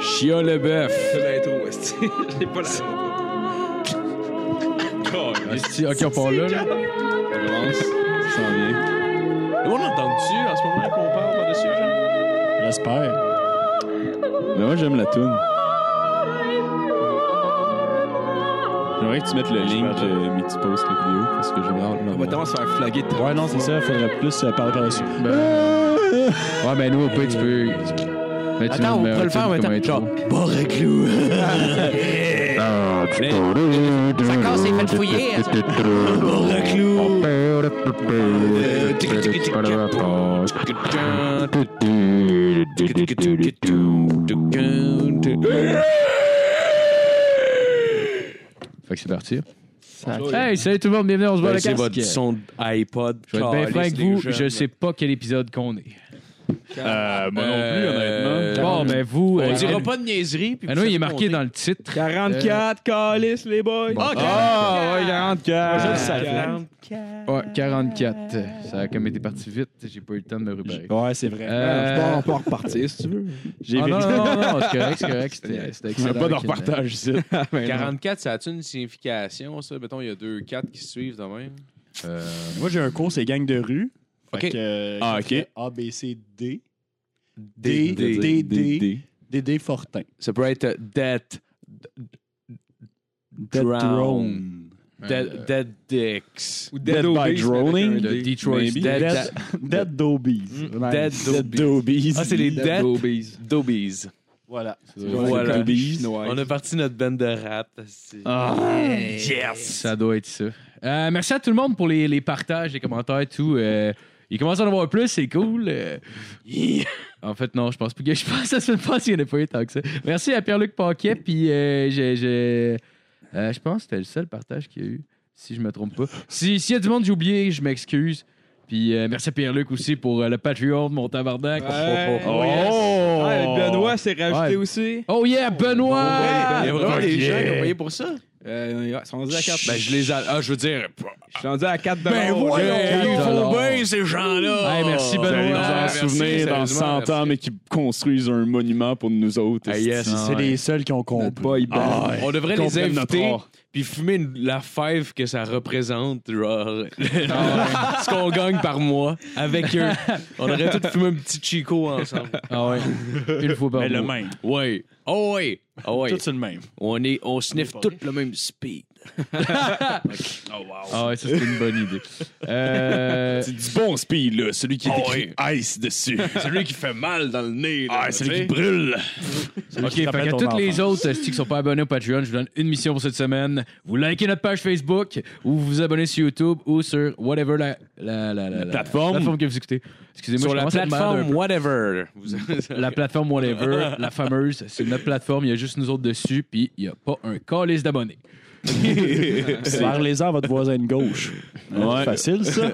Chia Leboeuf. C'est l'intro, esti. J'ai pas la. Calme. Esti, Ok, on part là. là. On commence. Ça s'en vient. on entend-tu en ce moment qu'on parle par-dessus, genre? J'espère. Mais moi, j'aime la toune. J'aimerais que tu mettes le link, euh, mais que tu postes la vidéo, parce que j'aimerais avoir le On va tellement se faire flaguer de trop. Ouais, non, c'est ça. Faudrait plus euh, parler par-dessus. Ouais, ben nous, au pire, tu peux. mettre une Attends, on meilleure peut le faire en tune même comme temps. intro. Genre, bord à clous. Ça casse, c'est fait fouiller. hein, ça. Bord à clous. Fait que c'est parti. Ça- Hey, salut tout le monde, bienvenue, on se voit Ben, le c'est casque. votre son iPod. Je vais être bien franc avec Calisse, les vous, jeunes, je sais pas quel épisode qu'on est. Ah, Euh, moi non plus, Euh, honnêtement. Bon, ben vous. On euh, dira ben- pas de niaiserie. puis ben vous non, il savez est marqué dans le titre. 44, calice, les boys. qu'on est. Ah, ouais, 44. Je le savais. Ouais, 44. Ça a comme été parti vite, j'ai pas eu le temps de me repérer. Ouais, c'est vrai. ben. Euh, On peut repartir si tu veux. J'ai ah, non, vérifié. non, non, non, c'est correct, c'est correct. C'était c'était Il y a excellent. pas de avec une- repartage ici. 44, ça a-tu une signification, ça? Mettons, il y a deux 4 qui se suivent de même. Euh, Moi, j'ai un cours, c'est gang de rue. OK. Fait que, euh, Ah, j'ai OK. fait A, B, C, D. D, D, D, D, D, Fortin. Ça peut être euh, Death, Dead Drown. Drone. Dead, dead Dicks. Ou Dead by Drowning. Le Detroit Maybe. euh, Dead. Dead, Dead Dobies. Mm, Dead Dobies. Dobies. Ah, c'est les Dead Dobies. Dobies. Voilà. Voilà. Dobies. On a parti notre bande de rap. c'est- Ah, Yes! Ça doit être ça. Euh, merci à tout le monde pour les, les partages, les commentaires et tout. Euh, il commence à en avoir plus, c'est cool. Euh, En fait, non, je pense pas que je pense à ce passe, il n'y en a pas eu tant que ça. Merci à Pierre-Luc Paquet, puis euh, je, je, euh, je pense que c'était le seul partage qu'il y a eu, si je me trompe pas. Si- S'il y a du monde, que j'ai oublié, je m'excuse. Puis euh, merci à Pierre-Luc aussi pour euh, le Patreon, mon tabarnak. Ouais. Oh, Oh, yes. Ah, et Benoît s'est Ouais. rajouté aussi. Oh yeah, Benoît! Il y Ah, a vraiment des gens qui ont payé pour ça. Euh, ouais, ils sont rendus à 4. Ben, je les ai. Ah, je veux dire. Je suis rendu à Quatre 4 ils font dollars. bien, ces gens-là. Hey, merci, Vous Benoît. allez nous Ah, en merci, souvenir dans sérieusement, 100 ans, merci. mais qui construisent un monument pour nous autres. Hey, yes. C'est- Ah, C'est ouais. les seuls qui ont Notre compris. boy band. Ah, ouais. On devrait Ils les comprennent notre inviter, art. puis fumer une- la fève que ça représente, genre, ce qu'on gagne par mois avec eux. On aurait tous fumé un petit Chico ensemble. Ah ouais. Une fois par Mais le mois. même. Ouais. Oh ouais. Oh ouais. Tout c'est le même. On, est, on sniff On est pas tout le même speed. oh wow. Ah ouais, ça, c'était une bonne idée. Euh, C'est du bon speed, là. Celui qui est Ah, écrit Oh Ice dessus. Celui qui fait mal dans le nez. là, Ah, celui tu sais. qui brûle. OK, fait que toutes les autres euh, sticks qui sont pas abonnés au Patreon, je vous donne une mission pour cette semaine. Vous likez notre page Facebook ou vous vous abonnez sur YouTube ou sur whatever la, la, la, la, la- plateforme. plateforme que vous écoutez. Excusez-moi, Sur je la commence à être malade un plateforme peu. whatever. Vous- La plateforme whatever, la fameuse, c'est notre plateforme, il y a juste nous autres dessus, puis il n'y a pas un calice d'abonnés. Vers les à votre voisine gauche. C'est Facile, ça.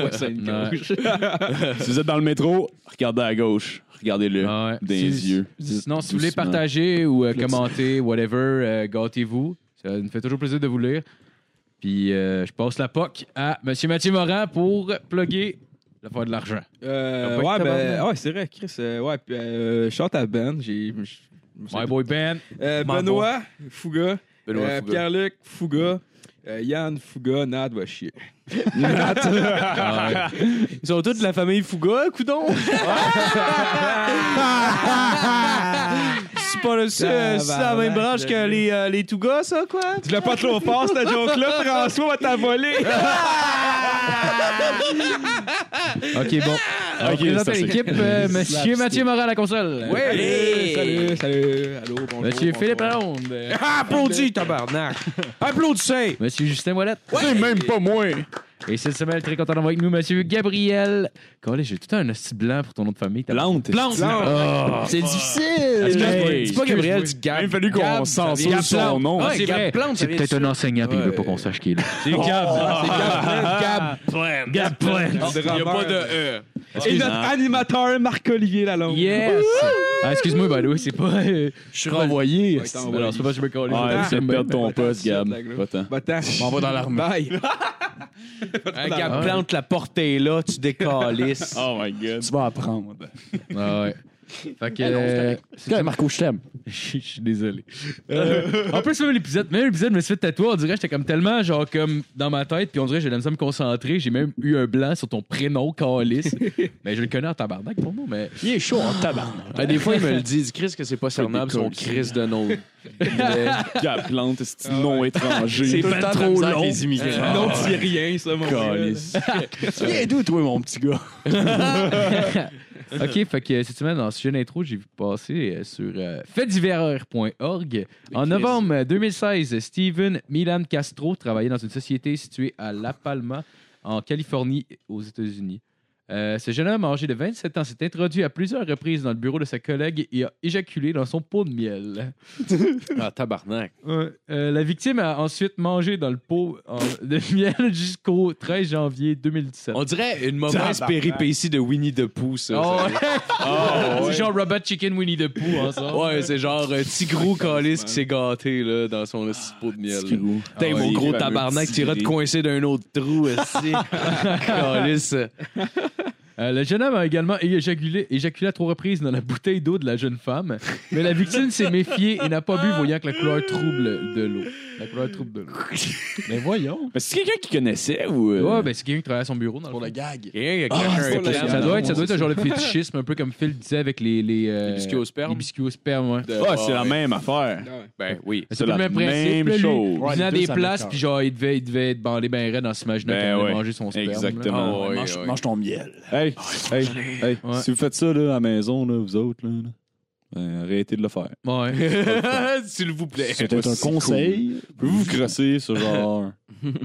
Ouais. Si vous êtes dans le métro, regardez à gauche. Regardez-le Ah ouais. des Si- yeux. Sinon, si vous voulez Doucement. partager ou euh, commenter, whatever, euh, gâtez-vous. Ça nous fait toujours plaisir de vous lire. Puis euh, je passe la POC à M. Mathieu Morin pour plugger l'affaire de l'argent. Euh, T'as pas ouais, été ben, tabarnak. ouais, c'est vrai, Chris. euh, ouais, puis euh, shout à Ben. J'ai, je- je me sais My pas. boy Ben. Euh, M'en Benoît Fouga, Benoît euh, Fouga. Pierre-Luc Fouga, euh, Yann Fouga, Nad va chier. Ah, ouais. Ils sont tous de la famille Fouga, coudon. C'est pas le seul- c'est la même branche que les, les euh, Tougas, ça, quoi? Tu l'as pas trop fort, cette joke-là, François va t'avoler. OK, bon. On Ah, Ok, présente c'est à assez. l'équipe euh, Monsieur Slapstick. Mathieu Morin à la console. Ouais, Hey. salut, salut, salut, allô, bonjour. Monsieur bonsoir. Philippe Lalonde. Euh, Applaudis, tabarnak! Applaudissez! Monsieur Justin Wallet. C'est même pas moi. Et cette semaine, très content d'avoir avec nous Monsieur Gabriel. Calais, j'ai tout un hostie blanc pour ton nom de famille. t'as- Plante. Plante. Ah. C'est difficile. Excuse-moi. Hey. Dis pas Gabriel, dis Il a Gab. même fallu qu'on Gab, ça vient censure de son Plante. nom. Ah, Ouais, c'est Gab vrai. Plante, ça C'est vient peut-être de un ça. enseignant, puis il veut pas qu'on sache qui est là. C'est Gab. Ah, Gab, Plante. Gab Plante. Gab, Il n'y a pas de E. Et notre animateur, Marc-Olivier Lalonde. Yes! Ah, excuse-moi, by the way, c'est pas. euh, Je suis renvoyé. Ouais, t'es non, envoyé. non, c'est pas super cool. Ah, tu c'est vas perdre ton ben, poste, Gab. ben, ben, Va-t'en. Va-t'en. On va dans l'armée. Bye. Hein, Gab Ah ouais. Plante, la porte est là, tu décalisses. Oh my god. Tu vas apprendre. Ah, ouais. Fait que, Eh non, c'est euh, correct. c'est- Marco, je t'aime. je suis désolé. Euh, en plus, même l'épisode, même l'épisode, je me suis fait tatouer. On dirait que j'étais comme tellement, genre, comme dans ma tête. Puis on dirait que j'ai de la misère à me concentrer. J'ai même eu un blanc sur ton prénom, Calis. mais je le connais en tabarnak pour moi. Mais Il est chaud en tabarnak. Ah, des fois, ils me le disent. Chris, que Ah, c'est pas cernable, son Chris de nom. La plante, c'est un nom étranger. Oh, C'est Tout pas le temps trop de la misère avec long. les immigrants. Ah. Euh, Non, tu dis rien, ça, mon gars. Tu viens d'où, toi, mon petit gars? OK, fait que cette semaine, dans ce sujet d'intro, j'ai vu passer euh, sur euh, faitdivers.org. En novembre 2016, Steven Milan Castro travaillait dans une société située à La Palma, en Californie, aux États-Unis. Euh, ce jeune homme âgé de 27 ans s'est introduit à plusieurs reprises dans le bureau de sa collègue et a éjaculé dans son pot de miel. Ah, tabarnak. Euh, la victime a ensuite mangé dans le pot en- de miel jusqu'au 13 janvier 2017. On dirait une mauvaise péripétie de Winnie the Pooh, ça. Oh, ça. ouais. Ah, C'est genre Robot Chicken Winnie the Pooh hein, ensemble. Ouais, c'est genre euh, un petit gros calice qui s'est gâté là, dans son petit pot de miel. là. Putain, Ah, mon oui, gros fameux tabarnak, petit tu iras te dé. coincer d'un autre trou aussi. calice. Euh, le jeune homme a également éjaculé, éjaculé à trois reprises dans la bouteille d'eau de la jeune femme, mais la victime s'est méfiée et n'a pas bu, voyant que la couleur trouble de l'eau. La couleur trouble de l'eau. Mais voyons. Mais c'est quelqu'un qui connaissait ou. euh, Ouais, ben c'est quelqu'un qui travaille à son bureau dans le fond. gag. Quelqu'un qui a Ah, craché c'est un pas plan. la- Ça doit être, ça Non, doit être un genre de fétichisme, un peu comme Phil disait avec les. Les, euh, Les biscuits au sperme. Les biscuits au sperme, ouais. de- Ah, c'est la ouais. même affaire. Ben oui. C'est C'est le la même principe. même là, lui, chose. Il Ouais, venait à les deux, des ça places, m'écoeure. puis genre, il devait, il devait être bandé ben raide en s'imaginant Ben qu'il allait ouais. manger son sperme. là. Exactement. Ah, ouais, mange, ouais. mange ton miel. Hey, hey, hey. Ouais. Si vous faites ça là, à la maison, là, vous autres, là, là, ben, arrêtez de le faire. Ouais. S'il vous plaît. C'était un conseil. Pouvez-vous vous crosser sur genre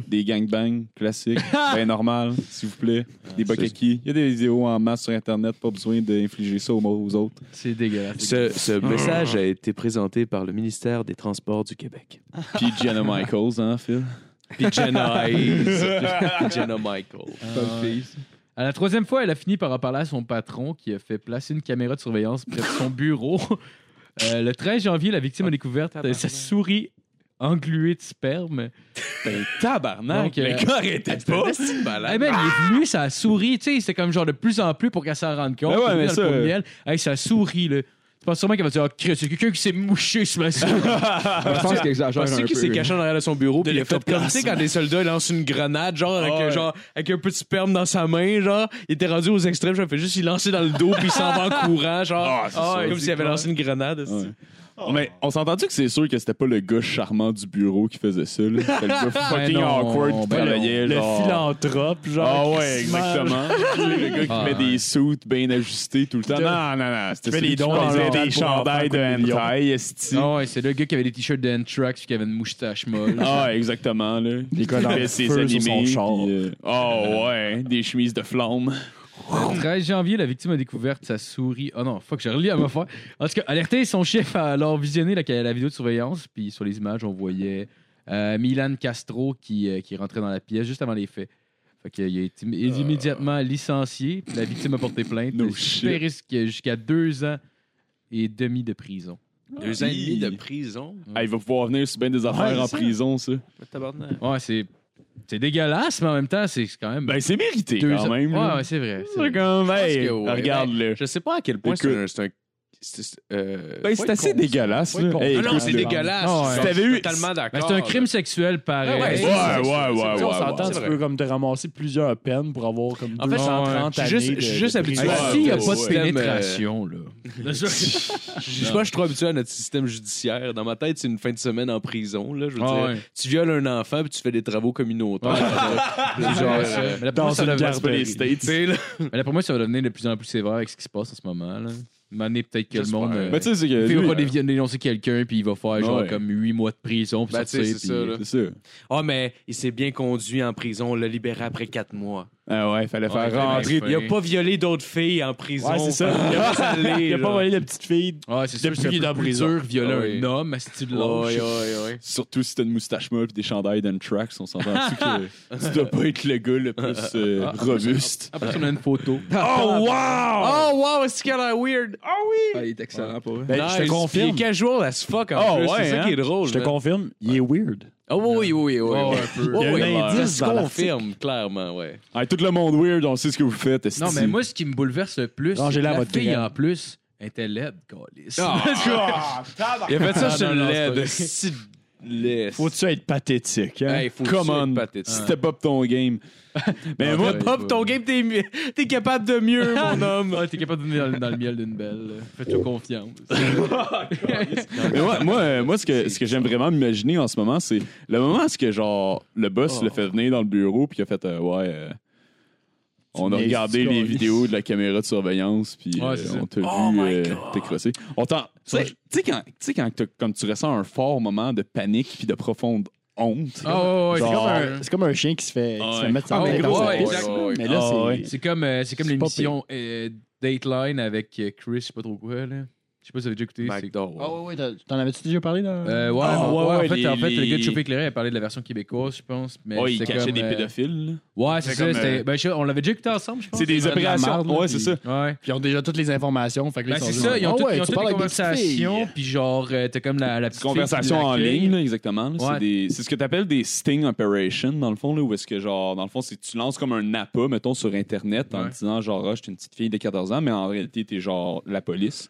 des gangbangs classiques, ben normal, s'il vous plaît. Des bukkakis. Il y a des vidéos en masse sur Internet, pas besoin d'infliger ça aux, aux autres. C'est dégueulasse. Ce, ce message a été présenté par le ministère des Transports du Québec. Puis Jenna Michaels, hein, Phil? Puis Jenna Hayes. Puis Jenna Michael. À la troisième fois, elle a fini par en parler à son patron qui a fait placer une caméra de surveillance près de son bureau. Euh, le 13 janvier, la victime a découvert euh, sa souris engluée de sperme. Ben, Tabarnak! Donc, euh, Arrêtez pas. C'est malade. eh ben, il est venu, sa souris, tu sais, c'est comme genre de plus en plus pour qu'elle s'en rende compte. Ben ouais, Elle est mais dans le ça, pot de euh, miel. Hey, sa souris, là. Tu penses sûrement qu'elle va dire Ah, Christ, c'est quelqu'un qui s'est mouché sur ma souris. Je pense que j'exagère un Pensez peu. qu'il s'est caché en arrière de son bureau puis il a fait comme tu l'ectoplasme. sais quand des soldats lancent une grenade genre avec, Ah ouais. genre avec un peu de sperme dans sa main genre il était rendu aux extrêmes je fait juste il lancer dans le dos puis il s'en va en courant genre Ah, c'est Ah, ça, comme c'est s'il avait lancé une grenade aussi. Ouais. Mais on s'entend-tu que c'est sûr que c'était pas le gars charmant du bureau qui faisait ça? là? C'était le gars fucking Ben non, awkward qui ben travaillait. genre- philanthrope, genre. Ah ouais, exactement. le gars qui Ah, met des suits bien ajustés tout le temps. Non, non, non. C'était celui des qui dons dans le faisait des handball pour chandails de enfants, hentai, esti. Ah ouais, c'est le gars qui avait des t-shirts d'Anthrax puis qui avait une moustache molle. Ah, exactement, là. Des gars dans le ses feu animés. sur son char. puis, euh, oh ouais, des chemises de flamme. Le 13 janvier, la victime a découvert sa souris. Oh non, fuck, j'ai relis à ma fois. En tout cas, alerté, son chef a alors visionné la, la vidéo de surveillance. Puis sur les images, on voyait euh, Milan Castro qui, euh, qui rentrait dans la pièce juste avant les faits. Fait qu'il a été immé- immédiatement licencié. puis La victime a porté plainte. No Il shit. risque jusqu'à deux ans et demi de prison. Deux ans et demi de prison. Ah, il va pouvoir venir sur bien des affaires Ouais, en c'est ça. prison, ça. Tabarnak. Ouais, c'est, c'est dégueulasse, mais en même temps, c'est c'est quand même Ben, c'est mérité deux quand ans. même. ouais, là. ouais, c'est vrai. c'est C'est vrai. comme, hey, que ouais, regarde-le. Je sais pas à quel point Écoute. c'est un- c'est un c'est- c'est, euh, Ben, c'est assez dégueulasse, Faut être con. là. Hey, non, non, écoute, c'est le- dégueulasse. Ah ouais. Ah Je suis Si t'avais eu- totalement Mais d'accord. c'est un crime sexuel pareil. Ouais, Ouais, Ouais, ouais, ouais, ouais, Tu sais, Ah ouais. on ouais. s'entend, tu peux comme te ramasser plusieurs peines pour avoir comme En fait, 230 je suis années juste- de- je suis juste de habitué prison. à- Ah, S'il n'y a ouais, pas de ouais. pénétration, là. Je je sais pas, je suis trop habitué à notre système judiciaire. Dans ma tête, c'est une fin de semaine en prison. Là, je veux Ah dire, ouais. tu violes un enfant puis tu fais des travaux communautaires. Là, genre, euh, Mais là, pour Dans moi, ça une devrait- C'est pas les States. tu sais, là. Mais là, pour moi, ça va devenir de plus en plus sévère avec ce qui se passe en ce moment. Là. Mané, peut-être que le monde. euh, Ben, tu sais, c'est que. il va lui, pas dévi- dénoncer quelqu'un, puis il va faire genre Ouais. comme 8 mois de prison. Puis Ben, tu sais, sortir, c'est puis- ça, là. C'est ça. Ah, mais il s'est bien conduit en prison. On l'a libéré après quatre mois. Ah ouais, fallait Ouais, faire ben, rentrer. ben, Il a pas violé d'autres filles en prison. Ouais, c'est ça. Il a pas- Il a pas volé la petite fille. Ah, c'est sûr que Depuis c'est un qu'il est peu en plus prison. dur violer Ah oui. un homme à ce style Ouais, lâche. ouais, ouais. Surtout si t'as une moustache molle et des chandails d'un tracks, on s'entend dessus que tu dois pas être le gars le plus euh, Ah, robuste. Après, on a une photo. Ah, Oh, wow! Oh, wow, est-ce qu'elle a weird? Oh oui! Ah, il est excellent pour vrai. Ben, je te confirme. Il est casual as fuck en Oh, plus. ouais, c'est ça hein? qui est drôle. Je te man. confirme, il est weird. Oh oui, oui, oui. oui. Ouais, un peu. Oh, Il y a oui, un ça indice se dans confirme, clairement, ouais. ah. Hey, tout le monde weird, on sait ce que vous faites. esti. Non, mais moi, ce qui me bouleverse le plus, Rangez-la c'est que à la votre fille graine. en plus Elle était laide, câlisse. Il a fait ça Ah, sur non, le non, c'est lait pas de vrai. si laid. Faut-tu être pathétique, hein? Hey, faut Come que tu on. sois pathétique. Step up ton game. Mais Non, moi, t'as- Pop, ton game, t'es mieux- t'es capable de mieux, mon homme. Ah, t'es capable de donner dans, le- dans le miel d'une belle. là. Oh. Fais-toi confiance. mais moi, moi, euh, moi, ce que, ce que j'aime vraiment m'imaginer en ce moment, c'est le moment où ce que, genre, le boss le fait venir dans le bureau puis il a fait euh, Ouais, euh, on a niaises, regardé tu les colles. vidéos de la caméra de surveillance puis Ouais, euh, c'est ça. on t'a Oh vu my euh, God. t'es crossé. On t'en- Tu sais- tu sais, quand, tu sais quand t'as- comme tu ressens un fort moment de panique puis de profonde honte. Ah ouais, ouais, C'est comme, ouais, un, c'est comme un chien qui se fait, qui se fait Ouais. mettre sa Ah, main ouais, dans sa ouais, pisse. exactement. Mais là, Ah, c'est. ouais. c'est comme, euh, c'est comme C'est pas l'émission euh, Dateline avec euh, Chris, je sais pas trop quoi, là. Je sais pas si vous avez déjà écouté. c'est- Oh, Ah ouais, ouais, t'as- t'en avais-tu déjà parlé dans. Euh, ouais, Ah, mais- ouais, ouais, en ouais, fait, les- en fait le gars de les- Chopé Éclairé a parlé de la version québécoise, je pense. Mais Ouais, il c'était cachait comme, des euh, pédophiles. là. Ouais, c'est C'est ça. comme, c'était- euh, ben, je- on l'avait déjà écouté ensemble, je pense. C'est des de la opérations. marde, là, ouais, c'est puis- ça. Ouais. Puis ils ont déjà toutes les informations. Fait que Ben, là, ils sont c'est juste ça, comme, ils ont Ah toutes, ouais, ils ont tu toutes parles les avec des petites conversations, filles. puis genre, euh, t'as comme la, la petite fille qui conversation en l'accueille. ligne, là, exactement. là. Ouais. C'est des- C'est ce que tu appelles des sting operations, dans le fond, là, où est-ce que, genre, dans le fond, c'est tu lances comme un appât, mettons, sur Internet, en Ouais. disant, genre, ah, je suis une petite fille de 14 ans, mais en réalité, t'es genre la police.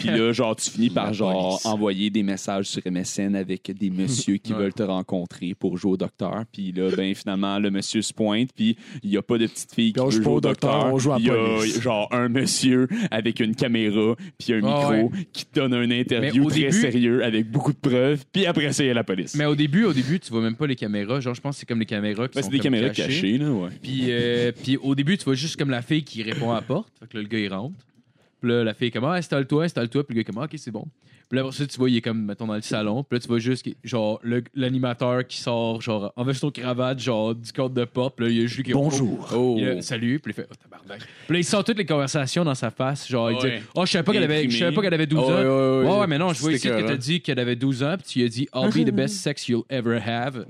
Puis là, genre, tu finis par, genre, police. envoyer des messages sur MSN avec des messieurs qui Ouais. veulent te rencontrer pour jouer au docteur. Puis là, ben, finalement, le monsieur se pointe, puis il n'y a pas de petite fille qui on veut joue jouer pas au docteur. on joue à la Il y police. a, genre, un monsieur avec une caméra, puis un Ah micro, qui te donne un interview au très début- sérieux avec beaucoup de preuves, puis après ça, il y a la police. Mais au début, au début, tu vois même pas les caméras. Genre, je pense que c'est comme les caméras qui Ben, sont c'est des comme caméras cachées, là, ouais. Puis, euh, puis au début, tu vois juste comme la fille qui répond à la porte. Fait que là, le gars, il rentre. Puis là, la fille est comme, ah, installe-toi, installe-toi. Puis le gars, est comme, Ah, ok, c'est bon. Puis là, pour ça, tu vois, il est comme, mettons, dans le salon. Puis là, tu vois juste, qu'il- genre, le- l'animateur qui sort, genre, en veston cravate, genre, du code de pop. Puis là, il y a juste lui qui Bonjour. Oh. Il a- salut. Puis il fait, oh, tabarnak. Puis là, il sent toutes les conversations dans sa face. Genre, il Ouais. dit, oh, je savais pas qu'elle avait, je savais pas qu'elle avait 12 ans. Ouais, ouais, ouais. Ouais, ouais, mais non, je vois C'était ici que écœurant. t'as dit qu'elle avait 12 ans, puis tu lui as dit I'll be the best sex you'll ever have.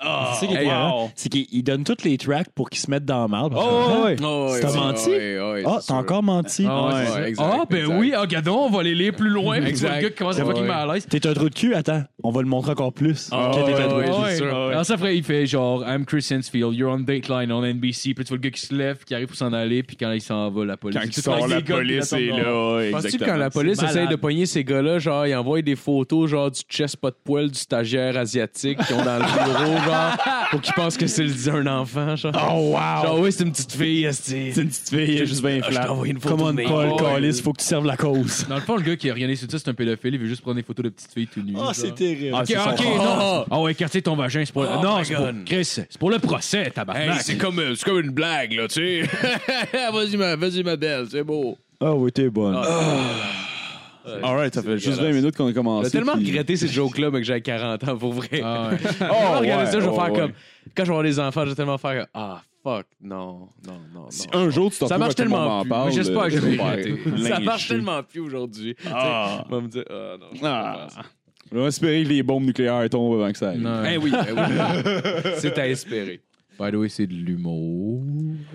Ah, C'est qu'il- hein, c'est qu'il il donne tous les tracks pour qu'ils se mettent dans la marde. Ah, Oh, ouais. C'est un menti? Ah, t'as encore menti. Ah, ouais, c'est ça. ouais, exact, Ah, ben exact. oui, ah, gadon, on va aller lire plus loin. Puis tu vois Exact. le gars qui commence à Ouais, fucking ouais. mal à l'aise. T'es un trou de cul, attends, on va le montrer encore plus. Que t'es un trou de cul. ouais, c'est sûr. Alors, ça ferait, il fait genre I'm Chris Hensfield, you're on Dateline on NBC. Puis tu vois le gars qui se lève, qui arrive pour s'en aller, puis quand il s'en va, la police. Quand C'est il tout sort, le- la les gars qui police est l'attendent. là, Penses-tu ouais, que exactement. quand la police C'est essaye de malade. pogner ces gars-là, genre, ils envoient des photos, genre, du chest pas de poil du stagiaire asiatique qu'ils ont dans le bureau, genre, pour qu'ils pensent que c'est le dit un enfant, genre. Oh, wow! Genre, oui, c'est une petite fille, esti. C'est une petite fille, elle a juste 20 Ah, Je t'ai flamme. envoyé une photo. Come on, de mes Paul, boys. Callis, faut que tu serves la cause. Dans le fond, le gars qui a rien sur ça, c'est un pédophile, il veut juste prendre des photos de petites filles tout nues. genre. terrible. Ah, Ok, c'est son- ok, non. Ah ouais, écartez ton vagin, c'est pour. Oh non, my c'est pour God. Chris, c'est pour le procès, Hey, tabarnak. c'est comme, euh, c'est comme une blague, là, tu sais. vas-y, ma, vas-y, ma belle, c'est beau. Ah oui, t'es bonne. All right, Ah ça fait juste dégueulasse. 20 minutes qu'on a J'ai commencé. tellement puis- regretté ces jokes-là, mais que j'ai 40 ans, pour vrai. Ah ouais. Oh, regarder ouais, ça, je vais ouais, faire ouais. comme. Quand je vais avoir des enfants, je vais tellement faire. comme, Ah, fuck, non, non, non. Si non. un jour tu te Ça retrouves marche à tout le tellement monde en plus. parle, Mais j'espère que je vais euh, regretter. Ça lyncher. marche tellement plus aujourd'hui. Tu sais, Ah. On va me dire, ah non. je peux Ah. pas faire ça. On va espérer que les bombes nucléaires tombent avant que ça arrive. Non. Eh oui, eh oui. c'est à espérer. By the way, c'est de l'humour.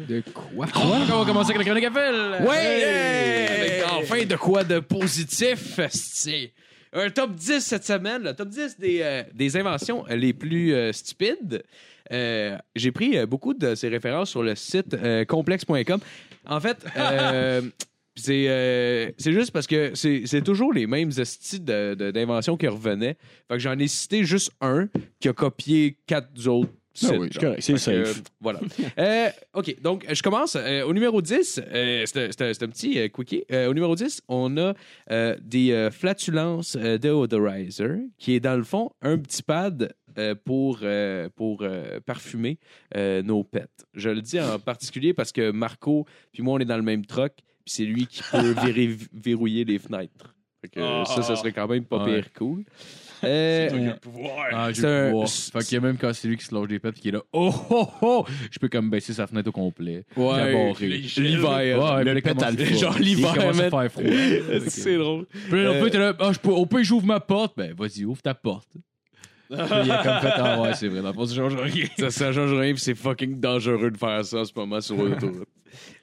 De quoi? Oh, On va commencer avec la chronique à Phil. Avec enfin de quoi de positif, esti. Un top 10 cette semaine, le top 10 des, euh, des inventions les plus euh, stupides. Euh, J'ai pris euh, beaucoup de ces références sur le site euh, complexe.com. En fait, euh, c'est euh, c'est juste parce que c'est c'est toujours les mêmes esti de- de- d'inventions qui revenaient. Fait que j'en ai cité juste un qui a copié quatre autres. sites, Ah oui, c'est genre. correct, c'est Fait que, safe. euh, voilà. Euh, OK, donc je commence. Euh, au numéro 10, euh, c'est un- c'est un, c'est un petit euh, quickie. Euh, au numéro 10, on a euh, des euh, flatulences euh, deodorizer, qui est dans le fond un petit pad euh, pour, euh, pour euh, parfumer euh, nos pets. Je le dis en particulier parce que Marco puis moi, on est dans le même truck, puis c'est lui qui peut virer- verrouiller les fenêtres. Fait que, Ça, ça serait quand même pas Ouais. pire cool. Euh, Ah, j'ai C'est un- le pouvoir. Fait qu'il y a même quand c'est lui qui se lâche des pattes et qui est là, oh oh oh, je peux comme baisser sa fenêtre au complet. ouais, L'aborrer. l'hiver. Ouais, puis là, le pet à il commence- le Genre l'hiver. Il commence à man. faire froid. Ok. C'est drôle. Puis là, on peut, t'es là, Ah, je peux, au pire, j'ouvre ma porte. Ben, vas-y, ouvre ta porte. Puis là, il a comme fait, ah ouais, c'est vrai, dans le fond, ça change rien. Ça, ça change rien, puis c'est fucking dangereux de faire ça en ce moment sur l'autoroute.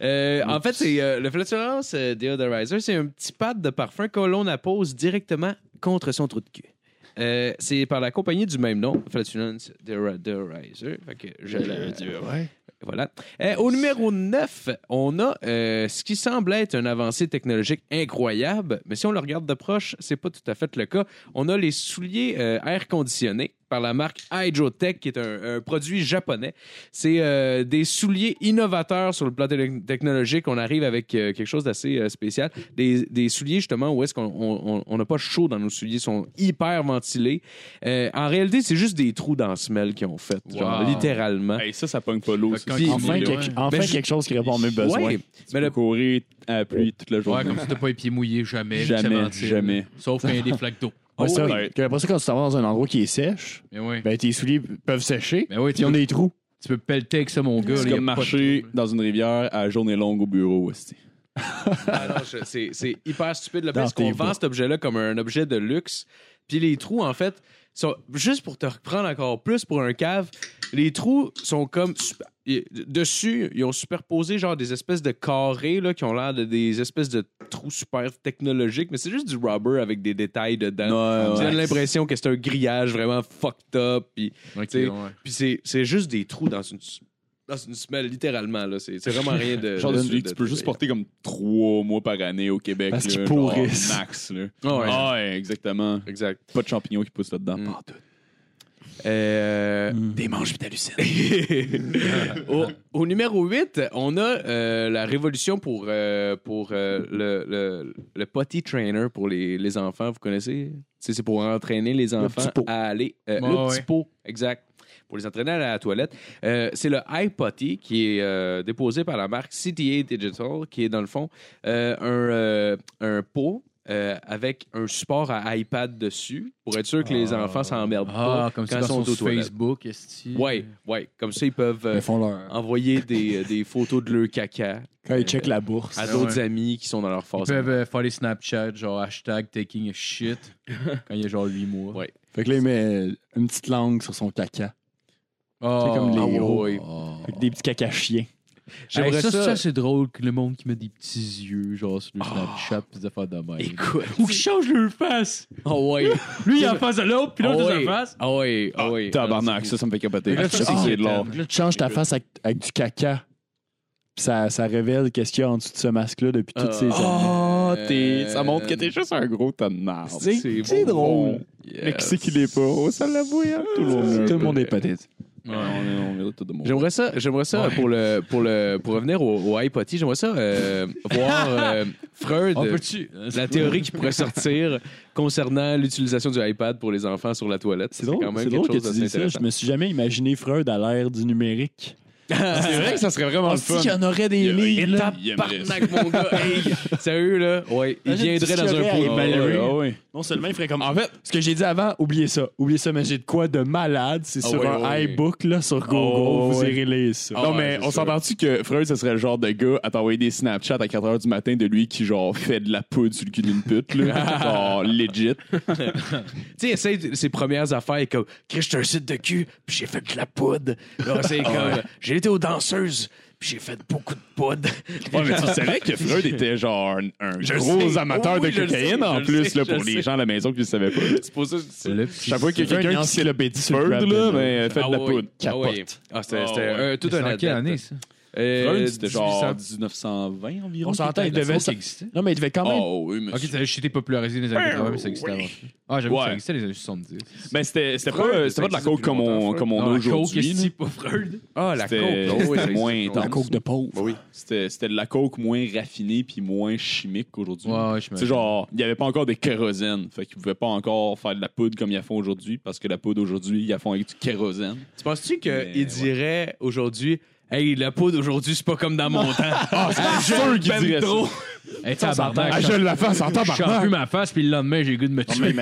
Euh, en fait, c'est euh, le flatulence euh, deodorizer, c'est un petit pad de parfum que l'on appose directement contre son trou de cul. Euh, c'est par la compagnie du même nom, Flatulence The, The Riser. Fait que je la- Voilà. Euh, au numéro 9, on a euh, ce qui semble être une avancée technologique incroyable, mais si on le regarde de proche, c'est pas tout à fait le cas. On a les souliers euh, air conditionnés par la marque Hydrotech, qui est un, un produit japonais. C'est euh, des souliers innovateurs sur le plan télé- technologique. On arrive avec euh, quelque chose d'assez euh, spécial. Des, des souliers, justement, où est-ce qu'on on- on- on n'a pas chaud dans nos souliers, ils sont hyper ventilés. Euh, en réalité, c'est juste des trous dans la semelle qu'ils ont fait, genre, Wow. littéralement. Hey, ça, ça pogne pas l'eau. Fait ça. que Tu quand- Enfin, Ouais. quelque, enfin Ben, je- quelque chose qui répond à mes besoins. Ouais. Mais peux le courir à la pluie toute la Ouais, journée. comme si t'as pas les pieds mouillés jamais. puis Jamais, ça ventile. jamais. Sauf quand il y a des flaques d'eau. Ouais, Ah, c'est Oh, vrai. ouais. Que Après ça, quand tu t'en vas dans un endroit qui est sèche, Mais oui. ben, tes souliers peuvent sécher. Mais oui, Puis tu, on a des trous. tu peux pelleter avec ça, mon gars. C'est là, y a comme pas de marcher trouble. dans une rivière à la journée longue au bureau. esti. Ah non, je- c'est c'est hyper stupide. Le Dans parce qu'on tes vend bras. cet objet-là comme un objet de luxe. Puis les trous, en fait, sont juste pour te reprendre encore plus pour un cave, les trous sont comme. sup- y- Dessus, ils ont superposé genre des espèces de carrés là, qui ont l'air de des espèces de trous super technologiques, mais c'est juste du rubber avec des détails dedans. Tu Ouais, donnes ouais. l'impression que c'est un grillage vraiment fucked up. Puis Ok, t'sais, ouais. puis c'est c'est juste des trous dans une, s- dans une semelle, littéralement. là. C'est c'est vraiment rien de. Genre de- de souliers de- que tu peux juste porter comme trois mois par année au Québec. Parce là, qu'ils genre, pourrissent. Max, là. Ah ouais. Ah ouais, exactement. Exact. Pas de champignons qui poussent là-dedans. Mm. Pas tout. Euh, Des manches vitalucines. au, au numéro 8, on a euh, la révolution pour, euh, pour euh, le, le, le potty trainer pour les, les enfants. Vous connaissez? Tu sais, C'est pour entraîner les enfants petit pot. à aller. euh, Ouais, le ouais. petit pot, exact. Pour les entraîner à aller à la toilette. Euh, c'est le iPotty qui est euh, déposé par la marque CTA Digital, qui est dans le fond euh, un, euh, un pot. euh, avec un support à iPad dessus pour être sûr que les Ah. enfants s'emmerdent Ah, pas comme quand ça, ils sont quand aux sur toilettes. Facebook, est-ce Ouais, ouais. Comme ça, ils peuvent euh, ben, Ils font leur. envoyer des, euh, des photos de leur caca Quand ils checkent la bourse. à Ah d'autres ouais. amis qui sont dans leur Ils phase. peuvent euh, faire des Snapchat, genre hashtag taking a shit, quand il y a genre 8 mois. Ouais. Fait que là, il met une petite langue sur son caca. Oh, C'est comme les ah hauts. ouais. Oh. Fait que des petits caca chiens. J'aimerais Hey, ça, ça- Ah. ça, c'est drôle que le monde qui met des petits yeux, genre sur le Snapchat, pis des affaires de même. Écoute. Ou qui change leur face. Oh ouais. Lui, il est en face de l'autre, puis l'autre, il Ah est ouais. en face. Ah ouais, ah ouais. Tabarnak, ça, ça me fait capoter. Fait que là, Je sais ça, que c'est c'est de l'or. étonnant. Là, Ah, tu changes ta face avec, avec du caca. Puis ça, ça révèle qu'est-ce qu'il y a en dessous de ce masque-là depuis toutes ces années. Ah, Oh, Ah. t'es- ça montre que Euh, t'es juste un gros tas de marde. C'est C'est bon. drôle. Yes. Mais qui c'est qui l'est pas? Oh, ça l'avoue, hein? Tout le monde. Tout le monde est pathétique. Ouais, on est- on mérite tout le monde. J'aimerais ça, j'aimerais ça pour le pour le pour revenir au, au iPotty, j'aimerais ça euh, voir euh, Freud, On peut-tu? euh, la théorie qui pourrait sortir concernant l'utilisation du iPad pour les enfants sur la toilette. C'est drôle, c'est drôle que tu dis ça. Je me suis jamais imaginé Freud à l'ère du numérique. C'est vrai que ça serait vraiment le fun. y en aurait des Il y aurait- livres. là. il aimerait ça. Tabarnak, mon gars. Hey, sérieux là, ouais, il Imagine viendrait tout ce dans qu'il y un aurait à pot. Ah ouais, évaluer. ah ouais. Non seulement il ferait comme. En fait, ce que j'ai dit avant, oubliez ça. Oubliez ça, mais j'ai de quoi de malade. C'est Ah sur ouais, un ouais. iBook, là, sur Google. ouais, vous ouais. irez lire ça. Ah non, ouais, mais c'est on sûr. s'entend-tu que Freud, ce serait le genre de gars à t'envoyer des Snapchats à 4 h du matin de lui qui, genre, fait de la poudre sur le cul d'une pute, là? genre, legit. Tu sais, essaye de- ses premières affaires comme Chris, j'ai un site de cul, puis j'ai fait de la poudre. Là, Ah c'est comme j'ai été aux danseuses, puis j'ai fait beaucoup de poudre. Ouais, mais tu savais que Freud était, genre, un, un Je gros sais. amateur Oui, de je le cocaïne, sais, je en le plus, sais, là, je pour le les sais. gens à la maison qui ne savaient pas. C'est pour ça que c'est- Le petit- Chaque fois qu'il y a Quelqu'un quelqu'un qui qui sait le bédit sur Freud, le là, mais fait de la Ah ouais. poudre. Ah ouais. Capote. Ah, c'était Ah c'était ouais. un- tout C'est un en quelle adepte. année, ça? Euh, Freud, c'était genre 1800. 1920 environ. On s'entend, il La devait. seconde qui existait. Non, mais il devait quand même. Oh, oui, mais. Ok, ça a juste été popularisé dans les Ben années 80, mais ça existait avant. Ah, j'avoue que Ouais. ça existait dans les années 70. Ben, c'était c'était pas, Freud, euh, c'était pas de la ça coke existe comme depuis on, longtemps, comme on Non, a la coke, aujourd'hui. est-ce là. que pas Freud? Ah, la coke. C'était- euh, Oh, oui, ça Ben c'était moins existe. intense. La coke de pauvre. C'était c'était de la coke moins raffinée puis moins chimique qu'aujourd'hui. Ouais, ouais, je me C'est genre, il n'y avait pas encore de kérosène. Fait qu'ils pouvaient pas encore faire de la poudre comme ils la font aujourd'hui parce que la poudre aujourd'hui, ils la font avec du kérosène. Tu penses-tu qu'il Mais ouais. dirait aujourd'hui Hey, la poudre aujourd'hui, c'est pas comme dans mon temps. Ah, c'est sûr qu'ils diraient ça. Hey, tabarnak, Ah, je la face en je change plus ma face, puis le lendemain, j'ai le goût de me tuer.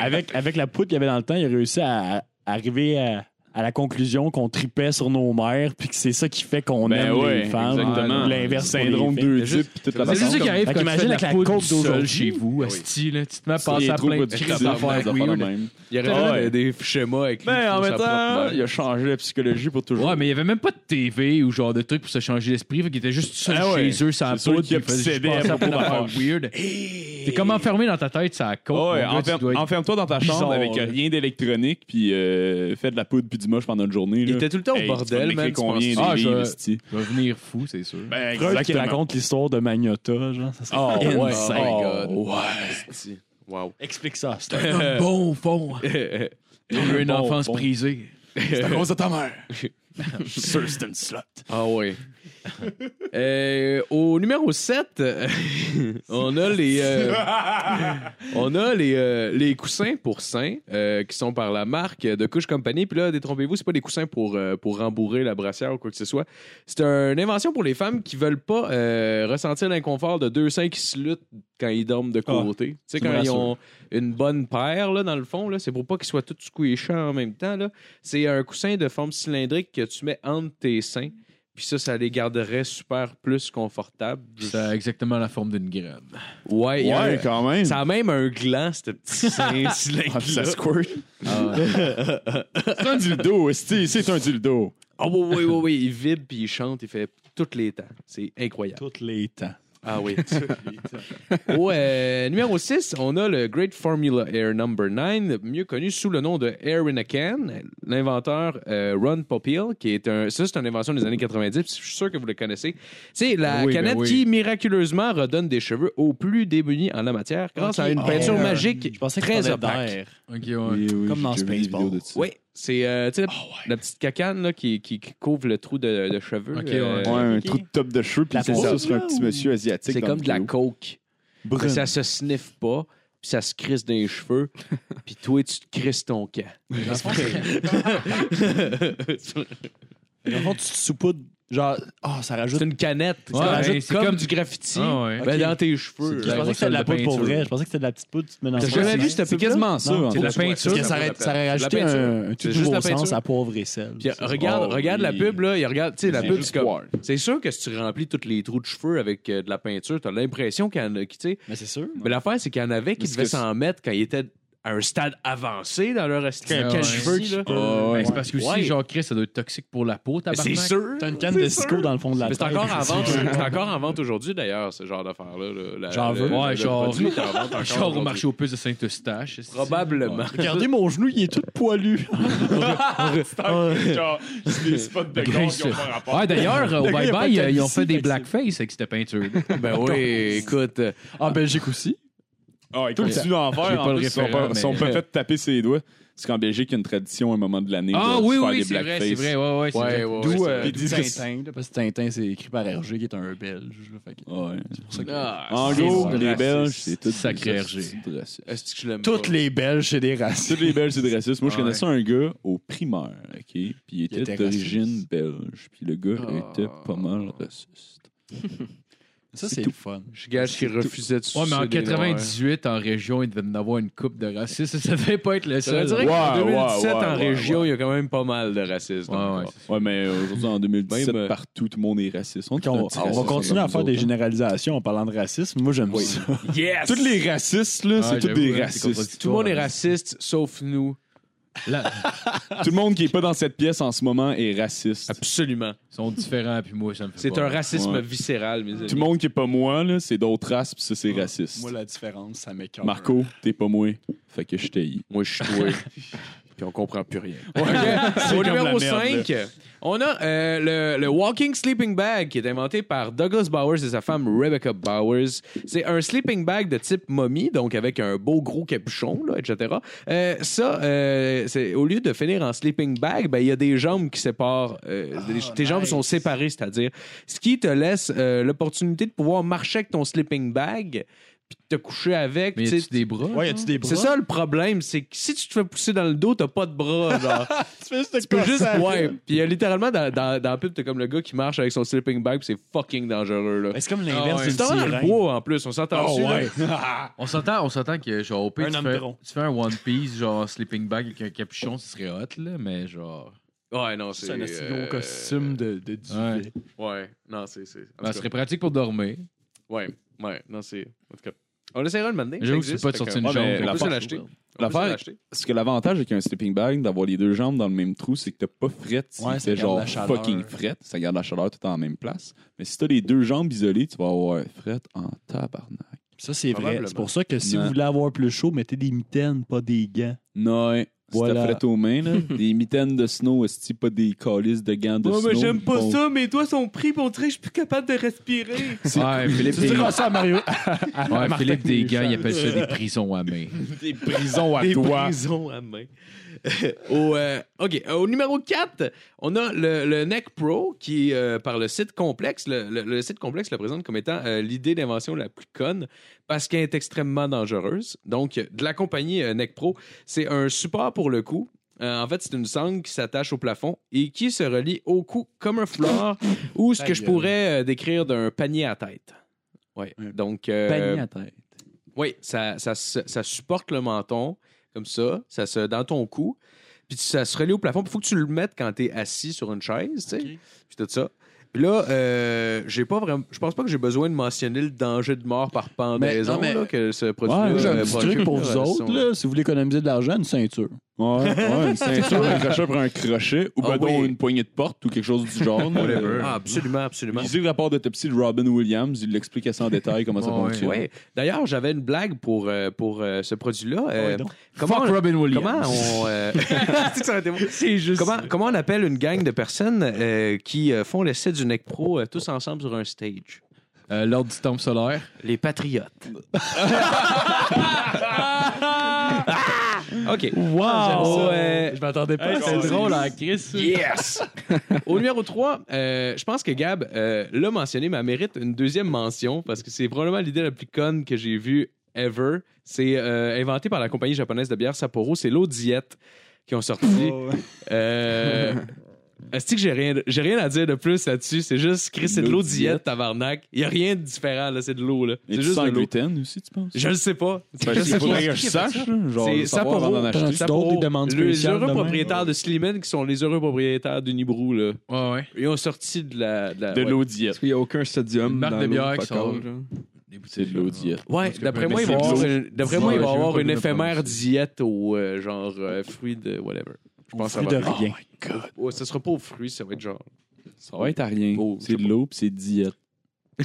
avec, avec la poudre qu'il y avait dans le temps, il a réussi à, à arriver à, à la conclusion qu'on tripait sur nos mères, puis que c'est ça qui fait qu'on Ben aime ouais, les femmes. exactement. ou L'inverse. pour les Syndrome filles. deux juste- types, puis toute la C'est patente. juste ça qui arrive Fait quand tu qu'imagine fais de la avec la poudre coke du sol d'aujourd'hui. chez vous, Ah oui. asti, là, tu te mets à C'est passer à trop plein de productif, crises des d'affaires affaires weird. de même. Il y aurait Ah vraiment ouais. des schémas avec lui Mais Ben, en qui font même sa temps, propre il a changé la psychologie pour toujours. Ouais, mais il y avait même pas de TV ou genre de trucs pour se changer l'esprit. Fait qu'ils étaient juste seuls Ah ouais. chez eux, sans C'est sûr poudre. qu'ils puis ils faisaient juste obsédaient passer à plein propos d'affaires weird. T'es comme enfermé dans ta tête, ça a coke. Ah ouais, oh, mon gars, tu enferme- dois être- enferme-toi dans ta chambre bizarre, avec là. rien d'électronique, puis euh, fais de la poudre puis du moche pendant une journée. Il là. était tout le temps au Hey, bordel, tu vas man. m'écrire tu combien penses- Ah, des je- livres, esti? Tu vas venir fou, c'est sûr. Ben, Freud qui exactement. raconte l'histoire de Magnota, genre. Ça serait Oh, ouais. insane. Oh, ouais. Wow. Explique ça. c'est un- Un bon fond. J'ai eu une Bon enfance fond. brisée. C'est à cause de ta mère. Ah ouais. Euh, au numéro 7, on a les euh, on a les, euh, les coussins pour seins euh, qui sont par la marque de Couche Company. Puis là, détrompez-vous, c'est pas des coussins pour euh, pour rembourrer la brassière ou quoi que ce soit. C'est une invention pour les femmes qui veulent pas euh, ressentir l'inconfort de deux seins qui se luttent quand ils dorment de Ah, côté. tu sais tu me quand ils rassures. ont une bonne paire là dans le fond là, c'est pour pas qu'ils soient tous squishés en même temps là. C'est un coussin de forme cylindrique que tu mets entre tes seins. Puis ça, ça les garderait super plus confortables. Ça a exactement la forme d'une graine. Ouais, il y a un- Ouais, quand même. ça a même un gland, ce petit sein Ah, puis ça cylindrique. squirt. Ah C'est un dildo, esti, c'est un dildo. Oh, oui, oui, oui, oui. Il vibre, puis il chante, il fait tous les temps. C'est incroyable. Toutes les temps. Ah oui. Au euh, numéro 6, on a le Great Formula Air Number 9, mieux connu sous le nom de Air in a Can. L'inventeur euh, Ron Popeil, qui est un. Ça, c'est une invention des années 90, puis je suis sûr que vous le connaissez. C'est la Oui, ben canette oui. qui miraculeusement redonne des cheveux aux plus démunis en la matière grâce Ok. à une peinture Air. magique Oh. Je pensais que très parlais opaque. d'air. Ok, ouais. Comme dans Spaceball. Oui, c'est euh, Oh, tu sais, la, la petite cacane là, qui, qui, qui couvre le trou de, de cheveux. Ok, euh, Ouais, un trou de top de cheveux, puis La c'est peau, ça sur un là, petit ou- monsieur asiatique. C'est dans comme le de la vidéo. coke. Brune. Puis ça se sniffe pas, puis ça se crisse dans les cheveux, puis toi, tu te crisses ton camp. c'est Dans le fond, tu te saupoudres, genre, ah, ça rajoute. une canette. Ouais, ça rajoute ouais, c'est comme, comme- du graffiti, Ah ouais. ben, Ok. dans C'est tes cheveux. de Je la- pensais que c'était de la poudre pour vrai. Je pensais que c'était de la petite poudre que tu mets dans T'as le jamais fond. vu cette C'est pub-là? quasiment ça. Non, en C'est de la fait. peinture. Parce que ça aurait, ça aurait rajouté peinture. un, un tout C'est juste nouveau la peinture. sens à poivre et sel. Puis, euh, regarde, Oh, regarde oui. la pub, là. il regarde, tu sais, la C'est pub, juste c'est comme- voir. C'est sûr que si tu remplis tous les trous de cheveux avec euh, de la peinture, t'as l'impression qu'il y en a qui, tu sais. Mais c'est sûr. Mais l'affaire, c'est qu'il y en avait qui Parce devaient que s'en mettre quand ils étaient à un stade avancé dans leur esthétique ouais. cheveux, là. Ah, ouais. Ben, c'est parce que aussi, Ouais. genre, Chris, ça doit être toxique pour la peau, Mais tabarnak. C'est sûr. T'as une canne C'est de sûr. Cisco dans le fond de la Mais tête. c'est encore en vente, c'est encore en vente aujourd'hui d'ailleurs ce genre d'affaire là. J'en veux. Ouais, Euh, genre- Genre au au marché aux puces de Saint-Eustache. esti. Probablement. Regardez mon genou, il est tout poilu. Ah, Genre, c'est des spots de Ok, gants qui c'est- ont pas rapport. Ouais, d'ailleurs, euh, au Le gars, il a pas de bye-bye, euh, ils ont calvitie, fait des fait que c'est- blackface avec cette peinture. Ben oui, écoute. euh, En Belgique ben, aussi. Ah, ils continuent à en J'ai faire. pas En le plus, ils sont référent, pas- ils sont mais- pas fait taper ses doigts. Parce qu'en Belgique, il y a une tradition à un moment de l'année Ah de oui, faire oui, des c'est vrai, blackface. c'est vrai. Ouais, ouais, c'est Ouais, vrai. ouais, D'où ouais, euh, Ils d'où disent que Tintin, là, parce que Tintin, c'est écrit par Hergé, qui est un Belge. là, fait que- Ouais. c'est vrai. Ah, En c'est gros, vrai. les Belges, c'est tout Sacré des RG. hosties de racistes. Est-ce que je l'aime Toutes pas? les Belges, c'est des Toutes racistes. les Belges, c'est des racistes. Moi, je Ah connaissais un gars au primaire, OK? Puis il était, était d'origine raciste. belge. Puis le gars Ah. était pas mal raciste. Ça, c'est le fun. Je gâche qu'il refusait de Ouais, mais en sucer des Noirs. 98, en région, il devait en avoir une coupe de racistes. Ça devait pas être le Ça veut seul. dire Ouais, qu'en ouais, 2017, ouais, en ouais, région, il y a quand même pas mal de racisme. Ouais, ouais. encore. Ouais, mais aujourd'hui, en 2017, Même, euh, partout, tout le monde est raciste. On, est Puis on, un petit on raciste va continuer à comme faire nous des autres, généralisations en parlant de racisme. Moi, j'aime ça. hein. Tous les racistes, Ah, là, c'est tous hein, hein, des racistes. Tout le monde est raciste, sauf nous. Tout le monde qui est pas dans cette pièce en ce moment est raciste. Absolument. Ils sont différents, puis moi, ça me fait C'est pas. un racisme Ouais. viscéral, mes amis. Tout le monde qui est pas moi, là, c'est d'autres races, puis ça, c'est raciste. Moi, la différence, ça m'écoeure. Marco, t'es pas moi. Fait que je t'ai. Moi, je suis doué. Puis on comprend plus rien. comme Au Ah, numéro la merde, 5, on a euh, le, le Walking Sleeping Bag qui est inventé par Douglas Bowers et sa femme Rebecca Bowers. C'est un sleeping bag de type momie, donc avec un beau gros capuchon, là, etc. Euh, ça, euh, c'est- au lieu de finir en sleeping bag, ben, il y a des jambes qui séparent. euh, Ah, des- tes jambes sont séparées, c'est-à-dire. Ce qui te laisse euh, l'opportunité de pouvoir marcher avec ton sleeping bag puis de te coucher avec. Mais tu sais, tu des bras? Ouais, y a-tu des bras? c'est ça le problème, c'est que si tu te fais pousser dans le dos, t'as pas de bras. Genre. Tu fais juste tu peux juste. Ouais. Puis euh, littéralement, dans, dans, dans la pub, t'as comme le gars qui marche avec son sleeping bag, puis c'est fucking dangereux. là. C'est comme Ah l'inverse ouais. d'une C'est vraiment dans le sirène. bois en plus, on Ah, s'entend dessus, là. On s'entend, on s'entend que genre au pire, Un tu homme fais, drôle. tu fais un One Piece genre ben, sleeping bag avec un capuchon, ce serait hot là, mais genre Ouais, non, c'est. C'est un assez gros euh, costume de, de duvet. ouais. Ouais, non, c'est. c'est- en Ça tout serait cas, pratique pour dormir. Ouais, ouais, non, c'est. En tout cas, on essaiera le matin. J'avoue que c'est pas de sortir une Ouais, mais jambe. la On peut se part- l'acheter. On peut L'affaire- se l'acheter. Parce que l'avantage avec un sleeping bag, d'avoir les deux jambes dans le même trou, c'est que t'as pas frette si Ouais, ça t'es garde genre la chaleur. fucking frette. Ça garde la chaleur tout en même place. Mais si t'as les deux jambes isolées, tu vas avoir frette en tabarnak. Ça, c'est vrai. Probablement. C'est pour ça que si Non. vous voulez avoir plus chaud, mettez des mitaines, pas des gants. Non, hein. si Voilà. t'as frette aux mains, là, des mitaines de snow, est-ce pas des calices de gants de snow? Bon, mes doigts sont pris pour dire je suis plus capable de respirer. Ouais, Philippe, C'est des... ça à Mario. ouais, Martin Philippe Desgants, Deschamps. il appelle ça des prisons à main. Des Prison à Des toi. prisons à main. au, euh, OK. euh, Au numéro 4, on a le, le Neck Pro qui, euh, par le site complexe, le, le- le site complexe le présente comme étant euh, l'idée d'invention la plus conne parce qu'elle est extrêmement dangereuse. Donc, euh, de la compagnie euh, Neck Pro, c'est un support pour le cou. Euh, en fait, c'est une sangle qui s'attache au plafond et qui se relie au cou comme un foulard ou ce Ta que je gueule. pourrais euh, décrire d'un panier à tête. Ouais. Donc, euh, Panier à tête. oui, ça, ça, se- ça supporte le menton comme ça, ça se dans ton cou, puis ça se relie au plafond. Il faut que tu le mettes quand t'es assis sur une chaise, tu sais, puis tout ça. Puis là, euh, j'ai pas vraiment, je pense pas que j'ai besoin de mentionner le danger de mort par pendaison non, mais- là, que ce Ouais, produit-là. j'ai un euh, petit procure, truc pour vous euh, son- autres. Là, si vous voulez économiser de l'argent, une ceinture. Ouais, ouais, une ceinture accrochée pour un crochet, ou Ah ben donc oui. une poignée de porte ou quelque chose du genre. Whatever. Ah, absolument, absolument. Lisez le rapport d'autopsie de Robin Williams, il l'explique assez en détail comment ça Ouais, ouais. fonctionne. Ouais. D'ailleurs, j'avais une blague pour, euh, pour euh, ce produit-là. Euh, donc. comment, Fuck Robin Williams. comment on. euh, C'est que ça aurait été bon. C'est juste. Comment, comment on appelle une gang de personnes euh, qui euh, font l'essai du Nec Pro euh, tous ensemble sur un stage? Euh, L'ordre du temple solaire. Les Patriotes. OK. Wow! Ouais. Je m'attendais pas. à ça. hein, Chris. Yes! Au numéro 3, je pense que Gab euh, l'a mentionné, mais elle mérite une deuxième mention parce que c'est probablement l'idée la plus conne que j'ai vue ever. C'est euh, inventé par la compagnie japonaise de bière Sapporo. C'est l'eau diète qui ont sorti. Oh. Euh, Est-ce que j'ai rien, j'ai rien à dire de plus là-dessus? C'est juste, Chris, c'est de l'eau L'eau diète, tabarnak. Il n'y a rien de différent, là. C'est de l'eau, là. Et C'est tu juste sens de le l'eau. gluten aussi, tu penses? Je le sais pas. Ben, je il sais pas. faudrait que je sache, là, genre, C'est le savoir Sapporo. avant d'en acheter. T'en as-tu d'autres, des demandes les spéciales heureux demain? propriétaires de Slimane qui sont les heureux propriétaires de Nibrou, là. Ouais, ouais. Ils ont sorti de la. De, la- De ouais. l'eau diète. Parce qu'il n'y a aucun sodium. Une marque dans de l'eau, bière fuck qui sort. all, genre. C'est de l'eau diète. Ouais, d'après Mais moi, ils c'est vont de avoir l'eau. une, d'après moi, Ouais, ils vont je sais avoir pas une d'où ça éphémère vient. diète au euh, genre euh, fruit de whatever. Je pense que ça Plus va. de rien. Ouais, ça sera pas aux fruits, ça va être genre. Ça va être à rien. Oh, c'est de l'eau, puis c'est diète.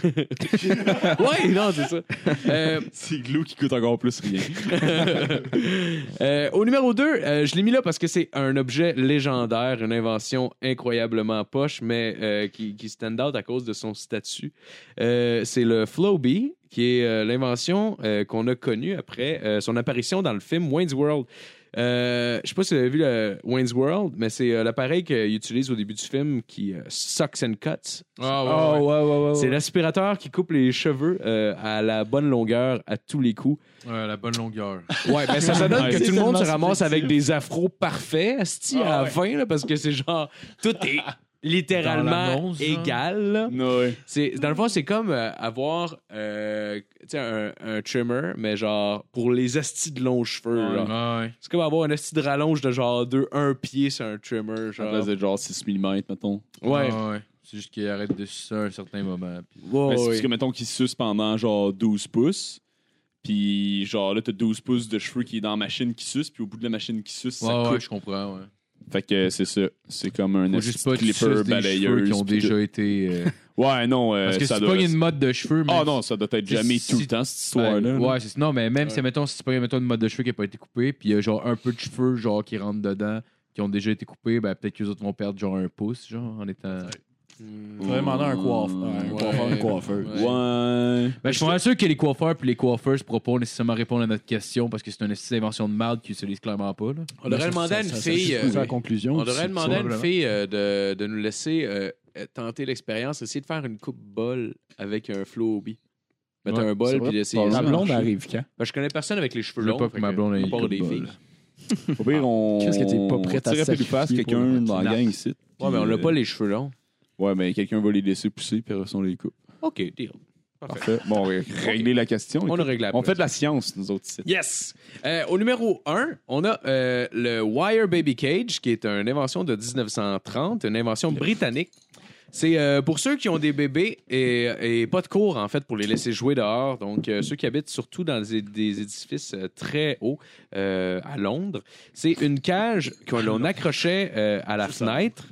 ouais, non, c'est ça. Euh, C'est de l'eau qui coûte encore plus rien. Euh, au numéro 2, je l'ai mis là parce que c'est un objet légendaire, une invention incroyablement poche, mais euh, qui, qui stand out à cause de son statut. Euh, c'est le Flowbee, qui est euh, l'invention euh, qu'on a connue après euh, son apparition dans le film Wayne's World. Euh, je sais pas si vous avez vu le Wayne's World, mais c'est euh, l'appareil qu'ils utilisent au début du film qui euh, sucks and cuts. Ah, ouais, Oh, ouais. ouais, ouais, ouais. C'est l'aspirateur qui coupe les cheveux euh, à la bonne longueur à tous les coups. Ouais, la bonne longueur. Ouais, ben ça, ça donne que C'est tout le monde se tellement Ah ramasse avec des afros parfaits, asti à 20, là, parce que c'est genre, tout est littéralement Dans la mousse, genre. égal. là. ouais. C'est- Dans le fond, c'est comme euh, avoir euh, tu sais, un, un trimmer, mais genre pour les astis de longs cheveux. Ouais, genre. ouais. C'est comme avoir un asti de rallonge de genre de un pied sur un Ah, trimmer. Ça Genre. faisait genre 6 mm, mettons. Ouais. Ah, ouais. C'est juste qu'il arrête de sucer à un certain moment. puis- Ouais, Ben, c'est ouais. parce que, mettons, qu'il suce pendant genre 12 pouces. Puis, genre là, t'as 12 pouces de cheveux qui est dans la machine qui suce. Puis, au bout de la machine qui suce, ça Ouais, ouais, coupe. je comprends, ouais. Fait que c'est ça. C'est comme un Faut esti juste pas de que tu clipper suces des cheveux balayeur. qui ont déjà été... euh, Ouais, non. euh, Parce que si ça tu doit... pognes une mode de cheveux... Ah même non, ça doit être si- jamais si- tout le temps, cette histoire-là. Ouais, c'est non, mais même si, mettons, si tu prends, mettons, une mode de cheveux qui n'a pas été coupée, puis il y a genre un peu de cheveux, genre, qui rentrent dedans, qui ont déjà été coupés, ben, peut-être que les autres vont perdre, genre, un pouce, genre, en étant. Mm. Faudrait demander à un coiffeur. Un Ouais. coiffeur, une coiffeuse. Ouais. ouais. Ben, je suis pas sûr que les coiffeurs puis les coiffeuses pourront pas nécessairement répondre à notre question parce que c'est une esti d'invention de mal qu'ils utilisent clairement pas, là. On devrait Ça, demander à ça, une ça, fille. ça, C'est euh, la conclusion. On devrait demander à une probablement. fille euh, de, de nous laisser euh, euh, tenter l'expérience, essayer de faire une coupe bol avec un flow hobby. Mettre Ouais, un c'est bol vrai. puis d'essayer La ça. blonde arrive quand? Ben, je connais personne avec les cheveux Je veux longs. pas que fait ma blonde ait à part une coupe des bol. filles. Au pire, on. Qu'est-ce que t'es pas prête à on tirait plus sacrifier face pour quelqu'un le dans la matin? gang ici. euh, Ouais, mais on n'a pas les cheveux longs. Ouais, mais quelqu'un va les laisser pousser, puis après, on les coupe. OK, deal. Parfait. Bon, on a réglé la question. On a réglé la On fait de la science, nous autres, ici. Yes! Euh, au numéro 1, on a euh, le Wire Baby Cage, qui est une invention de 1930, une invention britannique. C'est euh, pour ceux qui ont des bébés et, et pas de cours, en fait, pour les laisser jouer dehors. Donc, euh, ceux qui habitent surtout dans des, des édifices euh, très hauts euh, à Londres. C'est une cage que l'on accrochait euh, à la fenêtre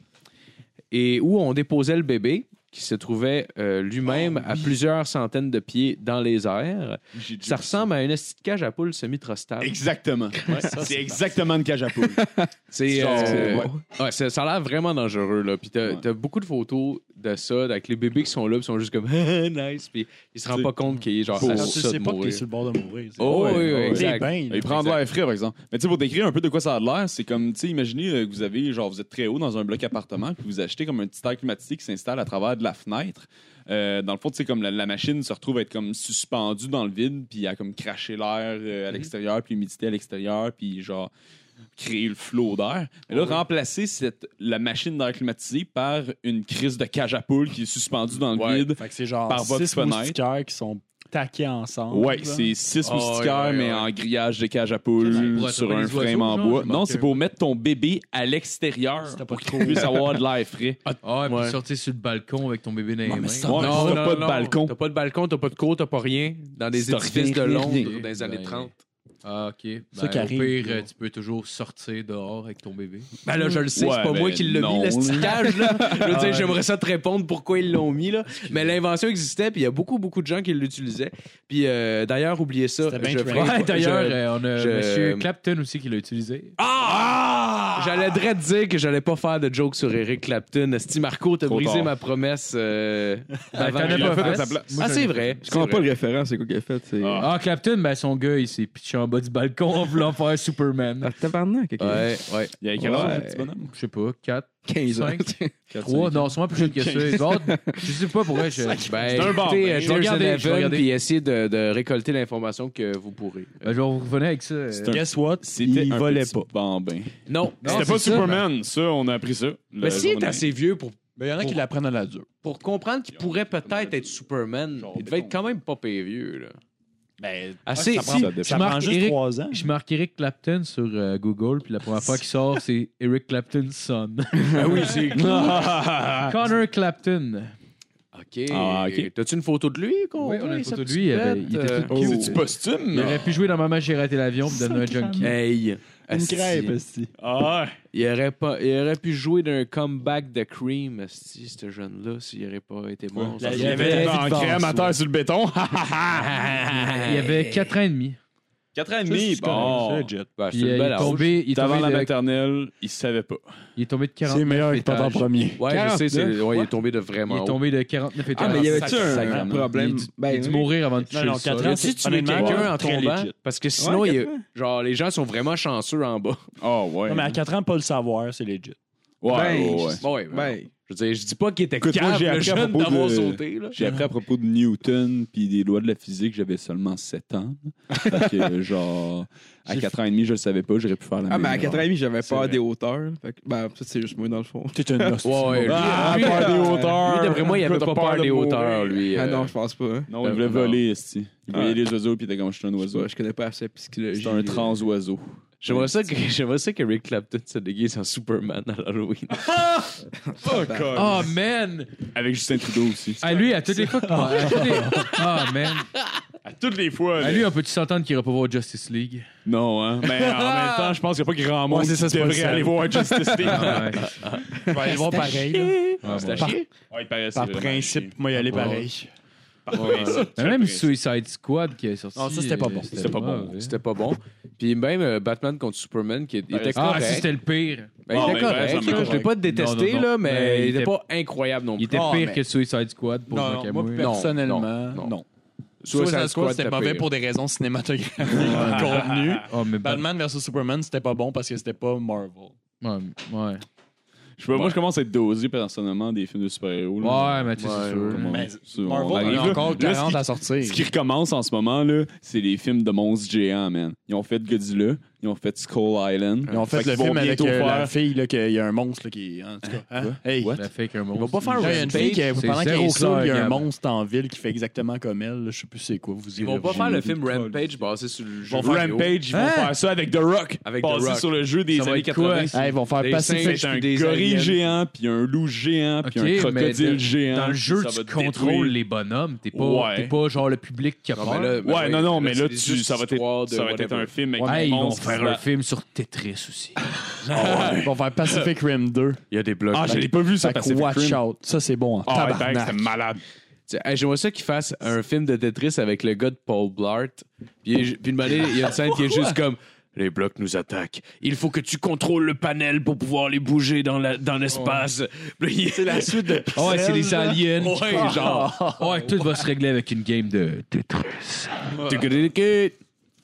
et où on déposait le bébé qui se trouvait euh, lui-même à plusieurs centaines de pieds dans les airs. Ça ressemble à une petite cage à poule semi-trostable. Exactement. c'est exactement une cage à poules. C'est, Genre, euh, ouais, c'est- ça a l'air vraiment dangereux. Là. Puis t'as, Ouais. t'as beaucoup de photos de ça, avec les bébés qui sont là, puis sont juste comme nice. Puis ils se rendent C'est- pas compte qu'il est genre Pour- à Quand Quand ça tu de sais pas que t'es mourir. sur le bord de mourir. Oh, oui, oui, Ouais, exact. Il prend de l'air frais, par exemple. Mais tu sais, pour décrire un peu de quoi ça a l'air, c'est comme, tu sais, imaginez euh, que vous avez, genre, vous êtes très haut dans un bloc appartement, puis vous achetez comme un petit air climatisé qui s'installe à travers de la fenêtre. Euh, dans le fond, tu sais, comme la, la machine se retrouve à être comme suspendue dans le vide, puis à comme cracher l'air euh, à l'extérieur, puis l'humidité à l'extérieur, puis genre créer le flot d'air. Mais là, remplacer cette, la machine d'air climatisé par une crise de cage à poule qui est suspendue dans le Ouais. vide. Fait que c'est genre Par votre six fenêtre. moustiquaires qui sont taqués ensemble. Ouais, là. c'est six Ah, moustiquaires, ouais, ouais, mais ouais. en grillage de cage à C'est poules pour sur attirer un les oiseaux, frame en genre, bois. j'ai Non, marqué c'est un- pour mettre ton bébé à l'extérieur C'était pas pour qu'il trop- puisse avoir de l'air frais. Ah, et puis Ouais. sortir sur le balcon avec ton bébé dans les mais mains. ça- Ouais, mais si t'as pas de balcon. T'as pas de balcon, t'as pas de cour, t'as pas rien dans des Si t'as édifices rien, de rien, Londres rien. dans les années 30. Ah, ok. Ça Ben, qui au arrive, pire, là. euh, tu peux toujours sortir dehors avec ton bébé. Ben là, je le sais, Ouais, c'est pas ben moi qui l'ai non, mis, le petit cage, là. Je veux Ah dire, ouais. j'aimerais ça te répondre pourquoi ils l'ont mis, là. Mais l'invention existait, puis il y a beaucoup, beaucoup de gens qui l'utilisaient. Puis euh, d'ailleurs, oubliez ça. C'était bien je trendy. ferai- Ouais, d'ailleurs, je- euh, on a je- Monsieur Clapton aussi qui l'a utilisé. Ah! J'allais te dire que j'allais pas faire de joke sur Eric Clapton. Esti Marco, t'as Trop brisé tard. ma promesse. euh, avant Ben, t'en que as je pas le fait à fasse. sa place. Ah, c'est vrai. Je comprends pas le référent, c'est quoi qu'il a fait. C'est... Ah. Ah, Clapton, ben son gars, il s'est pitché en bas du balcon en voulant faire Superman. Ah, tabarnak, ok. Ouais, ouais. Il y a quel âge, Ouais. le petit bonhomme? Je sais pas, 4, 15 ans. Cinq. 3, non, sûrement plus jeune que ça. Il doit avoir- Je sais pas pourquoi je. Ben, Ben, écoutez, bon, euh, je vais regarder, Jason je vais Evan, regarder. puis essayez de, de récolter l'information que vous pourrez. ben, je vais vous revenir avec ça. euh, C'est un- Guess what? C'était Il un volait petit pas. bambin. Non, Non, C'était c'est pas ça, Superman, ça, on a appris ça. Mais s'il est assez vieux pour, Mais il y en a qui l'apprennent à la dure. pour comprendre qu'il pourrait peut-être être Superman, il devait être quand même pas payé vieux. Là. Ah, Ben, ah, Assez, ça prend- si- ça Je prend marque juste Eric- 3 ans. Je marque Eric Clapton sur euh, Google, puis la première fois qu'il sort, c'est Eric Clapton's son. Ah oui, c'est. Connor Clapton. OK. Ah, ok. T'as-tu une photo de lui? qu'on Oui, on a une sa photo de petite lui, il avait- bête, il était euh, tout Oh. C'est-tu Il posthume? aurait pu jouer dans Maman, j'ai raté l'avion, puis donner un junkie. Hey. Une asti. crêpe, aussi. Ah ouais. Il aurait, pas, il aurait pu jouer d'un comeback de Cream, asti, ce jeune-là, s'il n'aurait pas été mort. Là, Ça il y serait- avait- était la vie de en Vance, crème à terre ouais. sur le béton. Ah, Il avait 4 ans et demi. 4 ans et demi, bon. Ben, Puis, c'est euh, une il, belle est âge. tombé, il, est T'es avant tombé la de- maternelle, il savait pas. il est tombé de 40 C'est meilleur que pas en premier. Ouais, je sais, c'est- ouais, il est tombé de Il vraiment est haut. tombé de 49 étages. Ah, mais il y avait-tu Sac- un, sacrément. problème? Il a dû- Ben, il a dû oui. mourir avant de tuer non, quatre ça. ans. Y a-tu C'est tué honnêtement quelqu'un en très tombant? legit. Parce que sinon, Ouais, il y a- quatre ans. genre, les gens sont vraiment chanceux en bas. Ah ouais. Non, mais à 4 ans, pas le savoir, c'est legit. Ouais, Ben, ouais, ouais. Bon, Ah, ouais, Ben, Je veux dire, je dis pas qu'il était Écoute, moi, cave, j'ai le appris à jeune, propos d'avoir de- sauté. Là. J'ai appris à propos de Newton puis des lois de la physique, j'avais seulement 7 ans. Fait que, genre, à 4 ans et demi, je le savais pas, j'aurais pu faire la ah, même mais à 4 ans erreur. et demi, j'avais C'est peur vrai. des hauteurs. Fait que, ben, ça, c'est juste moi, dans le fond. T'es un hostie. Ouais, ouais, lui, Ah, lui, peur des euh, hauteurs. lui, d'après moi, il avait T'as pas peur de des mourir. hauteurs, lui. Ah euh. non, je pense pas. hein. Non, il Euh, voulait non. voler, esti. Il voyait Ouais. les oiseaux, puis il était comme, je suis un Je, sais oiseau. pas, je connais pas assez la psychologie. C'est un trans-oiseau. J'aimerais ça que j'aimerais ça que Rick Clapton se déguise en Superman à l'Halloween. Ah, Oh man! Avec Justin Trudeau aussi. À Ah, lui, à toutes les fois. que- à toutes les- Ah man! À toutes les fois. À lui, on peut-tu s'entendre qu'il ira pas voir Justice League? Non, hein. Mais en même temps, je pense qu'il n'y a pas grand monde Ouais, c'est ça, qui c'est pas le devrait seul. aller voir Justice League. Ah, ouais. Je vais aller le voir pareil. là. Ah, bon. Par, Ouais, il paraît, c'est par vraiment chier. principe, moi, y aller pareil. Par principe. Mais Même Suicide Squad qui est sorti. Non, ça, c'était pas bon. euh, C'était pas bon. mauvais. C'était pas bon. Puis même euh, Batman contre Superman, qui est- il était Ah, ça, correct. c'était le pire. Ben, il Ah, était ben, ben, ça correct. me là. Je l'ai correct. pas détesté, Non, non, non. là, mais Ben, il il était était- pas incroyable non Il plus. était Ah, pire mais- que Suicide Squad pour Non, non, Jean moi, Camus. Non, personnellement, non, non. non. Suicide Squad, c'était mauvais pour des raisons cinématographiques et de contenu. Oh, mais Batman. Batman vs Superman, c'était pas bon parce que c'était pas Marvel. Ouais, ouais. Je sais pas, Moi, je commence à être dosé personnellement des films de super-héros. là. Ouais, mais tu sais, c'est Ouais, sûr. Comme on- Mais c'est- on Ben, Marvel, arrive, on là. a encore Là, ce 40 qui- à sortir. Ce qui recommence en ce moment, là, c'est les films de monstres géants, man. Ils ont fait Godzilla, Ils ont fait Skull Island. Ils ont Hein? fait, qu'ils le vont film avec bientôt euh, la faire- fille, là, qu'il y a un monstre là, qui. En tout cas, hein? Hey. La fake un On va monstre. pas faire Genre, Il y a une fille qui, c'est pendant qu'elle zéro est seule, il y a un clair, Gab. monstre en ville qui fait exactement comme elle. là. Je sais plus c'est quoi. Vous Ils vont pas faire le film Rampage basé sur le jeu. Ils vont faire vidéo. Rampage, ils vont Hein? faire ça avec The Rock. Avec The basé Rock. sur le jeu des Ça va années être quoi? 80. ils vont faire Des Pacific. singes, puis un des gorille aliens. géant, puis un loup géant, puis Ok, mais un crocodile dans- géant. Dans le puis jeu, ça va tu te contrôles détruire. les bonhommes. T'es pas, Ouais. t'es pas genre le public qui a Non, mais peur. là, mais Ouais, non, non, mais c'est là, des tu, juste ça va histoires être, de ça va être whatever. un film avec Hey, des ils vont monstres faire qui se un battent. film sur Tetris aussi. Ah Ils vont faire Pacific Rim 2. Il y a des blocs. Ah, je l'ai pas vu, ça, Fait que Pacific watch Rim. out. Ça, c'est bon. en Ah, ouais, tabarnak. ben, c'était malade. Tu- hey, J'aimerais ça qu'ils fassent un film de Tetris avec le gars de Paul Blart. Puis, puis une manière, il y a une scène qui est juste comme Les blocs nous attaquent. Il faut que tu contrôles le panel pour pouvoir les bouger dans la- dans l'espace. C'est la suite de. Ah ouais, c'est des aliens. Ouais, genre. Ah Ouais, tout va se régler avec une game de Tetris.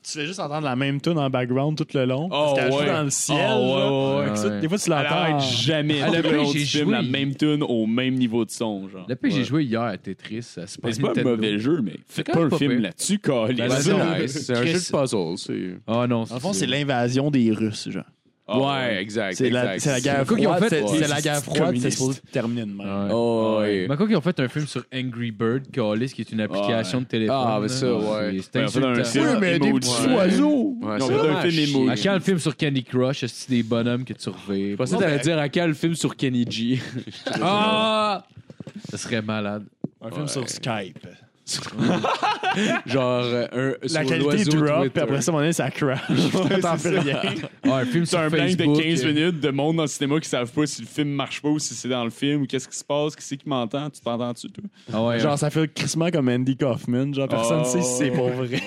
tu fais juste entendre la même tune en background tout le long. Oh, parce qu'elle joue ouais. dans le ciel. Oh, Ah, ouais, là. ouais, ouais. Fait que ça, Des fois, tu Elle arrête l'entends. jamais. Ah, le Tout pire, le long j'ai du film, la joué. même tune au même niveau de son. genre. Le pire, Ouais. j'ai joué hier à Tetris. à Super Mais C'est pas un Nintendo. mauvais jeu, mais fais quand pas même un pas film pire. là-dessus, Colin. Ben, Ben, c'est c'est nice. nice. C'est un jeu de puzzle. c'est- Ah non, Dans le fond, c'est l'invasion des Russes, genre. Ah, ouais, exact. C'est la, exact. c'est la guerre C'est quoi qu'ils ont froide. fait? C'est Ouais. c'est la guerre froide. C'est Communiste. supposé terminer de même. Ouais. Oh, ouais. Mais quoi qu'ils ont fait un film sur Angry Bird, Callis, qui est une application Ouais. de téléphone. Ah, mais ça, là. ouais. C'est- c'est Ouais, on fait un insultant. film. Oui, mais des petits Ouais. oiseaux. Ouais, Ils ont c'est fait un dommage. film émo. À quand le film sur Candy Crush, c'est des bonhommes que tu revives. Je pensais que t'allais dire à quel film sur Kenny G. Ah! Ça serait malade. Un film sur Skype. Genre, euh, un. La sur qualité l'oiseau drop, Twitter. puis après ça, à un moment donné, ça crash. T'en fais rien. Ah, un film C'est sur un blank de Facebook. euh. 15 minutes de monde dans le cinéma qui savent pas si le film marche pas ou si c'est dans le film ou qu'est-ce qui se passe, qui c'est qui m'entend, tu t'entends-tu, toi? Ah ouais, Genre, ça fait crissement comme Andy Kaufman. Genre, personne ne sait si c'est pour vrai.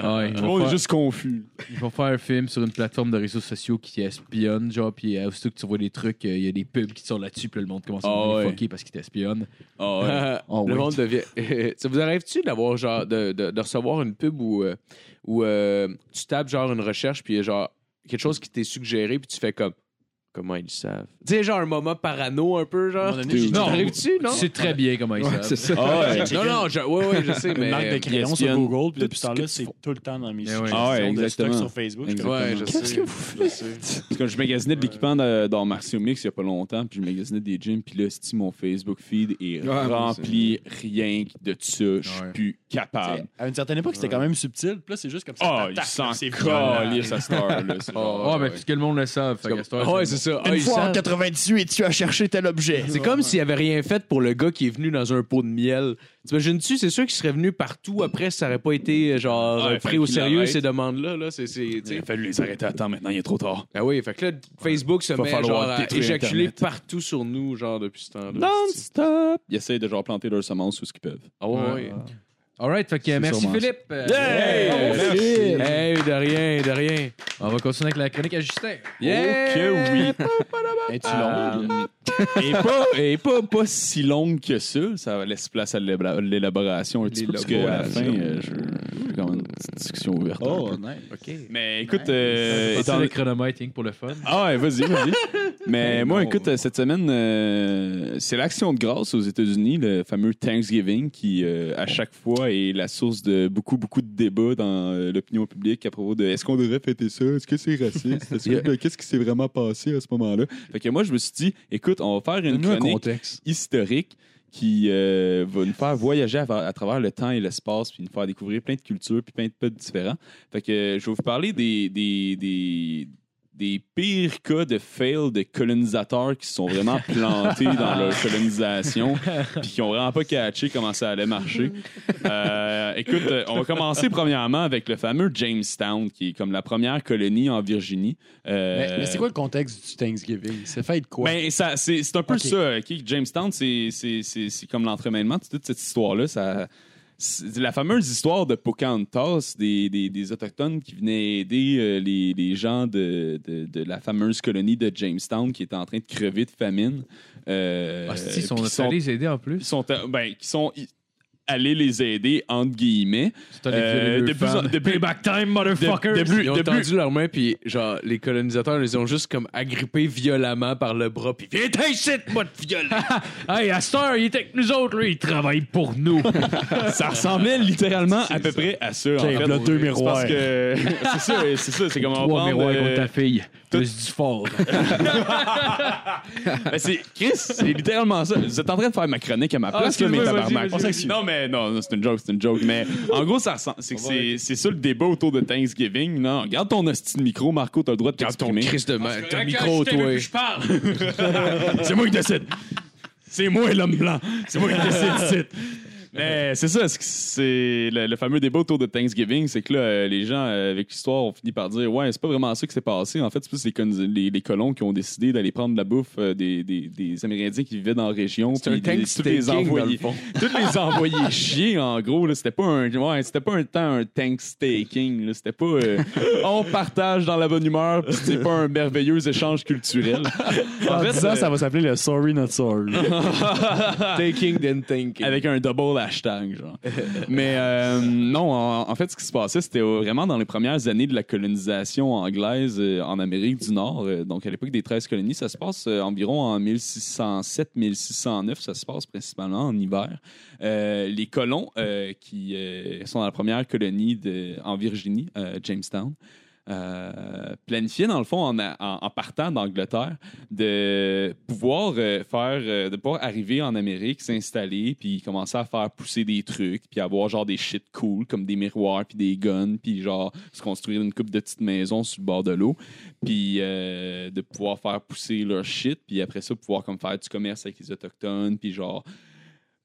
ah ouais, Tout ils, le vont monde faire, est oh, juste confus. ils vont faire un film sur une plateforme de réseaux sociaux qui espionne, genre, puis euh, aussitôt que tu vois des trucs, euh, il y a des pubs qui sont là-dessus, puis là, le monde commence à Ah devenir ouais. fucké parce qu'ils t'espionnent. Euh, Ah Oh, le oui. monde devient. ça vous arrive-tu d'avoir genre de, de, de recevoir une pub où, euh, où euh, tu tapes genre une recherche puis il y a genre quelque chose qui t'est suggéré puis tu fais comme comment ils le savent. Tu sais genre un moment parano un peu genre. Non. Ça t'arrive-tu non? Tu sais très bien comment ils savent. Ah ouais. Non non, je, ouais ouais, je sais Une mais marque de crayon sur espionne Google, puis depuis tout ce temps-là, c'est ce tout le temps dans mes Eh ouais. Ah ouais, suggestions de stock exactement. sur Facebook. Je suis comme, Ouais, je sais. Qu'est-ce que vous faites? Parce que je magasinais de l'équipement de- d'arts martiaux mix il y a pas longtemps, puis je magasinais des gyms, puis là, si mon Facebook feed est moi rempli rien que de ça, je suis Ouais. plus capable. À une certaine époque, c'était quand même subtil. Puis là, c'est juste comme ça. Ah, il t'attaque, s'en là, c'est violent. calisse à cette heure-là. c'est genre- Ah, mais puisque le monde le savent. fait qu'à cette heure, Ouais, c'est ça. Ah, Une ils fois en savent. 98, tu as cherché tel objet. C'est comme s'il avait rien fait pour le gars qui est venu dans un pot de miel. T'imagines-tu, c'est sûr qu'il serait venu partout après, ça aurait pas été euh, genre Ouais, pris au qu'il sérieux arrête. ces demandes-là. Là. C'est, c'est, tu sais. Il a fallu les arrêter à temps, maintenant, il est trop tard. Ah oui, fait que là, Facebook se Va met falloir genre à détruire éjaculer Internet. partout sur nous, genre depuis ce temps-là. Non-stop! Ils essayent de genre planter leurs semences sous ce qu'ils peuvent. Ah ouais, ouais. Alright, fait que, euh, merci sûrement ça. Philippe. Euh, Hey! euh, Merci. Hey, de rien, de rien. On va continuer avec la chronique à Justin. Yeah! que oui. Es-tu Euh, et pas, et pas, pas si longue que ça. Ça laisse place à l'éla- l'élaboration un petit peu. Parce qu'à la fin, euh, je j'ai quand même une petite discussion ouverte. un peu. Mais écoute, euh, C'est étant- le chronomètre hein, pour le fun. Ah ouais, vas-y, vas-y. Mais moi, écoute, euh, cette semaine, euh, c'est l'action de grâce aux États-Unis, le fameux Thanksgiving, qui, euh, à chaque fois, est la source de beaucoup, beaucoup de débats dans euh, l'opinion publique à propos de est-ce qu'on devrait fêter ça, est-ce que c'est raciste, Est-ce que- qu'est-ce qui s'est vraiment passé à ce moment-là. Fait que moi, je me suis dit, écoute, on va faire une Donne-nous un chronique contexte. historique qui euh, va nous faire voyager à, à travers le temps et l'espace, puis nous faire découvrir plein de cultures, puis plein de peuples différents. Fait que euh, je vais vous parler des, des, des, des pires cas de fail de colonisateurs qui se sont vraiment plantés dans leur colonisation, puis qui ont vraiment pas catché comment ça allait marcher. Euh, écoute, euh, on va commencer premièrement avec le fameux Jamestown, qui est comme la première colonie en Virginie. Euh, Mais, mais c'est quoi le contexte du Thanksgiving? C'est fait de quoi? ben, ça, c'est, c'est un peu Ok. ça. ok? Jamestown, c'est, c'est, c'est, c'est comme l'entremêlement de toute cette histoire-là. Ça, c'est la fameuse histoire de Pocahontas, des, des, des Autochtones qui venaient aider euh, les, les gens de, de, de la fameuse colonie de Jamestown qui était en train de crever de famine. Euh, Ah, si, ils puis sont qui sont- allés les aider en plus. ils sont, euh, ben, qui sont i- aller les aider, entre guillemets. C'est un Euh, des vieux depuis- fans. depuis- Payback time, motherfucker! de- de plus- Ils ont de plus- tendu leurs mains, puis genre, les colonisateurs les ont juste comme agrippés violemment par le bras, puis viens t'en ici, moi, de violer. Hey, Astor, il est avec nous autres, lui, il travaille pour nous. ça ressemblait littéralement à peu près à ça. en Tiens, fait. là, deux C'est miroirs. parce que c'est ça, c'est ça, c'est comme on euh, Trois parle miroirs de- contre ta fille. Plus du fort. Ben, c'est Chris, c'est littéralement ça. Vous êtes en train de faire ma chronique à ma place, là, mais tabarnak. Non, mais non, non, c'est une joke, c'est une joke. Mais en gros, ça ressemble. C'est que c'est- c'est ça le débat autour de Thanksgiving. Non, garde ton hostie de micro, Marco, t'as le droit de t'exprimer. Chris de ma- ton micro, toi. C'est moi qui décide. C'est moi l'homme blanc. C'est moi qui décide. c'est- Mais c'est ça, c'est que c'est le, le fameux débat autour de Thanksgiving, c'est que là, euh, les gens euh, avec l'histoire ont fini par dire ouais, c'est pas vraiment ça qui s'est passé. En fait, c'est plus les, colonis- les- les colons qui ont décidé d'aller prendre de la bouffe euh, des, des- des Amérindiens qui vivaient dans la région. C'est puis un des- tous les Thanksgiving, dans le envoyés, tous les envoyés chier en gros. là, C'était pas un, ouais, c'était pas un temps un Thanksgiving. là, C'était pas euh, on partage dans la bonne humeur. puis C'était pas un merveilleux échange culturel. En fait, ça, ça va s'appeler le Sorry Not Sorry. Taking then thinking. Avec un double hashtag, genre. Mais euh, non, en, en fait, ce qui se passait, c'était euh, vraiment dans les premières années de la colonisation anglaise euh, en Amérique du Nord. Euh, donc, à l'époque des 13 colonies, ça se passe euh, environ en 1607-1609. Ça se passe principalement en hiver. Euh, les colons euh, qui euh, sont dans la première colonie de- en Virginie, euh, Jamestown, euh, planifiaient, dans le fond, en, a- en- en partant d'Angleterre, de pouvoir euh, faire, euh, de pouvoir arriver en Amérique, s'installer, puis commencer à faire pousser des trucs, puis avoir genre des shit cool, comme des miroirs, puis des guns, puis genre se construire une coupe de petites maisons sur le bord de l'eau, puis euh, de pouvoir faire pousser leur shit, puis après ça, pouvoir comme faire du commerce avec les Autochtones, puis genre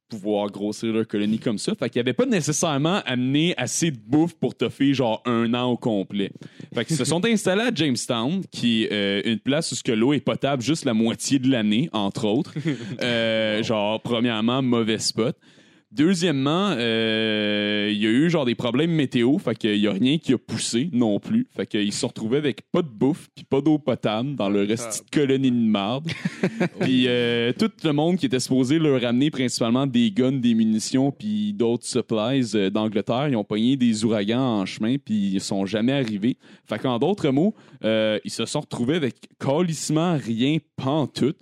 pouvoir grossir leur colonie comme ça. Fait qu'il n'y avait pas nécessairement amené assez de bouffe pour toffer genre un an au complet. Fait qu'ils se sont installés à Jamestown, qui est euh, une place où ce que l'eau est potable juste la moitié de l'année, entre autres. Euh, genre, premièrement, mauvais spot. Deuxièmement, euh, il y a eu genre des problèmes météo, fait qu'il n'y a rien qui a poussé non plus. Fait qu'ils se sont retrouvés avec pas de bouffe puis pas d'eau potable dans leur reste de colonie de marde. puis euh, tout le monde qui était supposé leur ramener principalement des guns, des munitions puis d'autres supplies euh, d'Angleterre, ils ont pogné des ouragans en chemin puis ils sont jamais arrivés. Fait qu'en d'autres mots, euh, ils se sont retrouvés avec colissement rien pantoute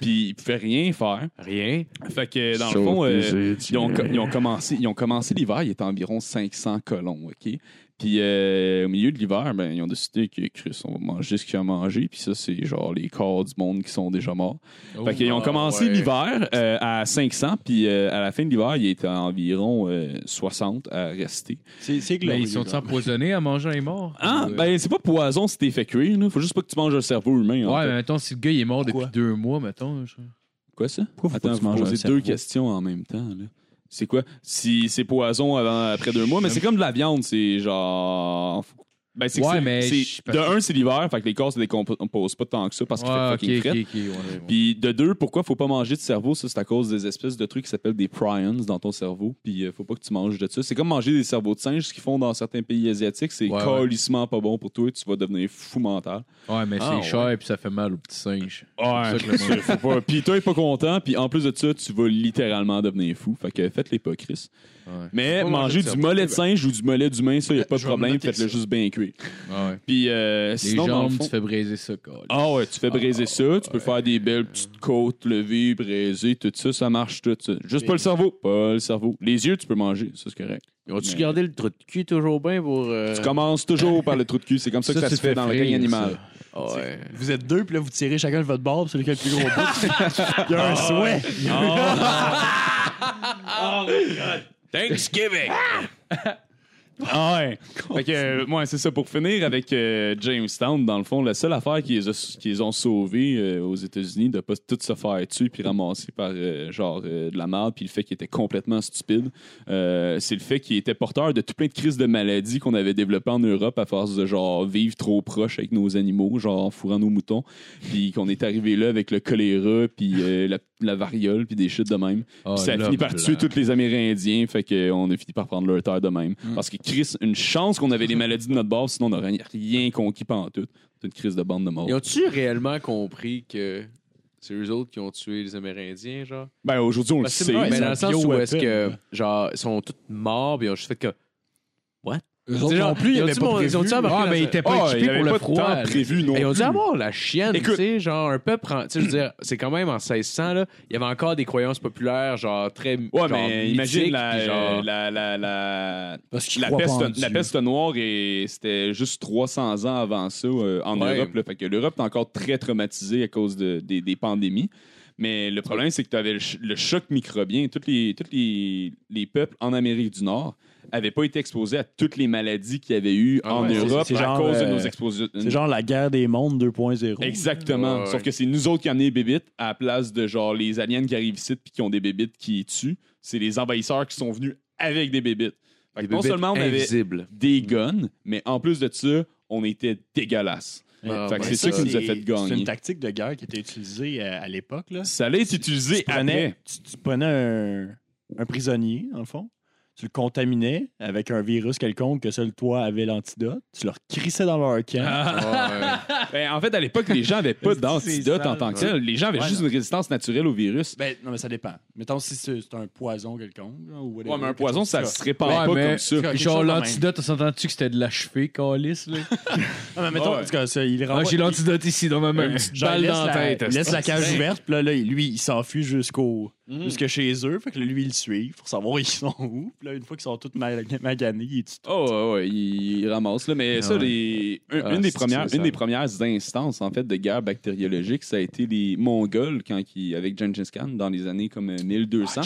puis ils pouvaient rien faire. Rien. Fait que dans le fond, euh, ils ont, co- ils ont commencé, ils ont commencé l'hiver, il était environ 500 colons, ok. Puis euh, au milieu de l'hiver, ben, ils ont décidé que Chris, on va manger ce qu'il y a à manger. Puis ça, c'est genre les corps du monde qui sont déjà morts. fait qu'ils ont commencé ouais. l'hiver euh, à 500, puis euh, à la fin de l'hiver, il était environ euh, 60 à rester. C'est Mais Ben, ils sont empoisonnés à manger un mort. Ah, Ou, euh, ben c'est pas poison si t'es fait cuire, là. Faut juste pas que tu manges le cerveau humain. en Ouais, fait. mais mettons, si le gars il est mort Pourquoi? depuis deux mois, mettons. je- Quoi ça? Pourquoi faut Attends, pas que tu vous manges un posez cerveau? deux questions en même temps. là. C'est quoi? Si c'est poison avant, après deux mois, mais c'est comme de la viande, c'est genre. Ben, c'est que Ouais, c'est- mais c'est- je- de un, c'est l'hiver, fait que les corps se décomposent pas tant que ça parce qu'il Ouais, fait ok, fucking fret. ok, ok. ouais, ouais. Puis de deux, pourquoi faut pas manger de cerveau? Ça, c'est à cause des espèces de trucs qui s'appellent des prions dans ton cerveau. Puis euh, faut pas que tu manges de ça. C'est comme manger des cerveaux de singe, ce qu'ils font dans certains pays asiatiques. C'est Ouais, ouais. colissement pas bon pour toi. Tu vas devenir fou mental. Ouais, mais Ah, c'est cher et puis ça fait mal au petit singe. C'est Ouais, pour ça que le monde- faut pas. Puis toi, t'es pas content. Puis en plus de ça, tu vas littéralement devenir fou. Fait que faites-les pas, Chris. Ouais. Mais Faut pas manger manger du de mollet de singe ou du mollet d'humain, ça, y a pas de Je vais problème. noter Faites-le ça. juste bien cuit. Ah ouais. Puis euh, Les sinon, dans le jambes, fond- tu fais braiser ça, quoi. Ah ouais, tu fais braiser ça. Tu peux faire des belles petites côtes levées, braiser, tout ça. Ça marche tout ça. Juste pas le cerveau. Pas le cerveau. Les yeux, tu peux manger. Ça, c'est correct. Ont-tu Mais- gardé le trou de cul toujours bien pour. euh, Tu commences toujours par le trou de cul. C'est comme ça, que Ça, ça tu se fait fais dans le frire, règne animal. Ouais. Vous êtes deux, puis là, vous tirez chacun de votre barbe, c'est lequel le plus gros bout. Il y a un souhait. Thanksgiving! Ah ouais. Fait que, euh, ouais, c'est ça. Pour finir avec euh, Jamestown, dans le fond, la seule affaire qu'ils qu'ils ont sauvée euh, aux États-Unis de pas tout se faire tuer puis ramasser par euh, genre euh, de la merde puis le fait qu'ils étaient complètement stupides, euh, c'est le fait qu'ils étaient porteurs de tout plein de crises de maladies qu'on avait développées en Europe à force de genre vivre trop proche avec nos animaux, genre en fourrant nos moutons, puis qu'on est arrivé là avec le choléra puis euh, la, la variole puis des shit de même. Ah, Puis ça a fini par tuer tous les Amérindiens, fait qu'on a fini par prendre leur terre de même. Parce que Chris, une chance qu'on avait les maladies de notre bord, sinon on n'aurait rien- rien conquis pendant tout. C'est une crise de bande de mort. Ils ont-tu réellement compris que C'est eux autres qui ont tué les Amérindiens, genre. Ben, aujourd'hui, on le Parce que sait. c'est- ouais, mais c'est dans un le sens où est-ce que, bioweapon. genre, ils sont tous morts, puis ils ont juste fait que. Eux C'est autres genre, non ils plus, ils ont avaient dit, pas mon- ils ont prévu. dit, ah, ben, Ah, marqué mais il la- était Ah, pas il y équipé avait pour le pas de froid. temps là. prévu, non. Ils ont dit, plus. ah, bon, la chienne, tu Écoute. sais, genre, un peuple. en- Tu sais, je veux dire, c'est quand même en 1600, là. Il y avait encore des croyances populaires, genre, très. Ouais, genre, mais mythiques, imagine puis la, genre- la, la, la, Parce qu'ils la, croient pas en peste, Dieu. la peste noire, et c'était juste 300 ans avant ça euh, en Ouais. Europe. là. fait que l'Europe est encore très traumatisée à cause de- des, des pandémies. Mais le problème, c'est que tu avais le, ch- le choc microbien. Tous les, tous les, les peuples en Amérique du Nord n'avaient pas été exposés à toutes les maladies qu'il y avait eu Ah en ouais, c'est- Europe c'est à genre, cause de euh, nos expositions. C'est genre la guerre des mondes 2.0. Exactement. Ouais, ouais. Sauf que c'est nous autres qui amenons les bébites à la place de genre les aliens qui arrivent ici puis qui ont des bébites qui les tuent. C'est les envahisseurs qui sont venus avec des bébites. Fait que Des non bébêtes seulement on avait invisibles. des guns, mais en plus de ça, on était dégueulasse. Ah, fait que ouais, c'est ça qui nous a fait C'est gagner. une tactique de guerre qui était utilisée euh, à l'époque. là. Ça allait être Tu utilisé prenais, après. tu, tu prenais un, un prisonnier, en fond. Tu le contaminais avec un virus quelconque que seul toi avait l'antidote. Tu le crissais dans leur camp. Ah, ouais. Ben, en fait, à l'époque, les gens n'avaient pas C'est d'antidote en sale. tant que tel. Les gens avaient Ouais, juste non. une résistance naturelle au virus. Ben, non, mais ça dépend. Mettons si c'est c'est un poison quelconque. là, ou whatever, Ouais, mais un quelque poison, chose ça comme se répand pas Ouais, comme ça. mais Quelque genre chose de même. l'antidote, on s'entend-tu que c'était de la cheville, calice? Là? Ah, mais mettons, Ouais. en tout cas, ça, il Ah, renvoie- j'ai l'antidote ici dans ma main. Une petite Genre, il balle laisse dans la tête. Il laisse la cage Ouais. ouverte, puis là, là, lui, il s'enfuit jusqu'au Mm. jusque chez eux. Fait que là, lui, il le suit pour savoir ils sont où. Puis là, une fois qu'ils sont tous ma- maganés, il tue tout. Oh, ouais, ouais, il il ramasse. Là. Mais ça, ouais. les- un- Ah, une, des c'est- premières, c'est une des ça. premières instances en fait, de guerre bactériologique, ça a été les Mongols quand qui, avec Gengis Khan dans les années comme euh, 1200.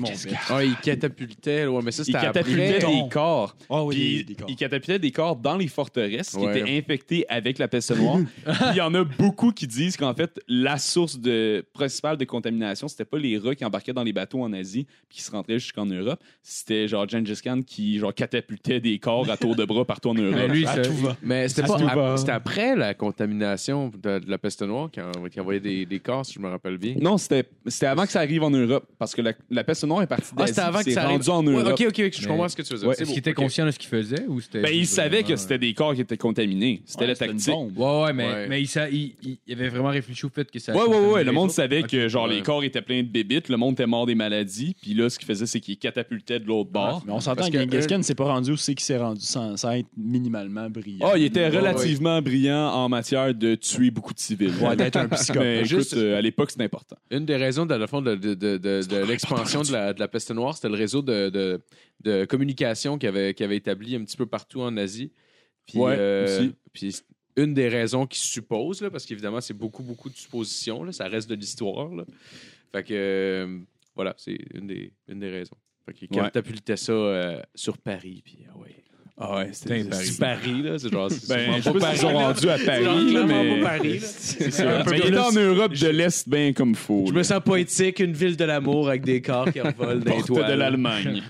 Mon Dieu. Ah, ils catapultaient. Ouais, mais ça, ils c'était après. catapultaient Après- des corps. Ah oui, Puis, des- des corps. ils catapultaient des corps dans les forteresses qui Ouais. étaient infectées avec la peste noire. Puis Il y en a beaucoup qui disent qu'en fait, la source de, principale de contamination, c'était pas les rats qui embarquaient dans les bateaux en Asie puis qui se rentraient jusqu'en Europe. C'était genre Gengis Khan qui genre, catapultait des corps à tour de bras partout en Mais Ben Europe. lui, Ah, À ça- tout va. Mais c'était Ça pas se ap- voit. c'était après la contamination de, de la peste noire qui, en- qui envoyait des, des corps, si je me rappelle bien. Non, c'était c'était avant que ça arrive en Europe parce que la, la peste noire est partie Ah, d'Asie. c'était avant que c'est ça rendu arrive. en Ouais, Europe. ok, ok, ok, je Mais- comprends ce que tu veux dire. Ouais, c'est Est-ce beau, qu'il était ok. conscient de ce qu'il faisait ou c'était. Ben, il savait que vraiment- c'était des corps qui étaient contaminés. C'était Ouais, la c'était une tactique. bombe. Ouais, ouais, mais, Ouais. mais il, sa- il- il- il avait vraiment réfléchi au fait que ça. Ouais, ouais, ouais, ouais. Le monde ça. savait que genre Ouais. les corps étaient pleins de bébites, le monde était mort des maladies, puis là, ce qu'il faisait, c'est qu'il catapultait de l'autre bord. Mais on s'entend Parce euh, que que Genghis eux- Khan ne s'est pas rendu où c'est qu'il s'est rendu sans, sans être minimalement brillant. Ah, il était ouais. relativement brillant en matière de tuer beaucoup de civils. Ouais, d'être un Mais psychopathe. juste, Juste- euh, à l'époque, c'était important. Une des raisons, de, le fond, de, de- de- de- de l'expansion de la, de la peste noire, c'était le réseau de, de, de communication qu'il avait, qu'il avait établi un petit peu partout en Asie. Puis, Ouais, euh, aussi. puis c'est une des raisons qui se suppose, là, parce qu'évidemment, c'est beaucoup, beaucoup de suppositions, là, ça reste de l'histoire. là. Fait que, euh, voilà, c'est une des, une des raisons. Fait qu'il Ouais. catapultait ça euh, sur Paris, puis ah ouais. Ah ouais, c'était- Putain, Paris. Sur Paris, là, c'est genre... c'est Ben, sûrement je pas sais pas Paris, s'ils sont là. rendus à C'est genre Paris, là, clairement mais. pas Paris, là. C'est ça. Un peu Mais il comme était là, en Europe de l'Est, bien comme faux. Je là. me sens poétique, une ville de l'amour avec des corps qui envolent des porte étoiles. de l'Allemagne.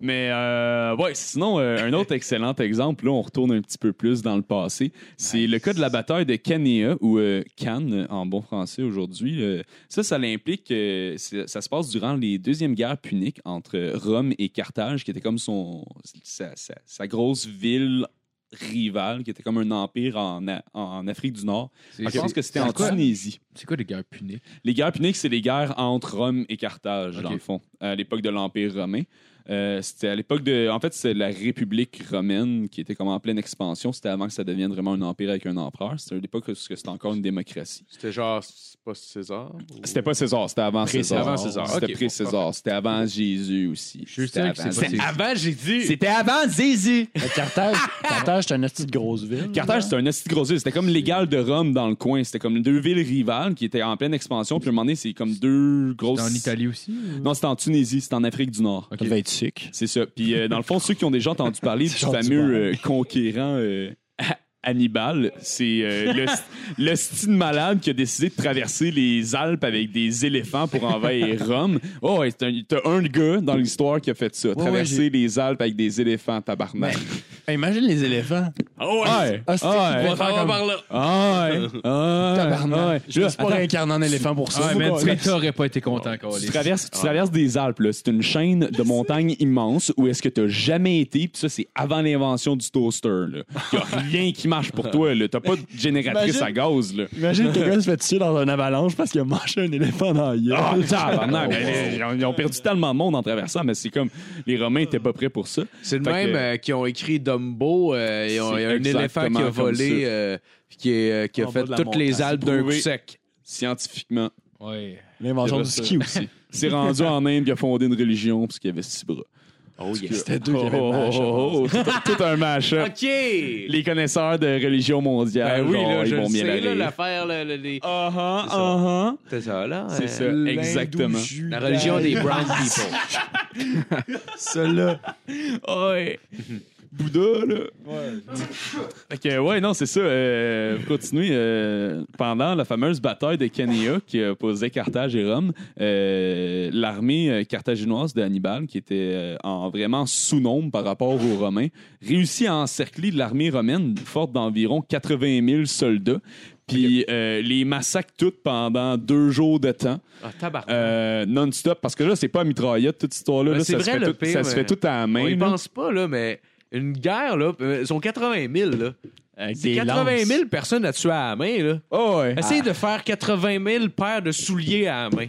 Mais euh, ouais, sinon, euh, un autre excellent exemple, là, on retourne un petit peu plus dans le passé, c'est le cas de la bataille de Canea, ou euh, Cannes en bon français aujourd'hui. Euh, ça, ça l'implique que c'est- ça se passe durant les deuxièmes guerres puniques entre Rome et Carthage, qui était comme son, sa, sa- sa grosse ville rivale, qui était comme un empire en, A- en Afrique du Nord. C'est- Je pense que c'était c'est en quoi- Tunisie. C'est quoi des guerres puniques? Les guerres puniques, c'est les guerres entre Rome et Carthage, Ok. dans le fond, à l'époque de l'Empire romain. Euh, c'était à l'époque de. En fait, c'est la République romaine qui était comme en pleine expansion. C'était avant que ça devienne vraiment un empire avec un empereur. C'était à l'époque où c'était encore une démocratie. C'était genre, c'est pas César? ou- C'était pas César, c'était avant César. Avant César, C'était ok, pré-César. C'était avant Jésus aussi. Je suis sûr C'était que c'est avant- pas César. Avant, j'ai dit! C'était avant Jésus. Mais Carthage, Carthage, c'est une petite grosse ville. Carthage, c'était un esti de grosse ville. C'était comme l'égal de Rome dans le coin. C'était comme deux villes rivales qui étaient en pleine expansion. Puis à un moment donné, c'est comme deux grosses. En Italie aussi? ou- Non, c'était en Tunisie, c'était en Afrique du Nord. Il devait être sick. C'est ça. Puis euh, dans le fond, ceux qui ont déjà entendu parler du C'est genre du fameux beurre. euh, conquérant euh, Ha- Hannibal, c'est euh, le, st- le style malade qui a décidé de traverser les Alpes avec des éléphants pour envahir Rome. Oh, ouais, c'est un- t'as un gars dans l'histoire qui a fait ça, traverser les Alpes avec des éléphants, tabarnak. imagine les éléphants. Oh ouais! Ah, c'est Ben, Ah, qu'ils ouais. vont faire comme- Ah ouais! Ah ouais! Je me suis pas réincarné en éléphant pour ça. Ah, man, Greta aurait pas été content quand Tu traverses, tu traverses des Alpes, là. c'est une chaîne de montagnes immense où est-ce que tu jamais été, puis ça, c'est avant l'invention du toaster. Il n'y a rien qui marche pour toi, tu n'as pas de génératrice à gaz. Là. Imagine quelqu'un se fait tuer dans un avalanche parce qu'il a mangé un éléphant dans la gueule. Ah, tabarnak! Mais Ils ont- ils ont perdu tellement de monde en traversant, mais c'est comme les Romains n'étaient pas prêts pour ça. C'est le Fait même que- euh, qui ont écrit Dumbo. euh, ils ont- C'est il y a un éléphant qui exactement a comme volé, ça. euh, puis qui, est, euh, qui a En fait bas de la toutes les montagne. Alpes d'un coup Prouvé. sec. Scientifiquement, Ouais. L'invention C'est du vrai, ski aussi. c'est rendu en Inde, il a fondé une religion parce qu'il y avait six bras. Oh C'était deux qui avaient le oh, match, oh, oh, tout, tout un match-up. OK! Les connaisseurs de religion mondiale, Ben oui, Ah, genre, là, ils je vont le bien sais, là, la rire. l'affaire, le- le- les- Ah ah, C'est ça. ah ah. C'est ça, là. C'est euh, ça, L'Inde ou exactement. Judas. La religion des brown people. Ceux-là. Ouais. Bouddha, là. Fait que, ouais, non, c'est ça. Euh, pour continuer, euh, pendant la fameuse bataille de Canea qui a posé Carthage et Rome, euh, l'armée euh, carthaginoise de Hannibal, qui était euh, en vraiment sous-nombre par rapport aux Romains, réussit à encercler l'armée romaine forte d'environ 80 000 soldats. Puis euh, les massacre toutes pendant deux jours de temps. Ah, tabarnak. Euh, non-stop, parce que là, c'est pas à mitraillette, toute cette histoire-là. Ben, là, c'est ça, se vrai, fait le tout, pire, ça se mais fait tout à la main. On y là. pense pas, là, mais une guerre, là, euh, ils sont 80 000, là. Avec C'est des 80 lances. 000 personnes à tuer à la main, là. Oh, ouais. Essaye de faire 80 000 paires de souliers à la main.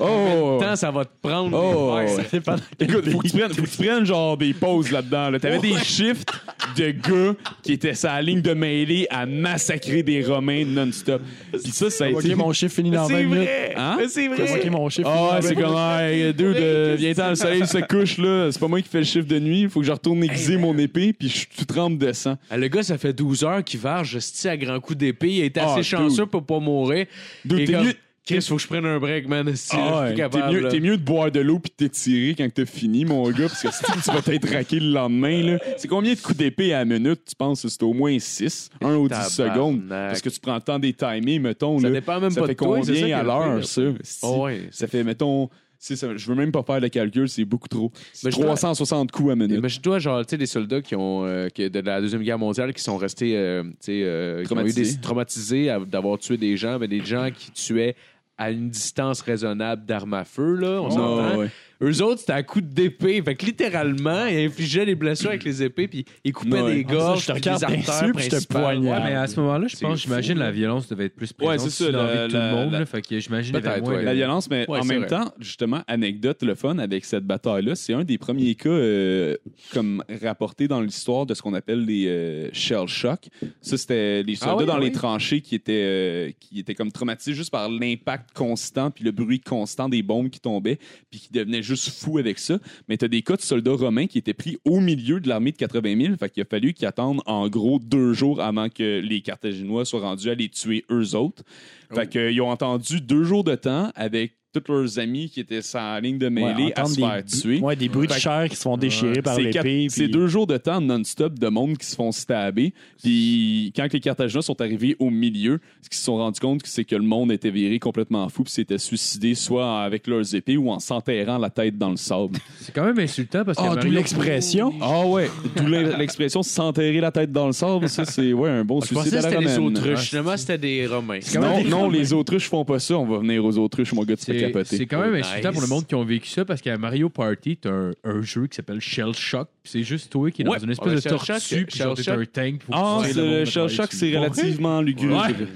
Oh, Tant ça va te prendre. Oh, les faire, ouais. ça. C'est pas- Écoute, faut que, tu prennes, faut que tu prennes genre des pauses là-dedans. Là. T'avais des shifts de gars qui étaient sur la ligne de mêlée à massacrer des Romains non-stop. Puis ça, ça a Ok, été. mon chiffre finit dans 20 C'est minutes. vrai! Hein? Mais c'est vrai! Ok, mon chiffre Ah, ouais, finit c'est dans 20 minutes. comme, hey, dude, euh, viens-t'en, le soleil se couche, là. C'est pas moi qui fais le chiffre de nuit. Faut que je retourne aiguiser mon épée, puis je suis trempe de sang. Ah, le gars, ça fait 12 heures qu'il varge, je à grand coup d'épée. Il est assez Ah, chanceux pour pas mourir. Dude, Et t'es comme, mieux- Chris, faut que je prenne un break, man. esti, là, Ah je suis plus ouais, capable, t'es, là. mieux, t'es mieux de boire de l'eau puis de t'étirer quand t'as fini, mon gars, parce que si tu vas t'être raqué le lendemain, là. c'est combien de coups d'épée à la minute, tu penses? C'est au moins 6, 1 ou 10 Tabarnak. secondes. Parce que tu prends le temps des timés, mettons. Ça là. dépend même ça pas fait de toi, combien c'est ça qui est à le l'heure, pire. ça? Si. Ah ouais. Ça fait, mettons, si ça- je veux même pas faire le calcul, c'est beaucoup trop. C'est Mais Ben, je Eh dois- 360 coups à minute. Imagine-toi, genre, tu sais, des soldats qui ont, euh, qui- de la Deuxième Guerre mondiale qui sont restés, euh, tu sais, euh, qui ont eu des- Traumatisés. traumatisés à- d'avoir tué des gens, mais des gens qui tuaient à une distance raisonnable d'armes à feu, là, ben, on s'entend. Ah ouais. Eux autres, c'était à coups d'épée. Fait que littéralement, ils infligeaient les blessures avec les épées, puis ils coupaient Ouais. des Ah, ça, gorges, je te puis des regarde bien artères sûr, puis je te principales. poignarde. Ouais, mais à ce moment-là, je C'est pense, fou, hein. j'imagine, là. la violence devait être plus présente c'est si ça, dans la vie la- de tout la- le monde. la- là. fait que j'imagine Peut-être, avec moins ouais. de- La violence, mais Ouais, en c'est même vrai. temps, justement, anecdote, le fun avec cette bataille-là, c'est un des premiers cas euh, comme rapporté dans l'histoire de ce qu'on appelle les euh, shell shock. Ça, c'était les soldats ouais, dans ouais. les tranchées qui étaient, euh, qui étaient comme traumatisés juste par l'impact constant puis le bruit constant des bombes qui tombaient puis qui devenaient juste fous avec ça. Mais tu as des cas de soldats romains qui étaient pris au milieu de l'armée de 80 000. Fait qu'il a fallu qu'ils attendent en gros deux jours avant que les Carthaginois soient rendus à les tuer eux autres. Oh. Fait qu'ils ont entendu deux jours de temps avec tous leurs amis qui étaient sans ligne de Ouais, mêlée à entendre se des faire bu- tuer. Ouais, des bruits de Fait que- chair qui se font déchirer par C'est l'épée. quatre- puis- c'est deux jours de temps non-stop de monde qui se font stabber. Puis quand les Carthaginois sont arrivés au milieu, ce qu'ils se sont rendus compte, c'est que le monde était viré complètement fou puis s'était suicidé soit avec leurs épées ou en s'enterrant la tête dans le sable. C'est quand même insultant parce que. Ah, d'où Mario- l'expression. Ah ouais, d'où l'in- l'expression s'enterrer la tête dans le sable, ça c'est ouais, un bon Je pensais suicide que à la c'était les romaine. autruches. Finalement, c'était des Romains. Non, non, les autruches font pas ça, on va venir aux autruches, mon gars, tu fais C'est capoter. c'est quand même Oh, insultant nice. pour le monde qui ont vécu ça parce qu'à Mario Party, t'as un, un jeu qui s'appelle Shell Shock. puis C'est juste toi qui est dans Ouais. une Ah, espèce ben, de Shell tortue. Shock, Puis Shell genre, t'es un Shock. tank. pour Ah, tirer c'est monde le à shell travers shock, dessus. c'est relativement lugubre. Ouais.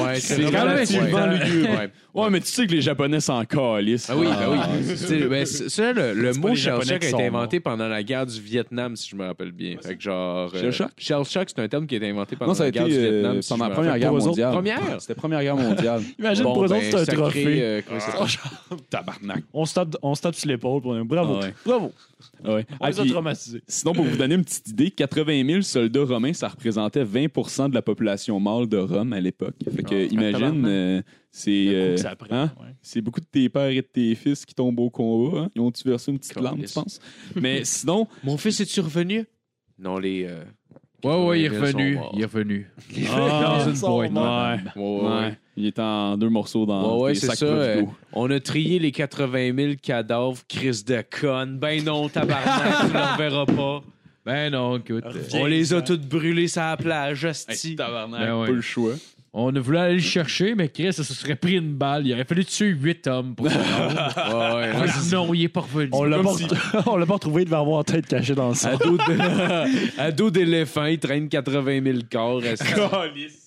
Ouais, C'est quand même relativement insultant. lugubre. Ouais. Ouais, mais tu sais que les Japonais s'en calissent. Ah oui, ah oui. C'est- ben, c'est- ça, le, le pas mot les shell Japonais shock a qui été sont inventé pendant la guerre du Vietnam, si je me rappelle bien. Fait que genre. euh, Shell shock? Shell shock, c'est un terme qui a été inventé pendant Non, ça a la été guerre du Vietnam. euh, si je pendant la me Première rappelle. Guerre Pour eux autres, mondiale. première? C'était Première Guerre mondiale. Imagine Bon, pour eux ben, autres, c'est un sacré, trophée. Oh, euh, comment ça s'appelle? Tabarnak. On se tape, on se tape sur l'épaule. pour un- Bravo. Ah, Ouais. Bravo. Ouais. On Ah, les a puis, traumatisés. sinon, pour vous donner une petite idée, 80 000 soldats romains, ça représentait 20 de la population mâle de Rome à l'époque. Fait que, imagine, Ah, tabarnak. euh, c'est. Le coup euh, que ça prend, hein? ouais. C'est beaucoup de tes pères et de tes fils qui tombent au combat. hein? Ils ont-tu versé une petite lame, tu Calisse. penses? Mais sinon, Mon fils est-tu revenu? Non, les. euh, Ouais, ouais, il est 80 000 revenu. sont morts. Il est revenu. Ah, Dans une Ils sont boîte. morts. ouais, ouais. ouais, il est en deux morceaux dans Ouais, ouais, des c'est sacs ça. Provigo. euh, on a trié les 80 000 cadavres, crise de conne. Ben non, tabarnak, tu l'enverras pas. Ben non, écoute. Reviens. On les a toutes brûlées sur la plage, hostie. Tabarnak, Ben ouais. pas le choix. On a voulu aller le chercher, mais Chris, ça se serait pris une balle. Il aurait fallu tuer huit hommes pour ça. non, il est pas revenu. On l'a pas, on l'a pas retrouvé, il devait avoir tête cachée dans le sang. À dos de- à dos d'éléphant, ils traînent 80 000 corps. hostie.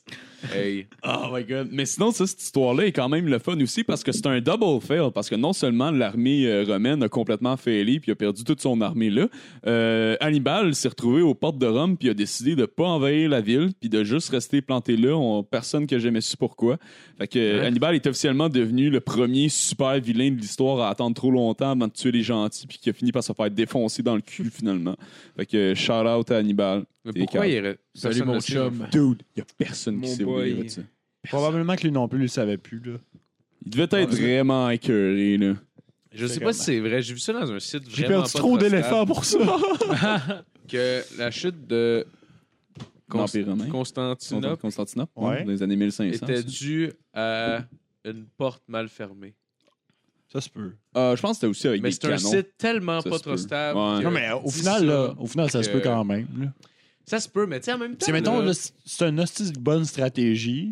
Hey. Oh my god. Mais sinon, ça, cette histoire-là est quand même le fun aussi parce que c'est un double fail. Parce que non seulement l'armée euh, romaine a complètement failli puis a perdu toute son armée-là, euh, Hannibal s'est retrouvé aux portes de Rome puis a décidé de pas envahir la ville puis de juste rester planté là. On- personne que jamais su pourquoi. Fait que euh, Hannibal est officiellement devenu le premier super vilain de l'histoire à attendre trop longtemps avant de tuer les gentils puis qui a fini par se faire défoncer dans le cul finalement. Fait que shout out à Hannibal. Mais T'es pourquoi calme. il re- Salut personne mon ne sait. chum. Dude. Y a personne qui Mon s'est boy. oublié de ça. Probablement que lui non plus, il le savait plus. Là. Il devait être vraiment écœuré, là. Je sais pas si c'est vrai. J'ai vu ça dans un site J'ai vraiment perdu pas trop traçable d'éléphants pour ça. Que la chute de Const- L'Empire romain. Constantinople Constantinople, Ouais. hein, dans les années 1500. était ça. due à une porte mal fermée. Ça se peut. Euh, je pense que c'était aussi avec Mais des c'est un canons. site tellement Ça pas se trop peut. stable. Ouais. que- Non, mais au Dis final, ça. là, au final, ça se peut que- quand même. là. Ça se peut, mais tu sais, en même temps. C'est, mettons, là, là, c'est- c'est une hostie de bonne stratégie,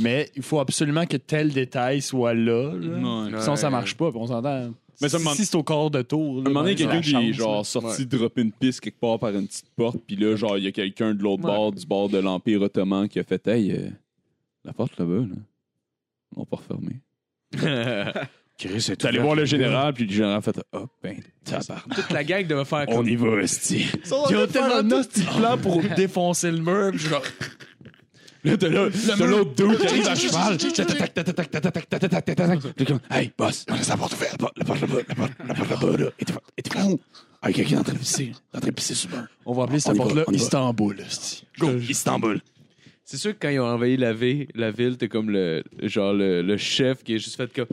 mais il faut absolument que tel détail soit là. là. Ouais. Ouais. Sinon, ça marche pas, puis on s'entend. Mais ça me- si c'est au corps de tour. ben, À un moment donné, il y a quelqu'un qui est genre sorti dropper une piste quelque part par une petite porte, puis là, genre, il y a quelqu'un de l'autre Ouais. bord, du bord de l'Empire Ottoman, qui a fait Hey, euh, la porte là-bas, là, on va pas refermer. T'es allé voir le général, puis le général a fait Oh, ben, tabarnak. Toute la gang devait faire On comme. y va, hostie. Ils ont tellement de hostie de plan pour défoncer le mur, puis genre. Là, t'as là- t'as l'autre dude qui arrive à cheval. Tac, tac, tac, tac, tac, tac, tac, tac, tac, tac, tac. Puis comme, Hey, boss, on laisse la porte ouverte. La porte là-bas, la porte- la porte là-bas, là. Et t'es- Et t'es où? Ah, il y a quelqu'un est en train de pisser. En train de pisser sur le mur. On va appeler On cette y va, porte-là on y va. Istanbul. hostie. Go, Istanbul. C'est sûr que quand ils ont envahi la ville, la ville, t'es comme le genre le, le chef qui est juste fait comme.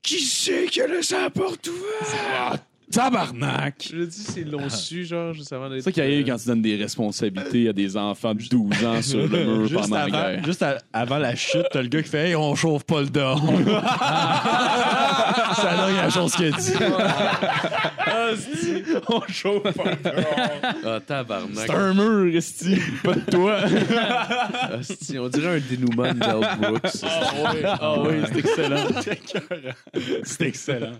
Qui c'est qui a laissé la porte ouverte? tabarnak! Je l'ai dit, c'est long su, genre, juste avant d'être. euh, C'est ça qui arrive quand tu donnes des responsabilités à des enfants de 12 ans sur le mur Euh, Juste, pendant la avant, guerre. juste à- avant la chute, t'as le gars qui fait Hey, on chauffe pas le dehors. c'est la dernière chose qu'il a dit. Ah, tabarnak. C'est un mur, Resti. Pas de toi. Asti, on dirait un dénouement de Mel Brooks. Ah oui, c'est excellent. C'est excellent.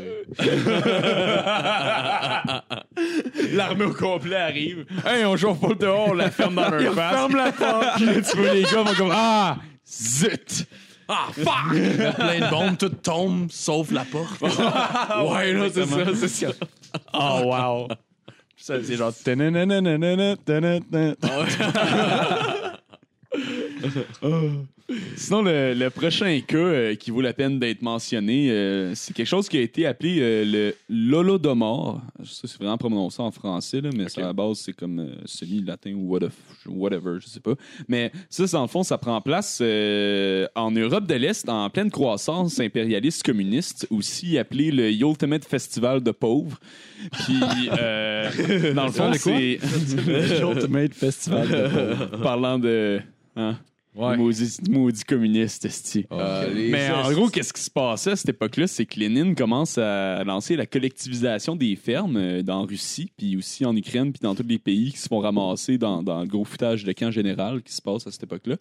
L'armée au complet arrive. Hey, on joue pas le dehors, on la ferme dans leur face. ferme la porte. tu vois, les gars vont comme Ah, zut. Ah, Plein de bombes, tout tombe, sauf la porte. Ouais, là, c'est ça, c'est ça. Ah, Oh, wow. Ça, c'est genre. tananananana, tananana. Sinon, le, le prochain cas euh, qui vaut la peine d'être mentionné, euh, c'est quelque chose qui a été appelé euh, le l'Holodomor. Ça, c'est vraiment prononcé en français, là, mais ça, à la base, c'est comme euh, semi-latin ou what the f- whatever, je sais pas. Mais ça, c'est- dans le fond, ça prend place euh, en Europe de l'Est, en pleine croissance impérialiste communiste, aussi appelé le Ultimate Festival de Pauvres. Puis, euh, dans le fond, c'est... Ultimate Festival Parlant de... hein, Ouais. Maudit, maudit communiste, esti. Ah, Ah, Mais en gros, qu'est-ce qui se passait à cette époque-là? C'est que Lénine commence à lancer la collectivisation des fermes euh, dans Russie, puis aussi en Ukraine, puis dans tous les pays qui se font ramasser dans, dans le gros foutage de camp général qui se passe à cette époque-là.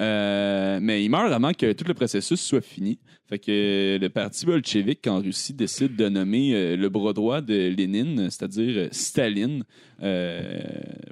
Euh, mais il meurt avant que tout le processus soit fini. Fait que le parti bolchevique en Russie décide de nommer euh, le bras droit de Lénine, c'est-à-dire euh, Staline, euh,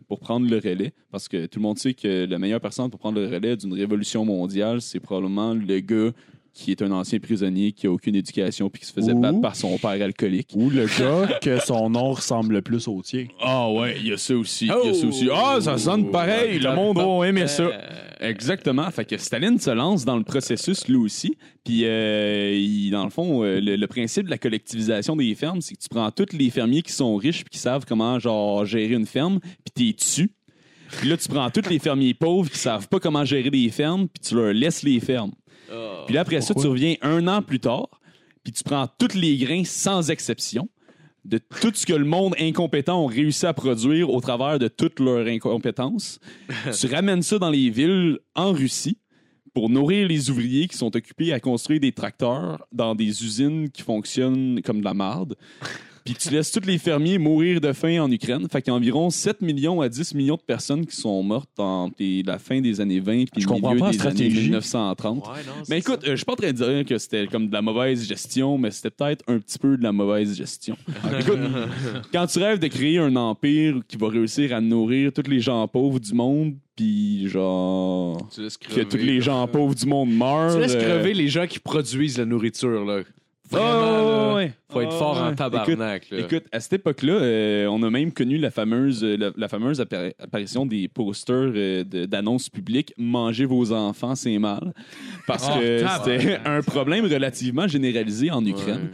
pour prendre le relais. Parce que tout le monde sait que la meilleure personne pour prendre le relais d'une révolution mondiale, c'est probablement le gars qui est un ancien prisonnier qui a aucune éducation puis qui se faisait Ouh. battre par son père alcoolique. Ou le gars que son nom ressemble le plus au tien. Ah ouais, il y a ça aussi. Il y a ça Oh! aussi. Ah, ça sonne pareil. Le monde va aimer ça. Euh, Euh, Exactement. Fait que Staline se lance dans le processus lui aussi. Puis, euh, il- dans le fond, euh, le, le principe de la collectivisation des fermes, c'est que tu prends tous les fermiers qui sont riches puis qui savent comment genre gérer une ferme, puis t'es tu. Puis là, tu prends tous les fermiers pauvres qui savent pas comment gérer des fermes, puis tu leur laisses les fermes. oh, Puis là, après ça, tu reviens un an plus tard, puis tu prends tous les grains sans exception de tout ce que le monde incompétent ont réussi à produire au travers de toute leur incompétence. tu ramènes ça dans les villes en Russie pour nourrir les ouvriers qui sont occupés à construire des tracteurs dans des usines qui fonctionnent comme de la marde. Puis tu laisses tous les fermiers mourir de faim en Ukraine. Fait qu'il y a environ 7 millions à 10 millions de personnes qui sont mortes entre les- la fin des années 20 puis Je le comprends milieu pas la des stratégie. années 1930. Ouais, non, c'est Mais écoute, euh, je suis pas en train de dire que c'était comme de la mauvaise gestion, mais c'était peut-être un petit peu de la mauvaise gestion. écoute, quand tu rêves de créer un empire qui va réussir à nourrir tous les gens pauvres du monde, puis genre ça. tu laisses que crever. tous les gens pauvres du monde meurent. Tu laisses euh, crever les gens qui produisent la nourriture, là. Ah, Oh, Vraiment, là, ouais. faut être fort Oh, en ouais. tabarnak, là. Écoute, à cette époque-là, euh, on a même connu la fameuse, euh, la, la fameuse appara- apparition des posters euh, de- d'annonces publiques Mangez vos enfants, c'est mal. Parce Ah, Oh, que tabarnak. c'était un problème relativement généralisé en Ukraine.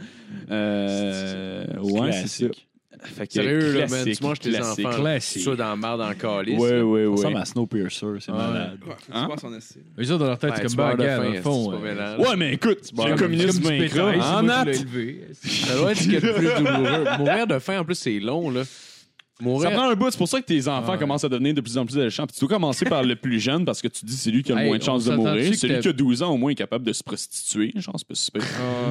Euh, ouais, c'est ça. Classique. Fait que, Sérieux, là, man, classique, tu manges tes classique. enfants. classique. Tu es dans la merde en calice. Ouais, ouais, Ça ouais. ressemble à Snowpiercer, c'est malade. Hein? passe en esti. Eux autres, dans leur tête, Ouais, c'est tu comme meurs de bagarre, faim, dans le c'est fond. pas ouais. mélange. Ouais, mais écoute, le Comme- communisme comme du vaincra. pétrole, c'est En moi qui natte. l'ai élevé. Ça doit être ce qu'il y a de plus douloureux. Mourir de faim, en plus, c'est long, là. Ça Mourir. prend un bout, c'est pour ça que tes enfants commencent à devenir de plus en plus alléchants. Puis tu dois commencer par le plus jeune parce que tu dis c'est lui qui a le Hey, moins de on chances de s'entend-tu mourir. que Celui t'as- qui a 12 ans au moins est capable de se prostituer. Genre, c'est pas super.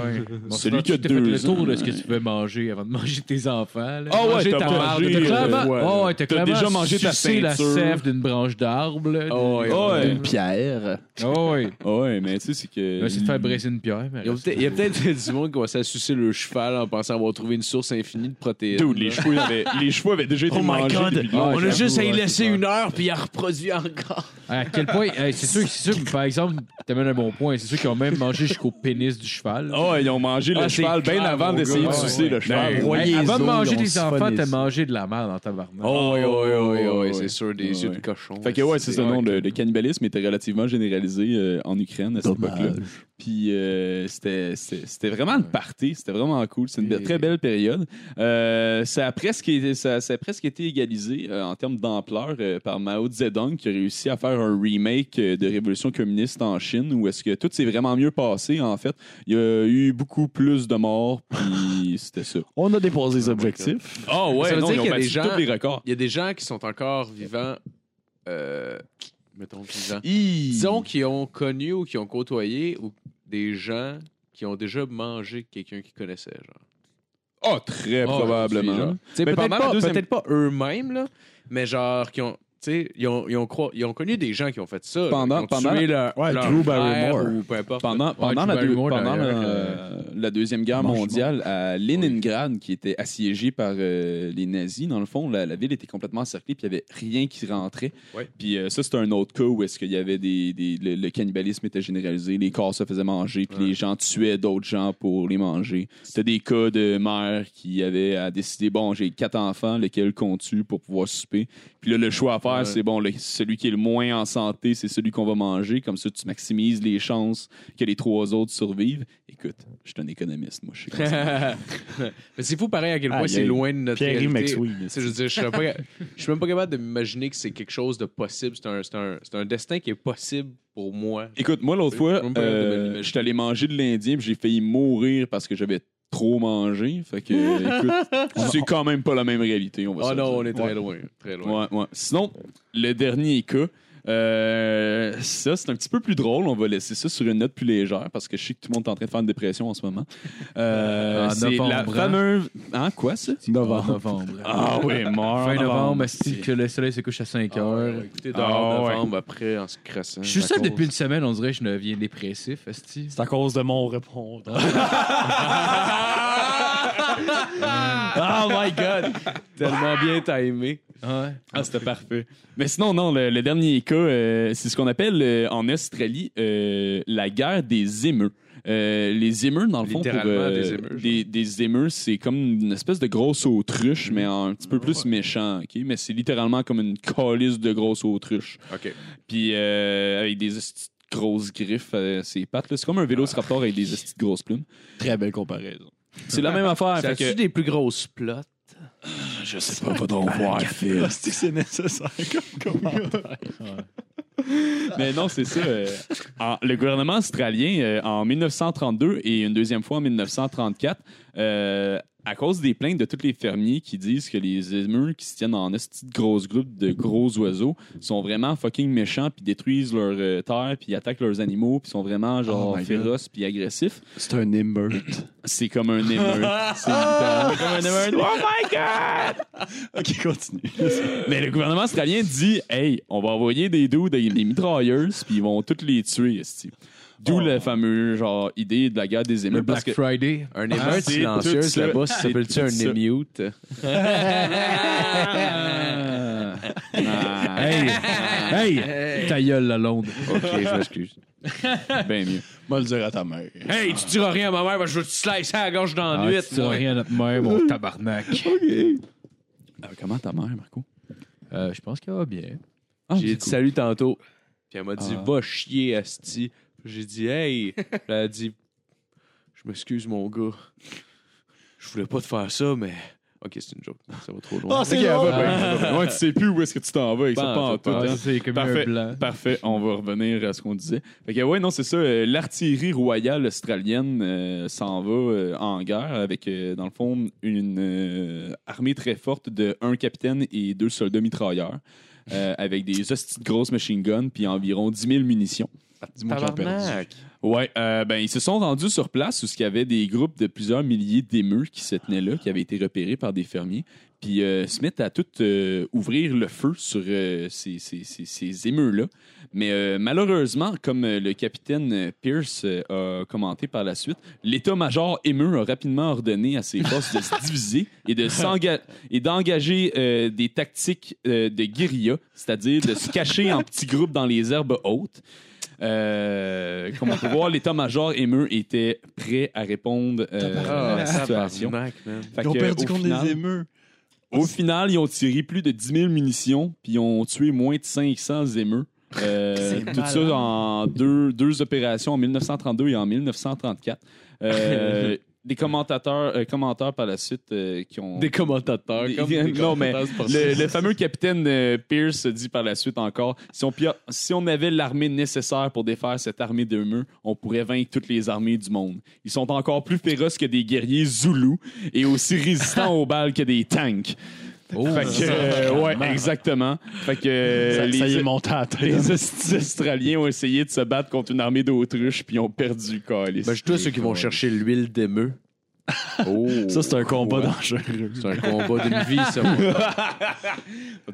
Bon, Celui tu qui a t'es fait deux le tour de ans, ce que tu pouvais manger avant de manger tes enfants. là. Ah ouais, Manger t'as ta marde, mangé, T'as euh, clairement, ouais. oh, ouais, t'as T'as clairement déjà mangé ta sucé la ceinture. sève d'une branche d'arbre. là. Oh, ouais, Ah ouais. Une pierre. Oh, ouais. Ah ouais, mais tu sais, c'est que. Là, c'est de faire brasser une pierre. mais Il y a reste- peut-être- il y a peut-être du monde qui va s'assucer le cheval en pensant avoir trouvé une source infinie de protéines. Ah, Dude, les chevaux avaient, les chevaux avaient déjà été Oh my mangés. God. depuis On longtemps. a juste à y ouais, laisser c'est une heure, puis il a reproduit encore. À quel point, hey, c'est sûr, c'est sûr, que, par exemple, t'amènes un bon point. C'est sûr qu'ils ont même mangé jusqu'au pénis du cheval. Ah ouais, ils ont mangé Ah, le c'est cheval bien clair, avant mon d'essayer gars. de Ouais, sucer ouais. le cheval. Ben, Hey, Broyer avant de les os, manger ils ont des enfants, siphonné t'as ça. mangé de la merde en tabarnak. Oh, oui, oui, oui, oui, oui, ouais. c'est sûr, des Ouais, yeux de ouais. cochon. Fait que ouais, c'est ça. Non, le, le cannibalisme était relativement généralisé euh, en Ukraine à cette époque-là. Dommage. Puis euh, c'était- c'était c'était vraiment le party, c'était vraiment cool. C'est une be- très belle période. Euh, ça, a presque été, ça, ça a presque été égalisé euh, en termes d'ampleur euh, par Mao Zedong qui a réussi à faire un remake euh, de Révolution communiste en Chine où est-ce que tout s'est vraiment mieux passé en fait. Il y a eu beaucoup plus de morts, puis c'était ça. On a dépassé les objectifs. Ah ouais, non, ils ont il y a battu des gens... tous tous les les records. Il y a des gens qui sont encore vivants, euh, mettons vivants, disons Disons que- qui ont connu ou qui ont côtoyé ou des gens qui ont déjà mangé quelqu'un qu'ils connaissaient. Genre. Ah, très Oh, probablement. genre. Tu sais, Mais Peut-être pendant la pas, deuxième- peut-être pas eux-mêmes, là, mais genre qui ont. tu sais, Ils ont, ils, ont croi- ils ont connu des gens qui ont fait ça. là, Pendant- qui ont pendant- tué leur, Ouais, leur Drew frère Barrymore. Ou peu importe. pendant, pendant, tu la, vas deux- le voir, pendant d'ailleurs, la- euh, la Deuxième Guerre Mange-moi. mondiale à Leningrad, qui était assiégée par euh, les nazis, dans le fond, la, la ville était complètement encerclée, puis il n'y avait rien qui rentrait. Ouais. Puis euh, ça, c'était un autre cas où est-ce qu'il y avait des, des- le, le cannibalisme était généralisé, les corps se faisaient manger, puis Ouais. les gens tuaient d'autres gens pour les manger. C'était des cas de mères qui avaient à décider, bon, j'ai quatre enfants, lequel qu'on tue pour pouvoir souper. Puis là, le choix à faire, Ouais. c'est bon, le- celui qui est le moins en santé, c'est celui qu'on va manger. Comme ça, tu maximises les chances que les trois autres survivent. Écoute, je suis un économiste, moi, je suis comme ça. mais c'est fou pareil à quel point Aïe, c'est aïe. loin de notre Pierre réalité. McSween. Tu sais, Je veux dire, je serais pas- je suis même pas capable de m'imaginer que c'est quelque chose de possible. C'est un, c'est un, c'est un destin qui est possible pour moi. Écoute, moi, l'autre C'est fois, même pas capable de me l'imaginer. je j'étais allé manger de l'Indien, puis j'ai failli mourir parce que j'avais trop mangé. Fait que, écoute, c'est quand même pas la même réalité, on va se Oh le non, dire. on est très loin. Très loin. Ouais, ouais. Sinon, le dernier cas, euh, ça, c'est un petit peu plus drôle. On va laisser ça sur une note plus légère parce que je sais que tout le monde est en train de faire une dépression en ce moment. Euh, En c'est novembre, la hein? fameuse. Hein, quoi ça? novembre. novembre. Ah oui, mort. Fin novembre, c'est que le soleil se couche à 5 heures. Ah, Écoutez, dehors Ah, ouais. novembre, après, en se crassant. Je suis Mm, à ça cause- depuis une semaine, on dirait que je deviens dépressif, esti. C'est à cause de mon répondre. Oh my god! Tellement bien timé. Ouais. Ah, c'était parfait. Mais sinon, non, le, le dernier cas, euh, c'est ce qu'on appelle euh, en Australie euh, la guerre des émeux. Euh, les émeux, dans le fond, pour, euh, Littéralement, des émeux, genre. des, des émeux, c'est comme une espèce de grosse autruche, mais un petit peu plus méchant, ok? Mais c'est littéralement comme une colisse de grosse autruche. OK. Puis euh, avec des esti de grosses griffes, euh, ses pattes, là. c'est Ah. comme un vélociraptor avec des esti de grosses plumes. Très belle comparaison. C'est la même affaire. Ça a-tu fait que- des plus grosses plots? Je sais pas, va donc voir, Phil. Ah, C'est que c'est nécessaire comme commentaire. Mais non, c'est ça. euh, en- le gouvernement australien, euh, en 1932 et une deuxième fois en 1934, euh, à cause des plaintes de tous les fermiers qui disent que les émeux qui se tiennent en esti de grosses groupes de gros oiseaux sont vraiment fucking méchants puis détruisent leurs euh, terres puis attaquent leurs animaux puis sont vraiment genre Oh my God. féroces puis agressifs. C'est un émeute. C'est comme un émeute. C'est littéralement comme un émeute. ok, continue. Mais le gouvernement australien dit Hey, on va envoyer des dudes des, des mitrailleuses, puis ils vont toutes les tuer. esti. D'où la fameuse genre, idée de la guerre des Le émeutes. Parce Black que Friday. Un Ah, émeute c'est silencieuse tout ça. là-bas, ça C'est s'appelle-tu tout un ça. émute? Ah, Hey! hey! Ta gueule, la londe. ok, je m'excuse. ben mieux. Moi, le dire à ta mère. Hey, tu diras rien à ma mère, parce que je veux te slicer à la gorge dans la Ah, nuit. tu diras rien à notre mère, mon tabarnak. Euh, comment ta mère, Marco Euh, je pense qu'elle va bien. Ah, J'ai c'est dit cool. salut tantôt. Puis elle m'a dit Ah. va chier, Asti. J'ai dit hey. Puis elle a dit je m'excuse, mon gars. Je voulais pas te faire ça, mais. Ok, c'est une joke. Ça va trop loin. Ah, c'est drôle. ben. Ouais, tu sais plus où est-ce que tu t'en vas avec ça, Pas pas en en tout, tout. Ah, hein. c'est comme Parfait. un blanc. Parfait, on va revenir à ce qu'on disait. Fait que ouais, non, c'est ça. euh, L'artillerie royale australienne euh, s'en va euh, en guerre avec, euh, dans le fond, une euh, armée très forte de un capitaine et deux soldats mitrailleurs. euh, avec des hosties de grosses machine guns puis environ 10 000 munitions. Dis-moi qu'ils ont perdu. Ouais, euh, ben ils se sont rendus sur place où il y avait des groupes de plusieurs milliers d'émeux qui se tenaient là, qui avaient été repérés par des fermiers, puis euh, se mettent à tout euh, ouvrir le feu sur euh, ces, ces, ces, ces émeux-là. Mais euh, malheureusement, comme euh, le capitaine euh, Pierce euh, a commenté par la suite, l'état-major émeu a rapidement ordonné à ses forces de se diviser et de s'enga- et d'engager euh, des tactiques euh, de guérilla, c'est-à-dire de se cacher en petits groupes dans les herbes hautes. Euh, comme on peut voir, l'état-major émeu était prêt à répondre euh, Ah, à la situation. Fait Ah. Ils ont que, perdu au contre final- des émeux. au final, ils ont tiré plus de 10 000 munitions, puis ils ont tué moins de 500 émeux. Euh, tout ça en deux, deux opérations, en 1932 et en 1934. Euh, des commentateurs, euh, commentateurs par la suite euh, qui ont... Des commentateurs. Des- comme non, des mais commentateurs sportifs. le, le fameux capitaine euh, Pierce dit par la suite encore si on, pia- si on avait l'armée nécessaire pour défaire cette armée d'émeux, on pourrait vaincre toutes les armées du monde. Ils sont encore plus féroces que des guerriers zoulous et aussi résistants aux balles que des tanks. fait que, euh, ouais, exactement. Fait que euh, Ça, les, ça y est, monté à la tête. les hosties Australiens ont essayé de se battre contre une armée d'autruches puis ils ont perdu calice. Ben, je tous ceux qui vont chercher l'huile d'émeu. Oh, Ça, c'est un combat dangereux. c'est un combat d'une vie, ça. moi.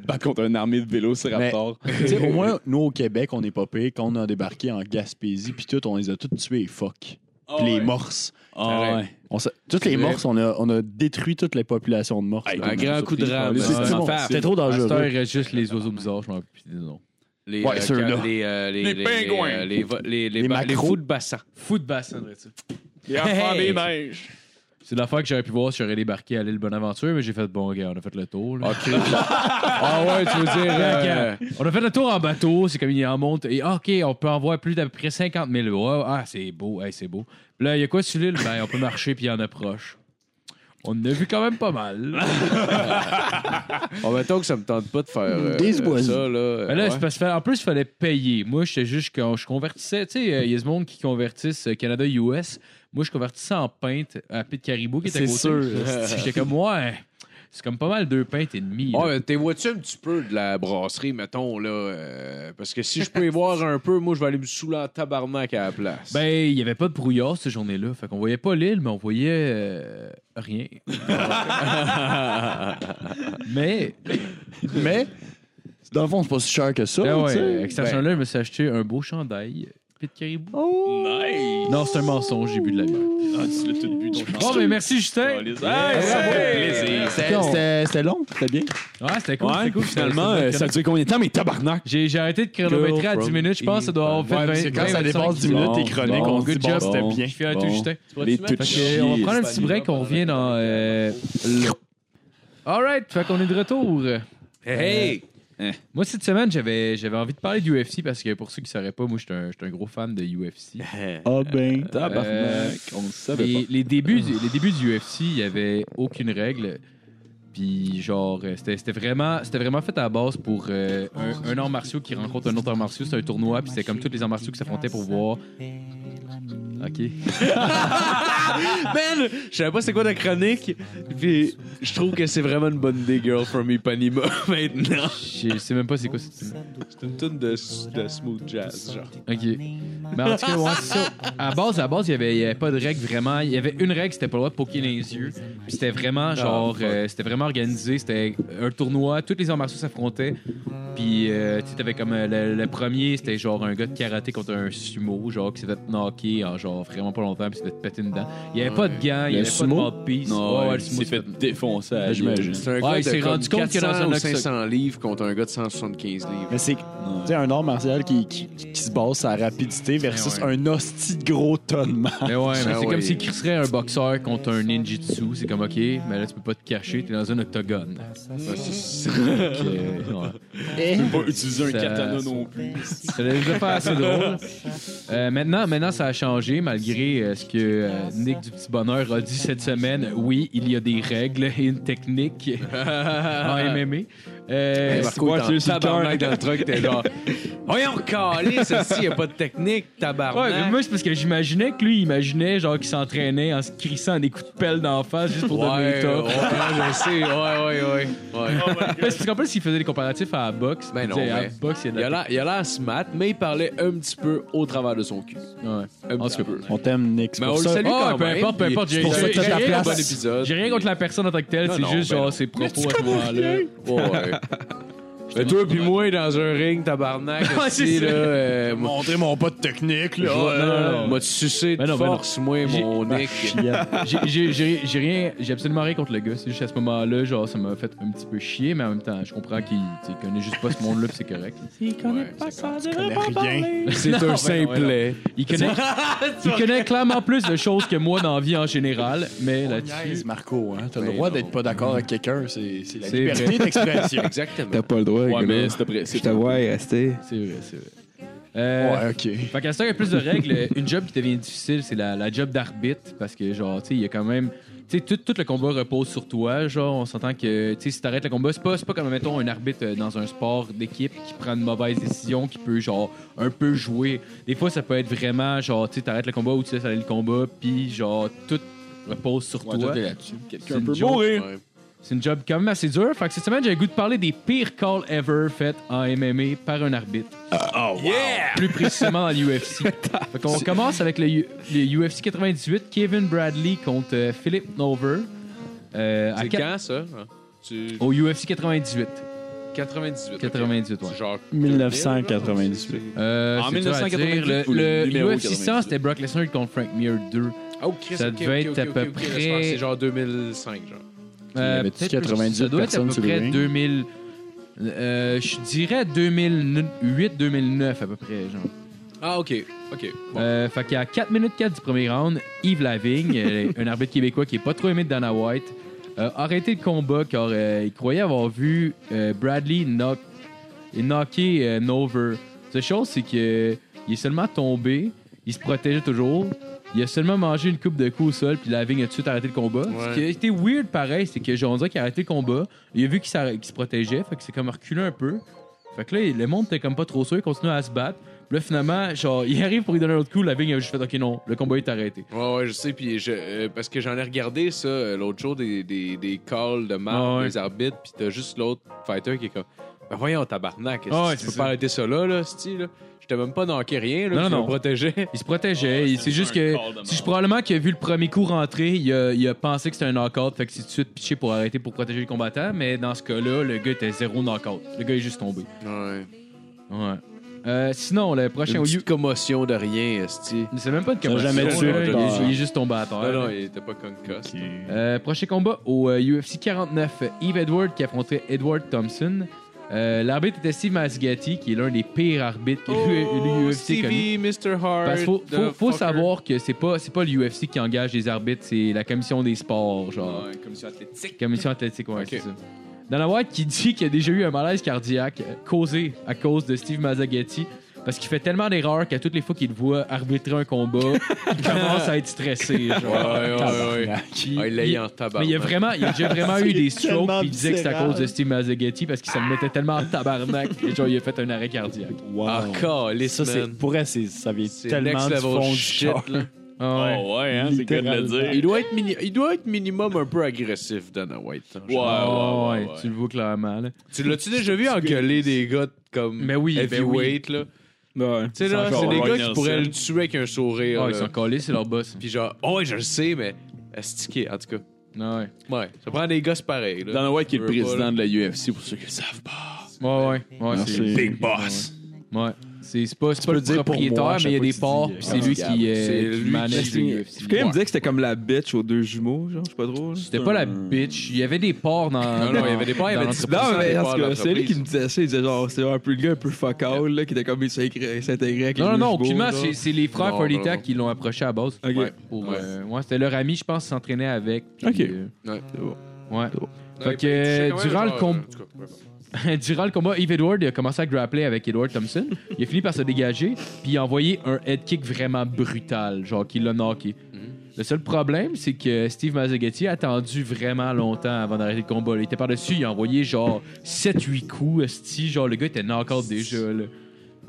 battre contre une armée de vélociraptors. Tu sais, au moins, nous, au Québec, on est pas payé. Quand on a débarqué en Gaspésie, puis tout, on les a tous tués, fuck. Puis Oh, les morses. Ah ouais. On sait- toutes les morses, on a, on a détruit toute la population de morses. Hey, là. un grand coup de rame. C'est- euh, c'est en bon, face. C'était trop Pasteur, dangereux. il reste juste les oiseaux bizarres, je m'en rappelle plus des noms. Les Ouais, euh, ceux-là. ca- les, euh, les- Les les- pingouins. euh, Les vo- les- les Les ba- les maquereaux. fous de bassin. Fou de bassin, ça. Les enfants Hey. des neiges. C'est l'affaire que j'aurais pu voir si j'aurais débarqué à l'île Bonaventure, mais j'ai fait bon, gars, on a fait le tour. là. Ok. ah ouais, tu veux dire. euh, On a fait le tour en bateau, c'est comme il en monte. Et ah, OK, on peut en voir plus d'à peu près 50 000. Ouais, ah, c'est beau, hey, c'est beau. Puis là, il y a quoi sur l'île? Ben, on peut marcher puis il y en approche. On en a vu quand même pas mal. Bon, mettons Ah, ben, que ça me tente pas de faire euh, Des euh, oiseaux. ça, là. euh, Ben là, ouais. c'est parce que, en plus, il fallait payer. Moi, j'étais juste quand je convertissais. Tu sais, euh, il y a ce monde qui convertissent euh, Canada-US. Moi, je convertissais en pinte à Pit Caribou qui était à côté. C'est sûr. J'étais comme, ouais, c'est comme pas mal deux pintes et demie. là. Ouais, mais t'es vois-tu un petit peu de la brasserie, mettons, là? euh, parce que si je peux y voir un peu, moi, je vais aller me saouler en tabarnak à la place. Ben, il n'y avait pas de brouillard cette journée-là. Fait qu'on voyait pas l'île, mais on voyait euh, rien. mais, Mais, dans le fond, c'est pas si cher que ça. ben tu sais. ouais, avec cet Ben, argent-là, je me suis acheté un beau chandail. Pit Caribou. Oh! Non, c'est un mensonge, j'ai bu de la bière. Ah, tu l'as tout bu, ton Bon, ben merci, Justin. Hey, ça fait plaisir. c'était- c'était- C'était long, c'était bien. Ouais, c'était cool. Ouais, c'était cool finalement, c'était- euh, ça a duré combien de temps, mais tabarnak? J'ai j'ai arrêté de chronométrer à Girl 10 minutes. Je pense que ça doit avoir fait Ouais, 20 parce que quand 25. ça dépasse 10 minutes, tes chroniques, bon, on se dit, good bon, job. c'était bien. Je fais un Bon. tout, Justin. Les tout Fait que, on va chiés. prendre un petit break, on revient dans. Euh, Alright, fait qu'on est de retour. hey! Moi, cette semaine, j'avais j'avais envie de parler d'UFC parce que pour ceux qui ne sauraient pas, moi, j'étais un, j'étais un gros fan de UFC. Ah ben. Euh, Tabarnak, bah, on le savait pas. Les, les débuts du, les débuts du UFC, il n'y avait aucune règle. Puis, genre, euh, c'était c'était vraiment, c'était vraiment fait à la base pour euh, un, un art martiaux qui rencontre un autre art martiaux. C'était un tournoi, puis c'était comme tous les arts martiaux qui s'affrontaient pour voir OK. Ben, je savais pas c'est quoi ta chronique. Puis je trouve que c'est vraiment une bonne idée, Girl from Ipanema, maintenant. Je sais même pas c'est quoi cette tune. C'est une tune de, de smooth jazz, genre. OK. Mais en tout cas, ouais, c'est ça. À base, à base, il y avait, il y avait pas de règle vraiment. Il y avait une règle, c'était pas le droit de poker les yeux. Puis c'était Ah, vraiment genre, euh, c'était vraiment organisé. C'était un tournoi, toutes les arts martiaux s'affrontaient. Puis euh, tu sais, t'avais comme euh, le, le premier, c'était genre un gars de karaté contre un sumo, genre qui s'est fait knocker en genre vraiment pas longtemps, puis s'est fait péter une dent. Il y avait pas de gants, il y Le avait sumo? pas de mouthpiece. Non, Ouais, ouais, il le sumo s'est fait défoncer à Ah, j'imagine. Lille. C'est un Ouais, gars il de s'est comme rendu compte que dans 400 un ou octogone- 500 livres contre un gars de 175 livres. Mais c'est tu sais, un art martial qui, qui, qui se base sur la rapidité versus Ouais, Ben ouais. un hostie de gros tonnement. Mais ouais, mais Ah c'est ouais. comme s'il crisserait un boxeur contre un ninjutsu. C'est comme, OK, mais là, tu peux pas te cacher, t'es dans un octogone. Donc, euh, ouais. Pas utiliser un Ça- katana non plus. Ça l'a déjà pas assez drôle. Euh, maintenant, maintenant, ça a changé, malgré euh, ce que euh, Nick du Petit Bonheur a dit cette semaine. Oui, il y a des règles et une technique en MMA. Euh, Hey, Marco, c'est t'es en juste le tabarnak dans le truck, t'es genre... Voyons, calé, celle-ci, y a pas de technique, Ouais, tabarnak. mais moi, c'est parce que j'imaginais que lui, il imaginait genre qu'il s'entraînait en se crissant des coups de pelle d'en face juste pour devenir Ouais, top. ouais, je sais, ouais, ouais, ouais. ouais. Ouais, c'est Parce qu'en plus, il faisait des comparatifs à la boxe. Ben Il non, disait, à mais la boxe, il y Il a a de la- l'air- il a l'air smart, mais il parlait un petit peu au travers de son cul. Ouais. Un En petit tout cas. peu. On t'aime, Nick. c'est Mais pour on le ça. Ah! salue Oh, quand peu même. importe, peu puis importe, j'ai- C'est pour ça j'ai- que t'as j'ai la rien place. contre- Bon épisode. J'ai rien contre la personne en tant que telle, Non, c'est non, juste ben genre non. ses propos à ce moment-là. Ouais, ouais. Mais toi puis moi dans un ring tabarnak Ouais, aussi c'est là ça. euh, moi Montrer mon pas de technique, je là. vois- non, non, non. euh, moi tu sucer Ben de non, ben non. force moi J'ai- mon ma nec chienne. J'ai- J'ai j'ai- j'ai rien, j'ai absolument rien contre le gars. C'est juste à ce moment-là, genre, ça m'a fait un petit peu chier, mais en même temps, je comprends qu'il tu sais, connaît juste pas ce monde-là, puis c'est correct. tu connais rien. c'est ben non, un ben simplet Il connaît, il connaît clairement plus de choses que moi dans la vie en général, mais Oh, là-dessus, Niaise, Marco, hein. T'as le Mais droit non. d'être pas d'accord avec quelqu'un. C'est c'est la C'est liberté d'expression. exactement T'as pas le droit, Ouais, gars. mais c'est après. Je c'est te vois rester. c'est vrai, c'est vrai. Euh, Ouais, OK. Fait qu'à ce temps, il y a plus de règles. Une job qui devient difficile, c'est la, la job d'arbitre. Parce que, genre, tu sais, il y a quand même. Tu sais, tout, tout le combat repose sur toi. Genre, on s'entend que, tu sais, si t'arrêtes le combat, c'est pas, c'est pas comme, mettons, un arbitre euh, dans un sport d'équipe qui prend une mauvaise décision, qui peut, genre, un peu jouer. Des fois, ça peut être vraiment, genre, tu sais, t'arrêtes le combat ou tu laisses aller le combat, puis, genre, tout repose sur toi. là-dessus. C'est Quelqu'un une peut joke. mourir. Ouais. C'est une job quand même assez dure. Fait que cette semaine, j'ai le goût de parler des pires calls ever faites en MMA par un arbitre. Ah, oh, yeah plus précisément dans l'UFC. fait qu'on commence avec le, U- le UFC 98, Kevin Bradley contre euh, Philip Nover. Euh, à c'est quatre- quand ça hein? Tu- Au UFC 98. 98 ok. 98, ouais. C'est genre 1998. Euh, En c'est dur à dire. 1998, ou le, le le numéro UFC 100, 98. c'était Brock Lesnar contre Frank Mir Euh, 2. oh Chris Ça ok, ok, devait être ok, à ok, peu ok, laisse près- faire, c'est genre 2005 genre Euh, avait-tu peut-être plus- 98 ça doit être à personnes peu sur le près ring? 2000. euh, je dirais 2008-2009 à peu près. Genre. ah ok ok bon. Euh, fait qu'à 4 minutes 4 du premier round, Yves Lavigne, euh, un arbitre québécois qui est pas trop aimé de Dana White, euh, a arrêté le combat car euh, il croyait avoir vu euh, Bradley knock, et knocker euh, Nover. La chose, c'est que il est seulement tombé, il se protégeait toujours, il a seulement mangé une coupe de coups au sol, puis Lavigne a tout de suite arrêté le combat. Ce qui a été weird pareil, c'est que genre, on dirait qu'il a arrêté le combat, il a vu qu'il s'arr- qu'il se protégeait, fait que c'est comme reculé un peu. Fait que là, le monde était comme pas trop sûr, il continuait à se battre. Puis là, finalement, genre, il arrive pour lui donner un autre coup, la vigne a juste fait OK, non, le combat est arrêté. Ouais, ouais, je sais, puis je, euh, parce que j'en ai regardé ça euh, l'autre jour, des, des, des calls de marque Ah ouais. des arbitres, puis t'as juste l'autre fighter qui est comme, ben voyons, tabarnak, est-ce que Ah ouais, tu c'est peux ça. pas arrêter ça là, là, c'ti, là? Je t'ai même pas knocké rien, là, Non, tu non, me non. protégeais. Il se protégeait, il- c'est c'est juste un que. call de Si je mort. probablement qu'il a vu le premier coup rentrer, il a, il a pensé que c'était un knockout, fait que c'est tout de suite pitché pour arrêter pour protéger le combattant, mais dans ce cas-là, le gars était zéro knockout. Le gars est juste tombé. Ouais. Ouais. Euh, sinon, le Une prochain. petite commotion de rien, esti. C'est même pas de Ça a jamais commotion, tué, là, par- il, il est juste tombé à terre. Non, non, il était pas concussed. Euh, prochain combat au euh, UFC 49, Yves Edward qui affrontait Edward Thompson. Euh, L'arbitre était Steve Masgati, qui est l'un des pires arbitres que E- l'UFC Oh, connaît. Stevie, Mr. Hart. Parce qu'il faut, the faut, faut fucker. savoir que c'est pas, c'est pas l'UFC qui engage les arbitres, c'est la commission des sports, genre. Ouais, Commission athlétique. Commission athlétique, ouais, Ok. c'est ça. Dana White qui dit qu'il a déjà eu un malaise cardiaque euh, causé à cause de Steve Mazzaghetti parce qu'il fait tellement d'erreurs qu'à toutes les fois qu'il le voit arbitrer un combat, il commence à être stressé. genre. Ouais, ouais, ouais, ouais. Ah, il l'a eu en tabarnak. Mais il a vraiment, il a déjà vraiment eu des C'est strokes, tellement puis il disait que c'était à viscéral. cause de Steve Mazzaghetti parce qu'il se mettait tellement en tabarnak et genre il a fait un arrêt cardiaque. Wow. Ah, Encore, les Ça, c'est, pour elle, c'est, ça vient Ah, C'est tellement next du level fond du shit, cœur. là. Ah ouais. Oh ouais, hein, c'est que de le dire. Il doit, être mini- il doit être minimum un peu agressif, Dana White. hein, je Ouais, pense. Ah ouais, ouais, ouais, ouais. tu le vois clairement. là. Tu l'as-tu déjà vu engueuler des gars comme Mais oui, ben oui. heavyweight, là? Ouais. Tu sais, là, genre c'est des Roy gars Nelson. qui pourraient le tuer avec un sourire. Ah, ils là. sont collés, c'est leur boss. Puis genre, oh, ouais, je le sais, mais astiqué, en tout cas. Ah ouais. Ouais, ça prend des gosses pareils. Là. Dana White qui est le Euh, Je veux pas, président de la UFC, pour ceux qui le savent pas. Ouais, ouais. ouais c'est- Merci. Big Boss. Ouais. C'est c'est pas, c'est pas peux le le dire pour propriétaire, moi, à mais il y a chaque des fois parts, que tu puis dis, c'est lui regarde, qui, euh, c'est qui lui qui- manage le Je UFC. quand même me dire que c'était comme la bitch aux deux jumeaux, genre, je sais pas trop. là. C'était pas la bitch. Il y avait des parts dans. Non, non, il y avait des parts, il y dans avait du- l'entreprise. Non, mais Dans parce que c'est lui l'entreprise. qui me disait ça, il disait genre, c'était un peu le gars un peu fuck all, là, qui était comme il s'intégrait s'intégrait avec les Non, non, non, deux jumeaux, aucunement. genre. C'est c'est les frères Non, Forty non, Tech non. qui l'ont approché à la base. Ok. Ouais, pour, Ouais. euh, ouais, c'était leur ami, je pense, s'entraînait avec. puis, Ok. euh, Ouais. ouais. Ouais, Fait que, il touchait quand même, durant le genre, com- en tout cas, ouais, bon. Durant le combat, Eve Edward il a commencé à grappler avec Edward Thompson. Il a fini par se dégager, puis il a envoyé un head kick vraiment brutal, genre qui l'a knocké. Mm-hmm. Le seul problème, c'est que Steve Mazzaghetti a attendu vraiment longtemps avant d'arrêter le combat. là. Il était par-dessus, il a envoyé genre 7-8 coups, esti, genre le gars était knock-out déjà. Là.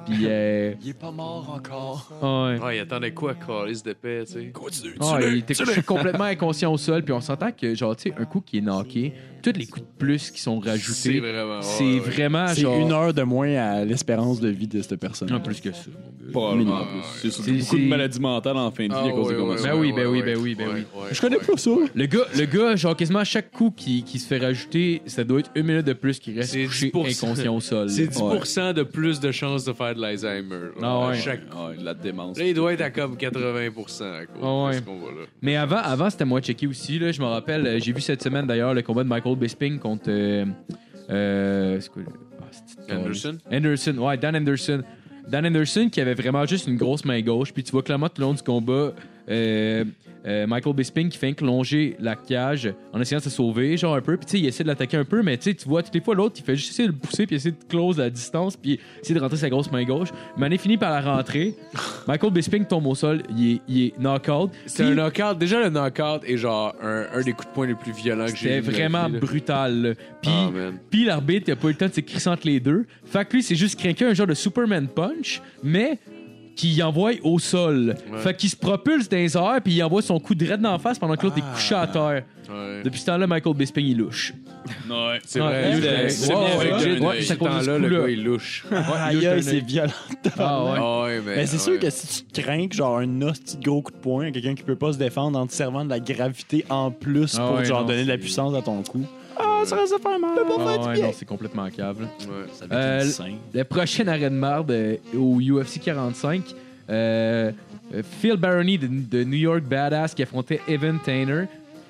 Puis, euh, Il est pas mort encore. ouais. Ouais, il attendait quoi, Carlis de paix, Ah, tu sais? Ah, il était couché complètement inconscient au sol, puis on s'entend que, genre, tu sais, un coup qui est knocké, tous les coups de plus qui sont C'est rajoutés, vraiment. c'est ouais, ouais. vraiment C'est genre. une heure de moins à l'espérance de vie de cette personne. Non, Ah, plus que ça. Probablement Minimum. plus. C'est surtout C'est- beaucoup de c'est- maladies mentales en fin de vie Ah, à cause ouais, des conventions. Ben ouais, oui, ouais, ben oui, ouais, ben oui, ben ouais, oui. ouais, Je connais ouais. pas ça. Le gars, le gars, genre quasiment à chaque coup qui, qui se fait rajouter, ça doit être une minute de plus qui reste C'est couché 10%. inconscient au sol. C'est Ouais. 10% de plus de chances de faire de l'Alzheimer. là, Ah à ouais. chaque- Ouais, de la démence. Là, il doit être à comme 80% à cause Ah ouais. de ce qu'on voit là. Mais avant, avant c'était moins checké aussi. Là, je me rappelle, euh, j'ai vu cette semaine d'ailleurs le combat de Michael Bisping contre. euh, euh, c'est quoi, le- ah, c'est- Anderson? Anderson, ouais, Dan Anderson. Dan Anderson qui avait vraiment juste une grosse main gauche. Puis tu vois clairement tout le long du combat, euh, euh, Michael Bisping qui fait longer la cage en essayant de se sauver, genre un peu. Puis tu sais, il essaie de l'attaquer un peu, mais tu sais, tu vois, toutes les fois, l'autre, il fait juste essayer de le pousser, puis essayer de close la distance, puis essayer de rentrer sa grosse main gauche. Mais on est fini par la rentrer. Michael Bisping tombe au sol, il est, il est knock-out. C'est Puis- un knockout. Déjà, le knockout est genre un, un des coups de poing les plus violents que C'était j'ai eu de ma vraiment vie, là. brutal. là. Puis, Ah, man. puis l'arbitre, il a pas eu le temps de se crisser entre les deux. Fait que lui, c'est juste craquer un genre de Superman Punch, mais qui envoie au sol. Ouais. Fait qu'il se propulse dans les airs, puis il envoie son coup de raide dans la face pendant que l'autre est Ah. couché à terre. Ouais. Depuis ce temps-là, Michael Bisping, il louche. Ouais. C'est Ouais, vrai. il c'est- est- C'est ouais, bien ouais, avec ouais, John. ouais, Depuis c'est à ce cause du temps-là, le coup-là. gars, il louche. Aïe, aïe, c'est violent. Ah ouais. Ah ouais, Mais c'est ah sûr ouais. que si tu crains genre un hostie de gros coup de poing, quelqu'un qui peut pas se défendre en te servant de la gravité en plus Ah pour ouais, genre non, donner de la c'est- puissance à ton coup. Ah ouais, non, c'est complètement câble. Ouais. Ça doit être Euh, être Le prochain arrêt de marde euh, au UFC 45, euh, euh, Phil Baroni de, de New York Badass qui affrontait Evan Tanner.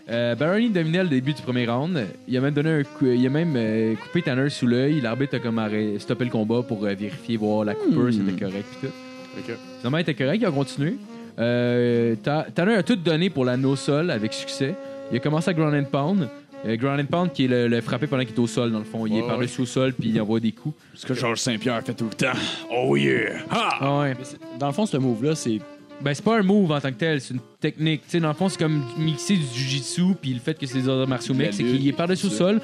Euh, Baroni dominait le début du premier round. Il a même donné un coup- il a même euh, coupé Tanner sous l'œil. L'arbitre a comme arrêt- stoppé le combat pour euh, vérifier voir la coupure, c'était correct pis tout. Hmm. Ok. Finalement, il était correct, il a continué. Euh, Ta- Tanner a tout donné pour la no-sol avec succès. Il a commencé à ground and pound. Euh, ground and pound qui est le, le frapper pendant qu'il est au sol, dans le fond. Il Ouais, est par-dessus au sol puis il envoie des coups. Ce que Georges Saint-Pierre fait tout le temps. Oh yeah! Ha! Ah ouais. Dans le fond, ce move-là, c'est. Ben, c'est pas un move en tant que tel, c'est une technique. Tu sais, dans le fond, c'est comme mixer du jujitsu, puis le fait que c'est des arts martiaux La mixtes, c'est lutte, qu'il est par-dessus au tout ça. sol.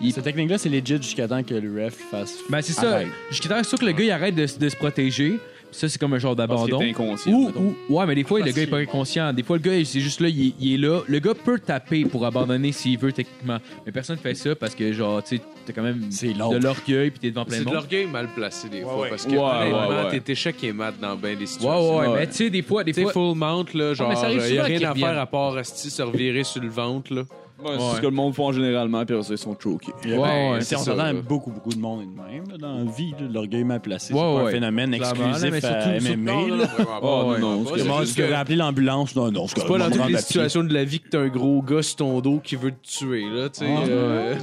Il- Cette technique-là, c'est legit jusqu'à temps que le ref fasse. Ben, c'est ça. Arrête. Je suis sûr que le gars, il arrête de, s- de se protéger. Puis ça, c'est comme un genre Parce qu'il d'abandon. est inconscient. Ou, mettons. ou- ouais, mais des fois, le gars, il est pas inconscient. Des fois, le gars, c'est juste là, il, il est là. Le gars peut taper pour abandonner s'il veut, techniquement. Mais personne fait ça parce que, genre, tu sais, t'as quand même C'est de l'autre. l'orgueil, puis t'es devant plein C'est de de monde. l'orgueil mal placé des fois. ouais. Parce que, Ouais, ouais, honnêtement, ouais. t'es échec et mat dans bien des Ouais, situations. ouais, Ouais. mais tu sais, des fois, des Tu sais, fois. full mount, là, genre, mais ça arrive il n'y a souvent qu'ils rien à reviennent. faire à part Asti se revirer sur le ventre, là. Ouais, Ouais. C'est ce que le monde font généralement, puis après ça, ils sont choqués. Ouais, ouais, ouais, c'est on ça, s'entend à là. beaucoup, beaucoup de monde est de même là, dans la vie. là, L'orgueil mal placé. Ouais, c'est pas ouais. un phénomène Clairement, là, mais exclusif à surtout- MMA. Non, là. là, vraiment pas. Oh, non, Ouais, c'est c'est Comment juste tu peux que- appeler l'ambulance? Non, non, C'est pas dans toutes les situation. situations de la vie que t'as un gros gars sur ton dos qui veut te tuer, là, tu sais. Ah, euh,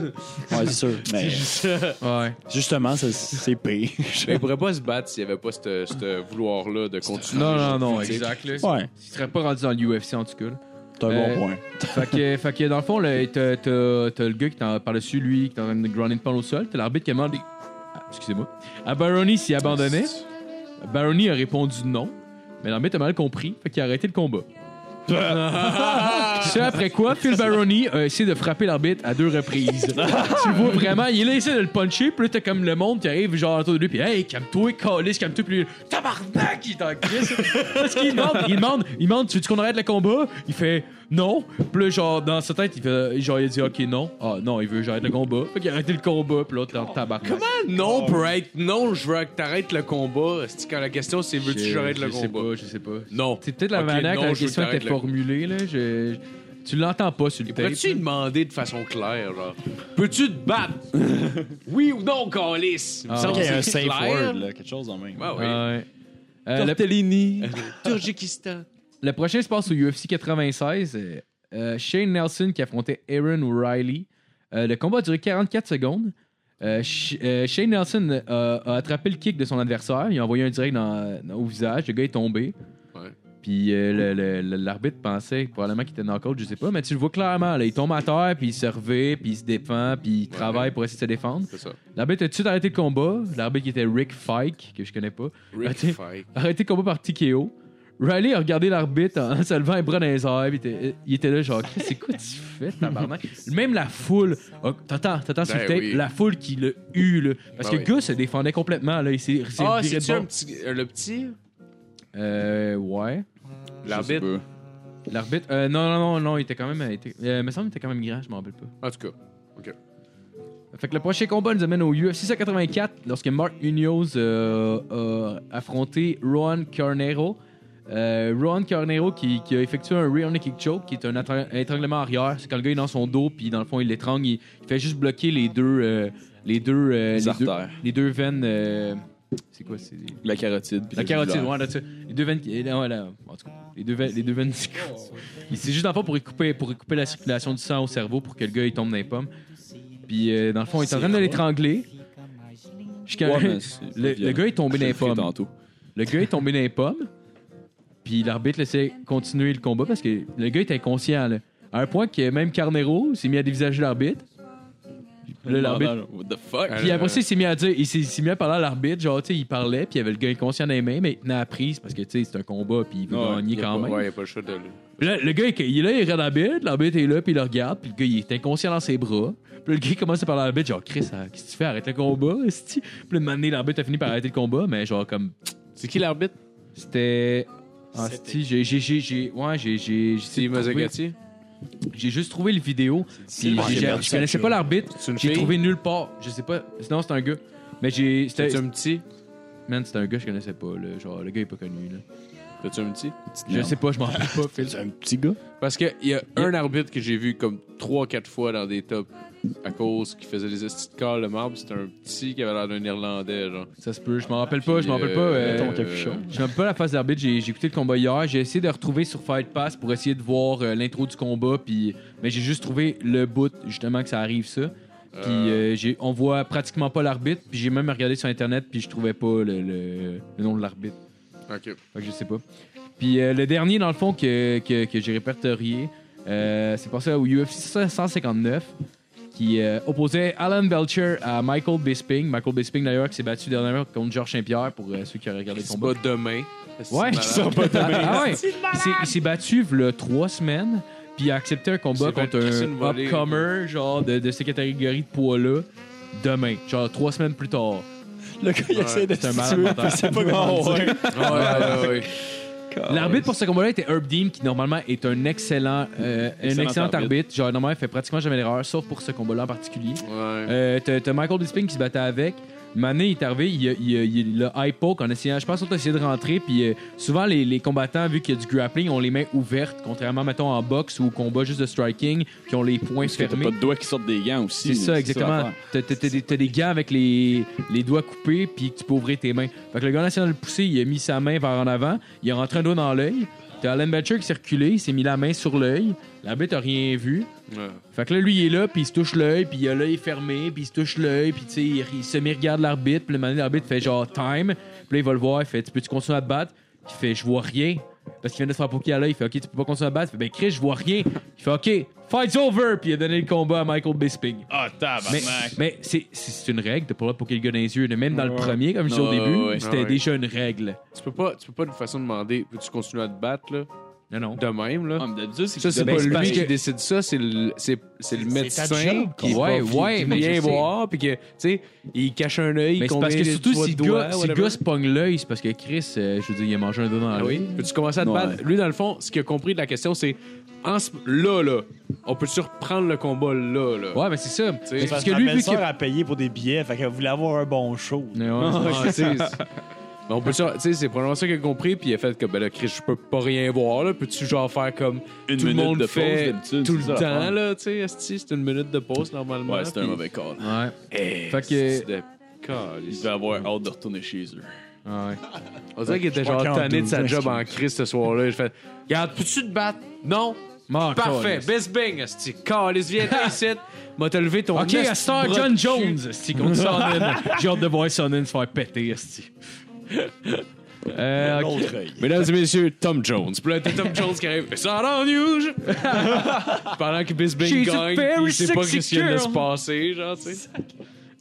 Ouais, c'est sûr. Mais Ouais. justement, ça, c'est pire. mais il pourrait pas se battre s'il n'y avait pas ce- ce vouloir-là de continuer. Non, non, non, Ah, Tu sais. exact. là. Ouais, Il serait pas rendu dans l'UFC, en tout cas. là. c'est un Euh, bon point. fait, que, fait que dans le fond, là, t'as, t'as- t'as le gars qui t'en par-dessus lui, qui t'en de ground and pound au sol. T'as l'arbitre qui a demandé. Ah, excusez-moi. À Baroni s'il abandonnait. Baroni a répondu non. Mais l'arbitre a mal compris, fait qu'il a arrêté le combat. Ce après quoi, Phil Baroni a essayé de frapper l'arbitre à deux reprises. tu vois vraiment, il a essayé de le puncher, puis là, t'as comme le monde qui arrive, genre, autour de lui, puis hey, calme-toi, calisse, calme-toi, puis lui, tabarnak, il t'en crisse. Parce qu'il demande, il demande, il demande, tu veux qu'on arrête le combat? Il fait non. Puis là, genre, dans sa tête, il fait, genre, il a dit, ok, non. Ah, non, il veut, j'arrête le combat. Fait qu'il a arrêté le combat, puis l'autre, le tabarnak. Comment non pour être non, je veux que t'arrêtes le combat? C'est quand la question c'est veux-tu que Je- j'arrête le je sais combat? pas, je sais pas. Non. C'est peut-être la Ok, manière non, que la je veux question que t'arrêtes était le- formulée, là. Je... Tu l'entends pas sur le tape. Pourrais-tu lui demander de façon claire, genre, peux-tu te battre? oui ou non, Calis? Il me Ah, semble ok, que un c'est safe clair. word, là, quelque chose en même. Ah oui. Ah, ouais. Euh, le, Turgikistan. le prochain se passe au UFC 96. euh, euh, Shane Nelson qui affrontait Aaron O'Reilly. Euh, le combat a duré 44 secondes. Euh, Sh- euh, Shane Nelson euh, a attrapé le kick de son adversaire. Il a envoyé un direct dans- dans- au visage. Le gars est tombé. Ouais. Puis euh, le- le- le- l'arbitre pensait probablement qu'il était knock-out, je sais pas, mais tu le vois clairement. Là, il tombe à terre, puis il se revêt, puis il se défend, puis il travaille pour essayer de se défendre. C'est ça. L'arbitre a tout de suite arrêté le combat. L'arbitre qui était Rick Fike, que je connais pas. Rick Attends. Fike. arrêté le combat par TKO. Riley a regardé l'arbitre en se levant les bras dans les airs. puis Il était, il était là, genre, Chris, c'est quoi que tu fais, tabarnak? Même la foule, oh, t'entends, t'entends sur le Ben tape, oui. la foule qui le hue, là. Parce Ben que oui. le gars se défendait complètement, là. Il s'est il s'est Ah, viré de c'est-tu bord. un petit, euh, le petit? Euh, ouais. L'arbitre? Je sais L'arbitre, euh, non, non, non, non, il était quand même, il était, euh, il me semble qu'il était quand même grand, je m'en rappelle pas. En tout cas. Fait que le prochain combat nous amène au UFC 184 lorsque Mark Munoz euh, a affronté Ron Carnero. Euh, Ron Carnero qui, qui a effectué un rear naked choke qui est un attra- étranglement arrière. C'est quand le gars est dans son dos puis dans le fond il l'étrangle, il, il fait juste bloquer les deux euh, les deux euh, Les les, deux artères. les deux veines. euh, c'est quoi c'est des- La carotide. puis la les carotide, musculaires. ouais, là-dessus. Les deux veines. qui- euh, ouais, là, en tout cas, les deux veines. Les deux veines Il- c'est juste dans le fond pour couper, pour couper la circulation du sang au cerveau pour que le gars il tombe dans les pommes. Puis euh, dans le fond, il est en train de l'étrangler. Jusqu'à- Ouais, mais c'est- le, c'est le gars est tombé dans les Je l'ai pris pommes. tantôt. Le gars est tombé dans les pommes. Puis l'arbitre laissait continuer le combat parce que le gars est inconscient. là. À un point que même Carnero s'est mis à dévisager l'arbitre. Puis là, l'arbitre What the fuck? Euh, puis après ça, il s'est mis à dire, il s'est il s'est mis à parler à l'arbitre, genre, tu sais, il parlait, puis il avait le gars inconscient dans les mains, mais il tenait à la prise parce que, tu sais, c'est un combat, puis il veut Ouais, gagner quand même. Ouais, y a pas le choix de. Puis là, le gars, il il est là, il regarde l'arbitre, l'arbitre est là, puis il le regarde, puis le gars, il est inconscient dans ses bras. Puis là, le gars, il commence à parler à l'arbitre, genre, Chris, ah, qu'est-ce que tu fais, arrête le combat, esti? Puis là, un moment donné, l'arbitre a fini par arrêter le combat, mais genre, comme, C'est qui l'arbitre? c'était. Ah, C'était. esti, j'ai, j'ai, j'ai, j'ai, ouais, j'ai, j'ai, j'ai, Steve trouvé- Mazagati? j'ai juste trouvé le vidéo, puis difficile, j'ai- j'ai perdu je ça, connaissais ça. pas l'arbitre, C'est une j'ai fille? trouvé nulle part, je sais pas, sinon c'est un gars. Mais j'ai. c'était- T'as-tu un petit? Man, c'était un gars que je connaissais pas, là. Genre, le gars est pas connu, là. T'as-tu un petit? Je sais pas, je m'en rappelle pas, Phil. C'est un petit gars. Parce qu'il y a un arbitre que j'ai vu comme 3-4 fois dans des tops à cause qu'il faisait des estis de corps, le marbre. C'était un petit qui avait l'air d'un Irlandais, genre. Ça se peut, je m'en rappelle pas, je m'en rappelle pas. euh, euh, Ton capuchon. Je me rappelle pas la phase d'arbitre, j'ai j'ai écouté le combat hier, j'ai essayé de retrouver sur Fight Pass pour essayer de voir euh, l'intro du combat, puis mais j'ai juste trouvé le bout justement que ça arrive ça. Puis euh, j'ai- on voit pratiquement pas l'arbitre, puis j'ai même regardé sur internet, puis je trouvais pas le, le- le nom de l'arbitre. Ok. Fait que je sais pas. Puis euh, le dernier, dans le fond, que, que, que j'ai répertorié, euh, c'est passé au UFC 159, qui euh, opposait Alan Belcher à Michael Bisping. Michael Bisping, d'ailleurs, qui s'est battu dernièrement contre Georges Saint-Pierre, pour euh, ceux qui ont regardé le C'est combat. pas demain. Ouais, C'est malade. Ah ouais. Il s'est- Il s'est battu le trois semaines, puis il a accepté un combat Il s'est fait contre crisser une un volée. upcomer, genre de, de ces catégories de poids-là, demain, genre trois semaines plus tard. Le gars, il Ouais, essaie de se c'est un malade tuer, mental. puis il sait pas comment dire. Ah ouais, ouais, ouais. Ah, L'arbitre pour ce combat-là était Herb Dean, qui normalement est un excellent, euh, un Excellent excellent arbitre. arbitre. Genre, normalement, il fait pratiquement jamais d'erreur, sauf pour ce combat-là en particulier. Ouais. Euh, T'as t'as Michael Bisping qui se battait avec. Mané il est arrivé, il, a- il, a- il a le high poke en essayant. Je pense qu'on a essayé de rentrer. Puis euh, souvent, les, les combattants, vu qu'il y a du grappling, ont les mains ouvertes, contrairement, mettons, en boxe ou au combat juste de striking, puis ont les poings Parce que t'as fermés. pas de doigts qui sortent des gants aussi. C'est ça, exactement. l'affaire. T'as t'as- t'as des, t'as des gants avec les, les doigts coupés, puis tu peux ouvrir tes mains. Fait que le gars national poussé, il a mis sa main vers en avant, il a rentré un doigt dans l'œil. T'as Alan Belcher qui s'est reculé, il s'est mis la main sur l'œil. L'arbitre a rien vu. Ouais. Fait que là, lui, il est là, puis il se touche l'œil, puis il a l'œil fermé, puis il se touche l'œil, puis tu sais, il, il se regarde l'arbitre, puis le moment donné, l'arbitre fait genre time, puis là, il va le voir, il fait Tu peux-tu continuer à te battre Il fait Je vois rien. Parce qu'il vient de se faire poker à l'œil, il fait Ok, tu peux pas continuer à te battre. Il fait Ben, Chris, je vois rien. Il fait Ok, fight's over, puis il a donné le combat à Michael Bisping. Ah, Mais, tabarnak. mais c'est- c'est c'est une règle, t'as pas le droit de poker le gars dans les yeux. Même dans le premier, comme je disais au Ouais, début, ouais, ouais. c'était Ouais. déjà une règle. Tu peux pas, tu peux pas de toute façon demander, peux-tu continuer à te battre, là? Non, non. de même. Là. Ah, mais D'habitude, c'est Ça, qu'il c'est donne- pas c'est parce lui qui que- décide ça, c'est le, c'est, c'est le C'est- c'est ta médecin job, qui quoi. ouais, Qui- qui- ouais, qui- mais qui- vient qui- voir, puis que, tu sais, il cache un œil. Mais c'est parce combien que de surtout, si le doigts, gars, si le whatever. gars se pogne l'œil, c'est parce que Chris, euh, je veux dire, il a mangé un doigt dans Ah la oui? Peux-tu commencer à te battre? Lui, dans le fond, ce qu'il a compris de la question, c'est en ce- là, là, on peut surprendre le combat là, là. Ouais, mais c'est ça. Tu sais, Mais c'est Parce Parce que que lui, vu qu'il. a payé pour des billets, fait qu'elle voulait avoir un bon show. Ouais, ouais, Ah, tu sais, c'est- mais on peut sur- tu sais, c'est probablement ça qu'il a compris, puis il a fait comme, ben là, Chris, je peux pas rien voir, là. Peux-tu, genre, faire comme une tout le minute monde de pause, fait d'habitude, tout le c'est ça, temps, hein. là, tu sais, esti, c'est une minute de pause, normalement. Ouais, c'était un puis- mauvais call. Ouais. Eh, Fait que. de- Il devait avoir hâte de retourner chez eux. Ouais. On dirait qu'il était crois genre qu'il en tanné de sa doute, job hein, en crise ce soir-là. J'ai fait Regarde, peux-tu te battre Non Mort, Parfait, Carlis. Best Bang, Asti. Calice, viens t'en ici. M'a te levé ton Ok, esti à Star bras de John cul. Jones, esti, contre Sonnen. J'ai hâte de voir Sonnen se faire péter, esti. Euh, ok. L'autre œil. Mesdames et messieurs, Tom Jones. Puis là, t'as Tom Jones qui arrive. It's not on you! Pendant que Best Bang She's a gagne, very il sait pas sexy ce qui vient de girl. se passer, genre, tu sais.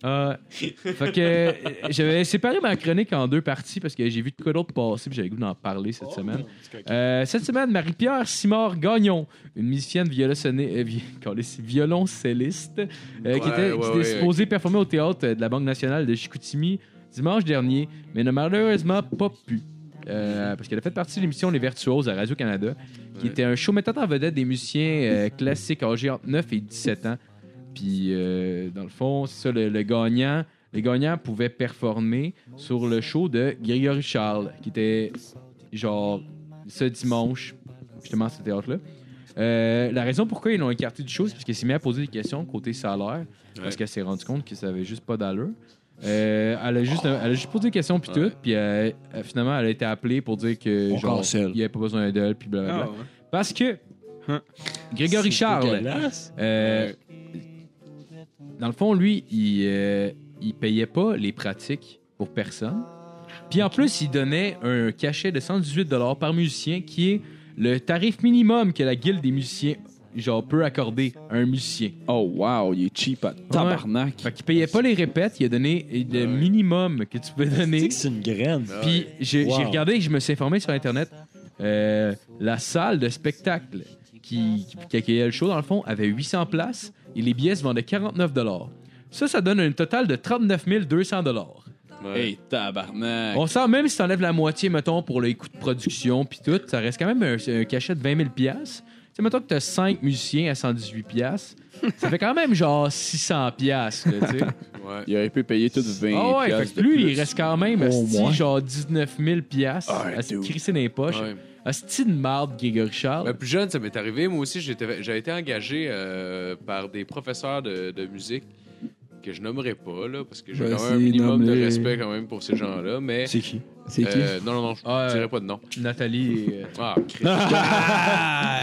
Ah, fait que euh, j'avais séparé ma chronique en deux parties parce que j'ai vu de quoi d'autre passer puis j'avais le goût d'en parler cette Oh, semaine. Euh, cette semaine, Marie-Pierre Simard Gagnon, une musicienne violoncelli- euh, vi- câlisse, violoncelliste euh, qui Ouais, était, ouais, qui était ouais, supposée performer au théâtre euh, de la Banque nationale de Chicoutimi dimanche dernier, mais n'a malheureusement pas pu. Euh, parce qu'elle a fait partie de l'émission Les Virtuoses à Radio-Canada, qui était un show mettant en vedette des musiciens euh, classiques âgés entre 9 et 17 ans. Puis, euh, dans le fond, c'est ça, le, le gagnant. Les gagnants pouvaient performer sur le show de Grégory Charles, qui était genre ce dimanche, justement, à ce théâtre-là. Euh, la raison pourquoi ils l'ont écarté du show, c'est parce qu'il s'est mis à poser des questions côté salaire, parce qu'elle s'est rendue compte que ça avait juste pas d'allure. Euh, elle, a juste, elle a juste posé des questions, puis tout, puis euh, euh, finalement, elle a été appelée pour dire que On genre, cancelle. il n'y avait pas besoin d'elle, puis blablabla. Ah. Parce que Grégory Charles, euh, dans le fond, lui, il, euh, il payait pas les pratiques pour personne. Puis en plus, il donnait un cachet de 118 par musicien, qui est le tarif minimum que la guilde des musiciens genre peut accorder à un musicien. Oh, wow, il est cheap à tabarnak. Fait qu'il payait pas les répètes, il a donné le minimum que tu peux donner. C'est que c'est une graine. ça. Puis j'ai j'ai Wow. regardé et je me suis informé sur Internet. Euh, la salle de spectacle qui, qui- qui accueillait le show, dans le fond, avait 800 places et les billets se vendaient 49 Ça, ça donne un total de 39 200 Hey, tabarnak. On sent même si t'enlèves la moitié, mettons, pour les coûts de production puis tout, ça reste quand même un, un cachet de 20 000 piastres. Tu sais, mettons que t'as 5 musiciens à 118 piastres, ça fait quand même genre 600 piastres, là, tu sais. Ouais. Il aurait pu payer tout 20 Ah ouais, fait piastres que de lui, plus. il reste quand même, Au asti, moins. genre 19 000 piastres à se dude. crisser dans les poches. Ouais. Asti de marde, Grégory Charles. Ben, plus jeune, ça m'est arrivé. Moi aussi, j'étais- j'ai été engagé euh, par des professeurs de, de musique que je nommerai pas, là, parce que j'ai Vas-y, quand même un minimum de nomme-les. respect quand même pour ces gens-là, mais... C'est qui? C'est qui? Euh, non, non, non, je Ah, euh, dirais pas de nom. Nathalie, euh, Ah, Christ.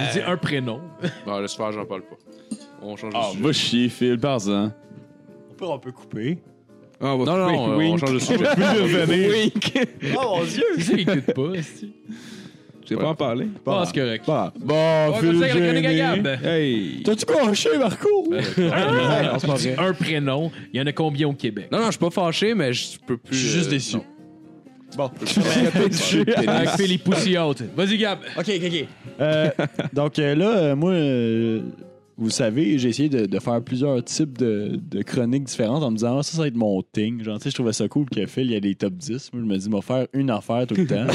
je dis un prénom. bon, laisse faire, j'en parle pas. On change de Ah, sujet. va chier, Phil, par an. On peut, on peut couper. Ah, on va Non, non, couper. non, euh, on Wink. change de sujet. Oh mon dieu! C'est ça, il écoute pas, asti. J'ai pas en parlé. Bon, c'est correct. Bon, On va commencer avec René Gagab. Hey! T'as-tu conché, Marco? Non, c'est pas vrai. Un prénom, il y en a combien au Québec? Non, non, je suis pas fâché, mais je peux plus... euh, Je suis juste déçu. non. Bon. Avec Philippe Poussy out. Vas-y, Gab. OK, OK, OK. Euh, donc euh, là, euh, moi, euh, vous savez, j'ai essayé de, de faire plusieurs types de, de chroniques différentes en me disant, Ah, ça, ça va être mon thing. Genre, tu sais, je trouvais ça cool que Phil, il y a des top 10. Moi, je me dis, m'en faire une affaire tout le temps.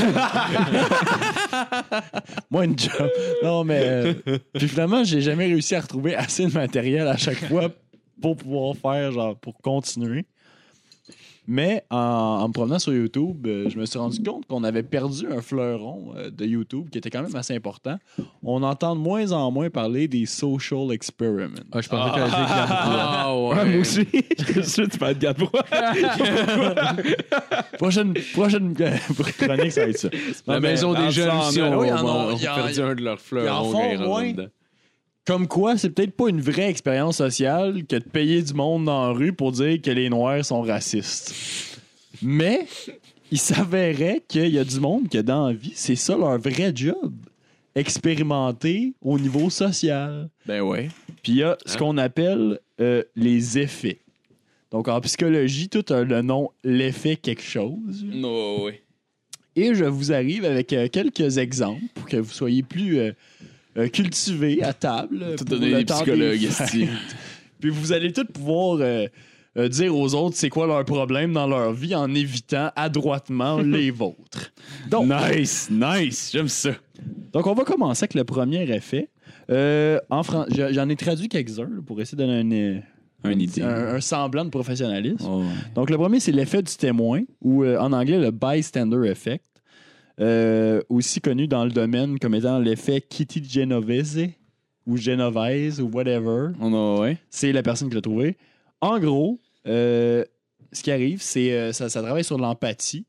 Moi, une job. Non, mais. euh, puis finalement, j'ai jamais réussi à retrouver assez de matériel à chaque fois pour pouvoir faire, genre, pour continuer. Mais en, en me promenant sur YouTube, euh, je me suis rendu compte qu'on avait perdu un fleuron euh, de YouTube qui était quand même assez important. On entend de moins en moins parler des social experiments. Ah, je pensais que t'allais dire Ah, Ah, moi ouais. aussi. Je suis sûr que tu parles de Gadebois. Prochaine, prochaine chronique, ça va être ça. La Non, Ah, mais- maison des en jeunes faisant aussi, en- on, oui, en on- ont- on ils en- perdu un de leurs ils en fleurs. on font gagne moins. dedans. Comme quoi, c'est peut-être pas une vraie expérience sociale que de payer du monde dans la rue pour dire que les Noirs sont racistes. Mais il s'avérait qu'il y a du monde que dans la vie, c'est ça leur vrai job. Expérimenter au niveau social. Ben ouais. Puis il y a ce Hein? qu'on appelle euh, les effets. Donc en psychologie, tout a le nom l'effet quelque chose. Non, ouais. Et je vous arrive avec euh, quelques exemples pour que vous soyez plus euh, euh, cultivés à table. euh, Tout pour donner le des temps psychologues, des fêtes. esti. Puis vous allez tous pouvoir euh, euh, dire aux autres c'est quoi leur problème dans leur vie en évitant adroitement les vôtres. Donc, Nice, nice, j'aime ça. donc on va commencer avec le premier effet. Euh, en Fran- je- J'en ai traduit quelques-uns là, pour essayer de donner Une un, idée. un- un semblant de professionnalisme. Oh, ouais. Donc, le premier, c'est l'effet du témoin, ou euh, en anglais, le bystander effect, euh, aussi connu dans le domaine comme étant l'effet Kitty Genovese, ou Genovese, ou whatever. On a, ouais. C'est la personne qui l'a trouvé. En gros, euh, ce qui arrive, c'est euh, ça, ça travaille sur l'empathie.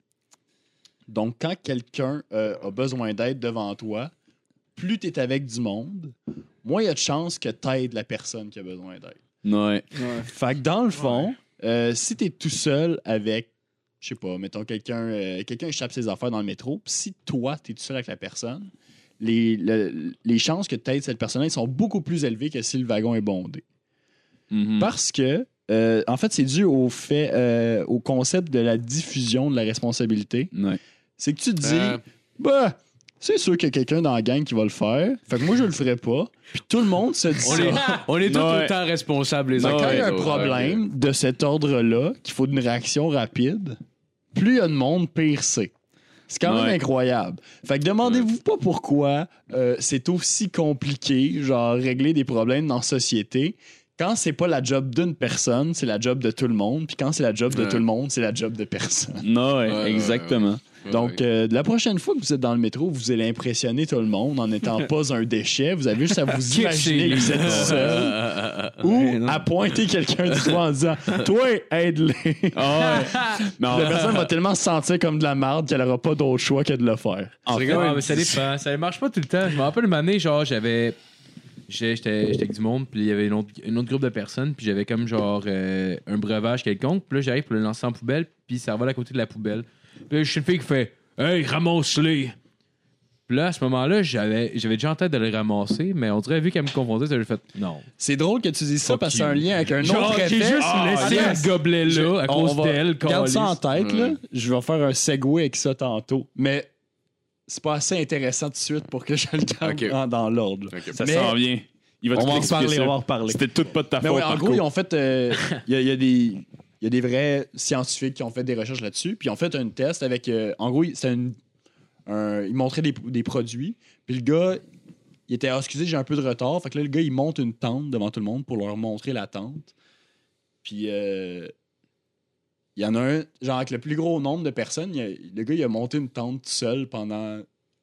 Donc, quand quelqu'un euh, a besoin d'aide devant toi, plus tu es avec du monde, moins il y a de chances que tu aides la personne qui a besoin d'aide. Ouais. Fait que dans le fond, euh, si t'es tout seul avec, je sais pas, mettons quelqu'un euh, quelqu'un échappe ses affaires dans le métro, pis si toi, t'es tout seul avec la personne, les, le- les chances que t'aides cette personne-là elles sont beaucoup plus élevées que si le wagon est bondé. Mm. Mhm. Parce que, euh, en fait, c'est dû au fait, euh, au concept de la diffusion de la responsabilité. Ouais. C'est que tu te dis, Euh. bah, c'est sûr qu'il y a quelqu'un dans la gang qui va le faire. Fait que moi, je le ferai pas. Puis tout le monde se dit On ça. est, on est tous Ouais. autant responsables les Ben, uns quand il y les a un autres. problème de cet ordre-là, qu'il faut une réaction rapide, plus il y a de monde, pire c'est. C'est quand même Ouais. incroyable. Fait que demandez-vous pas pourquoi euh, c'est aussi compliqué, genre régler des problèmes dans la société. Quand c'est pas la job d'une personne, c'est la job de tout le monde. Puis quand c'est la job de Ouais. tout le monde, c'est la job de personne. Non, ouais, ouais, exactement. Ouais, ouais. Donc, euh, la prochaine fois que vous êtes dans le métro, vous allez impressionner tout le monde en n'étant pas un déchet. Vous avez juste à vous imaginer que vous êtes seul ou à pointer quelqu'un du doigt en disant Toi, aide-les. Ah ouais. Mais en- La personne va tellement se sentir comme de la merde qu'elle n'aura pas d'autre choix que de le faire. En fait, ouais, Ah, mais ça dépend. Ça marche pas tout le temps. Je me rappelle une année, genre, j'avais. j'ai- J'étais j'étais avec du monde, puis il y avait une autre, une autre groupe de personnes, puis j'avais comme genre euh, un breuvage quelconque. Puis là, j'arrive pour le lancer en poubelle, puis ça va à côté de la poubelle. Puis là, je suis une fille qui fait Hey, ramasse-les! Puis là, à ce moment-là, j'avais j'avais déjà en tête de le ramasser, mais on dirait, vu qu'elle me confondait, j'avais fait Non. C'est drôle que tu dises ça Fuck parce que you. c'est un lien avec un Genre, autre j'ai effet. juste Ah, laissé yes. un gobelet là à On cause va- d'elle. Garde ça en câlisse. tête, là. Je vais faire un segway avec ça tantôt. Mais c'est pas assez intéressant tout de suite pour que je le garde Ok. dans- dans l'ordre. là. ça Mais- sent bien. Il va On te va en expliquer reparler, ça. on va en reparler. C'était tout pas de ta Mais faute. Ben ouais, en par gros, ils contre. ont fait. euh, Il y, a- il y a des. Il y a des vrais scientifiques qui ont fait des recherches là-dessus, puis ils ont fait un test avec. euh, en gros, c'est une- un- ils montraient des, des produits, puis le gars, il était Ah, excusez, j'ai un peu de retard. Fait que là, le gars, il monte une tente devant tout le monde pour leur montrer la tente. Puis euh, il y en a un, genre, avec le plus gros nombre de personnes, il a- le gars, il a monté une tente tout seul pendant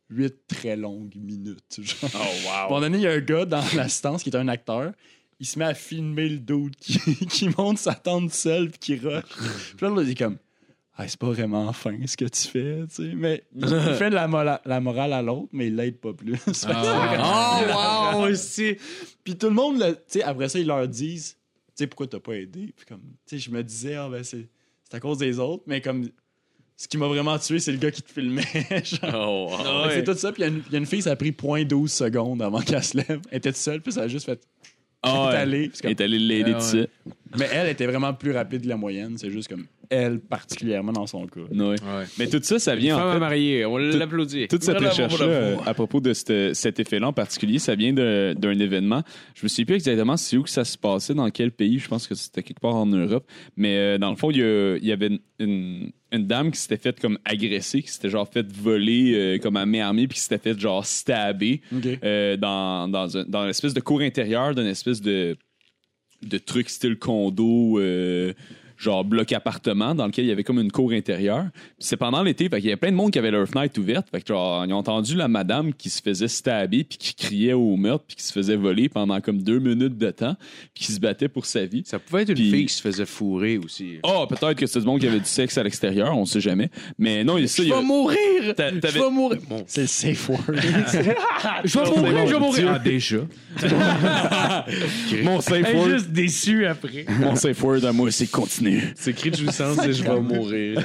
huit très longues minutes. genre. À un moment donné, il y a un gars dans l'assistance qui est un acteur. Il se met à filmer le dude qui, qui monte sa tente seul puis qui rush. Puis là, il est comme Ah, c'est pas vraiment fin ce que tu fais, tu sais. Mais il fait de la, mola- la morale à l'autre, mais il l'aide pas plus. Fait que c'est comme- Oh, wow, aussi. Puis tout le monde, le- tu sais, après ça, ils leur disent Tu sais, pourquoi t'as pas aidé Puis comme, tu sais, je me disais Ah, ben, c'est c'est à cause des autres, mais comme. Ce qui m'a vraiment tué, c'est le gars qui te filmait. genre. Oh, wow. Ah Fait que C'est tout ça. Puis il y a une- il y, a une fille, ça a pris 0.12 secondes avant qu'elle se lève. Elle était toute seule, puis ça a juste fait. Elle est Ah ouais. allée, puis Elle comme- est allée l'aider Ah de ça. ouais. Mais elle était vraiment plus rapide que la moyenne. C'est juste comme elle, particulièrement dans son cas. Ouais. Ouais. Mais tout ça, ça vient en Femme fait. à marier, on l'applaudit. Toute cette Bravo, recherche bravo. à propos de cette- cet effet-là en particulier, ça vient de- d'un événement. Je me souviens plus exactement c'est où que ça se passait, dans quel pays. Je pense que c'était quelque part en Europe. Mais euh, dans le fond, il y, a- il y avait une, une- une dame qui s'était faite comme agresser, qui s'était genre fait voler euh, comme à main armée, puis qui s'était fait genre stabber euh, dans, dans, un- dans une espèce de cour intérieure d'une espèce de, de truc style condo, euh, genre bloc appartement, dans lequel il y avait comme une cour intérieure. Puis c'est pendant l'été, fait qu'il y avait plein de monde qui avait leur fenêtre ouverte. Fait que genre, ils ont entendu la madame qui se faisait stabber, puis qui criait au meurtre, puis qui se faisait voler pendant comme deux minutes de temps, puis qui se battait pour sa vie. Ça pouvait être une Puis- fille qui se faisait fourrer aussi. Ah, peut-être que c'est du monde qui avait du sexe à l'extérieur, on sait jamais. Mais non, il ça, il y a- mourir! t'a- t'avais- mourir! Bon. C'est le safe word. Je vais mourir, je vais mourir. Ah, déjà. Mon safe Elle est word, juste déçue après. mon safe word à moi, c'est continue. C'est cri de jouissance et je vais mourir.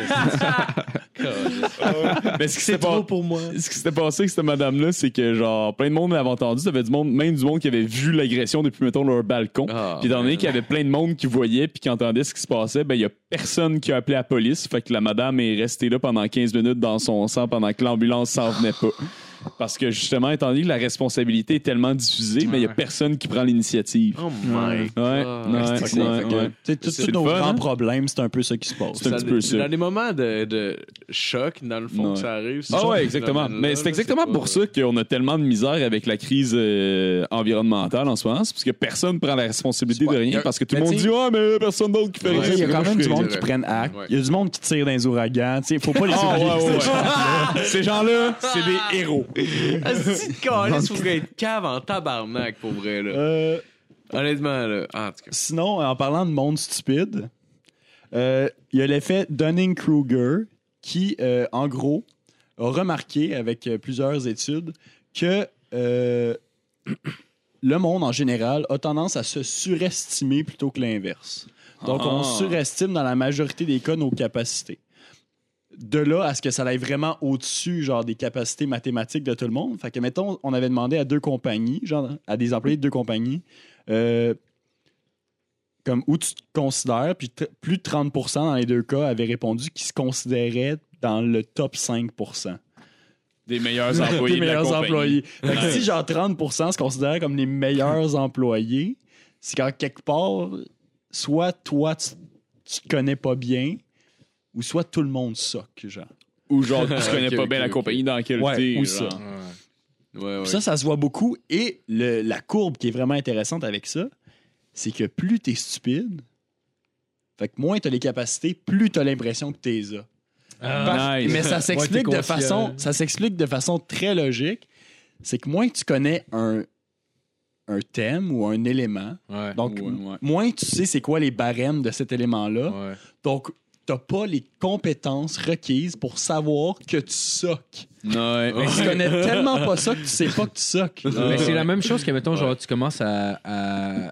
Mais ce qui s'est pas- pour moi. ce qui s'était passé avec cette madame-là, c'est que genre plein de monde l'avait entendu. T'avais du monde, même du monde qui avait vu l'agression depuis, mettons, leur balcon. Ah, puis étant man. donné qu'il y avait plein de monde qui voyait puis qui entendait ce qui se passait, ben il y a personne qui a appelé la police. Fait que la madame est restée là pendant 15 minutes dans son sang pendant que l'ambulance s'en venait pas. Parce que justement, étant donné que la responsabilité est tellement diffusée, mais il n'y a Ouais. personne qui prend l'initiative. Oh my Ouais, God. ouais, Ah, C'est que c'est- ouais, fait que- Ah ouais. Tu sais, Tous C'est tous le nos fun, grands hein? problèmes, c'est un peu ça qui se passe. C'est un Ça- petit peu ça. Dans les moments de, de choc, dans le fond, Ouais. que ça arrive. ce Ah genre de ouais, exactement. phénomène-là, Mais c'est là, exactement pas- pour ça qu'on a tellement de misère avec la crise euh, environnementale en ce moment, c'est parce que personne prend la responsabilité de rien, parce que tout le Mais monde tu dit sais- ah mais personne d'autre qui fait Tu rien. sais, Il y a C'est quand comme même je du fais. monde dirais. qui prennent acte. Ouais. Il y a du monde qui tire dans les ouragans. Tu sais, faut pas les Ah, oublier. ouais, ouais, ouais. Ces gens-là, c'est des héros. Ah, si de calice, vous voulez être cave en tabarnak, pour vrai, là. Euh, Honnêtement, là. Ah, en tout cas. Sinon, en parlant de monde stupide, euh, il y a l'effet Dunning-Kruger qui, euh, en gros, a remarqué avec euh, plusieurs études que euh, le monde en général a tendance à se surestimer plutôt que l'inverse. Donc, on Ah. surestime dans la majorité des cas nos capacités. De là à ce que ça aille vraiment au-dessus, genre, des capacités mathématiques de tout le monde. Fait que, mettons, on avait demandé à deux compagnies, genre, à des employés de deux compagnies, euh, comme où tu te considères, puis t- plus de 30 dans les deux cas avaient répondu qu'ils se considéraient dans le top 5 Des meilleurs employés. des de la meilleurs compagnie. employés. Fait que Ouais. si genre 30 se considèrent comme les meilleurs employés, c'est quand quelque part, soit toi, tu, tu te connais pas bien, ou soit tout le monde soque, genre. Ou genre, tu connais Ok, pas ok, bien la ok. compagnie dans laquelle Ouais, t'es. ou genre. ça. Ouais, ouais. Puis Ça, ça se voit beaucoup. Et le- la courbe qui est vraiment intéressante avec ça, c'est que plus t'es stupide, fait que moins t'as les capacités, plus t'as l'impression que t'es là. Par- nice. Mais ça s'explique Ah. Ouais, t'es de façon, conscient. ça s'explique de façon très logique. C'est que moins tu connais un, un thème ou un élément, Ouais. donc Ouais, ouais. moins tu sais c'est quoi les barèmes de cet élément-là, Ouais. donc t'as pas les compétences requises pour savoir que tu soques. Ouais. Mais tu connais tellement pas ça que tu sais pas que tu soques. Euh, Mais c'est la même chose que, mettons, genre, tu commences à, à-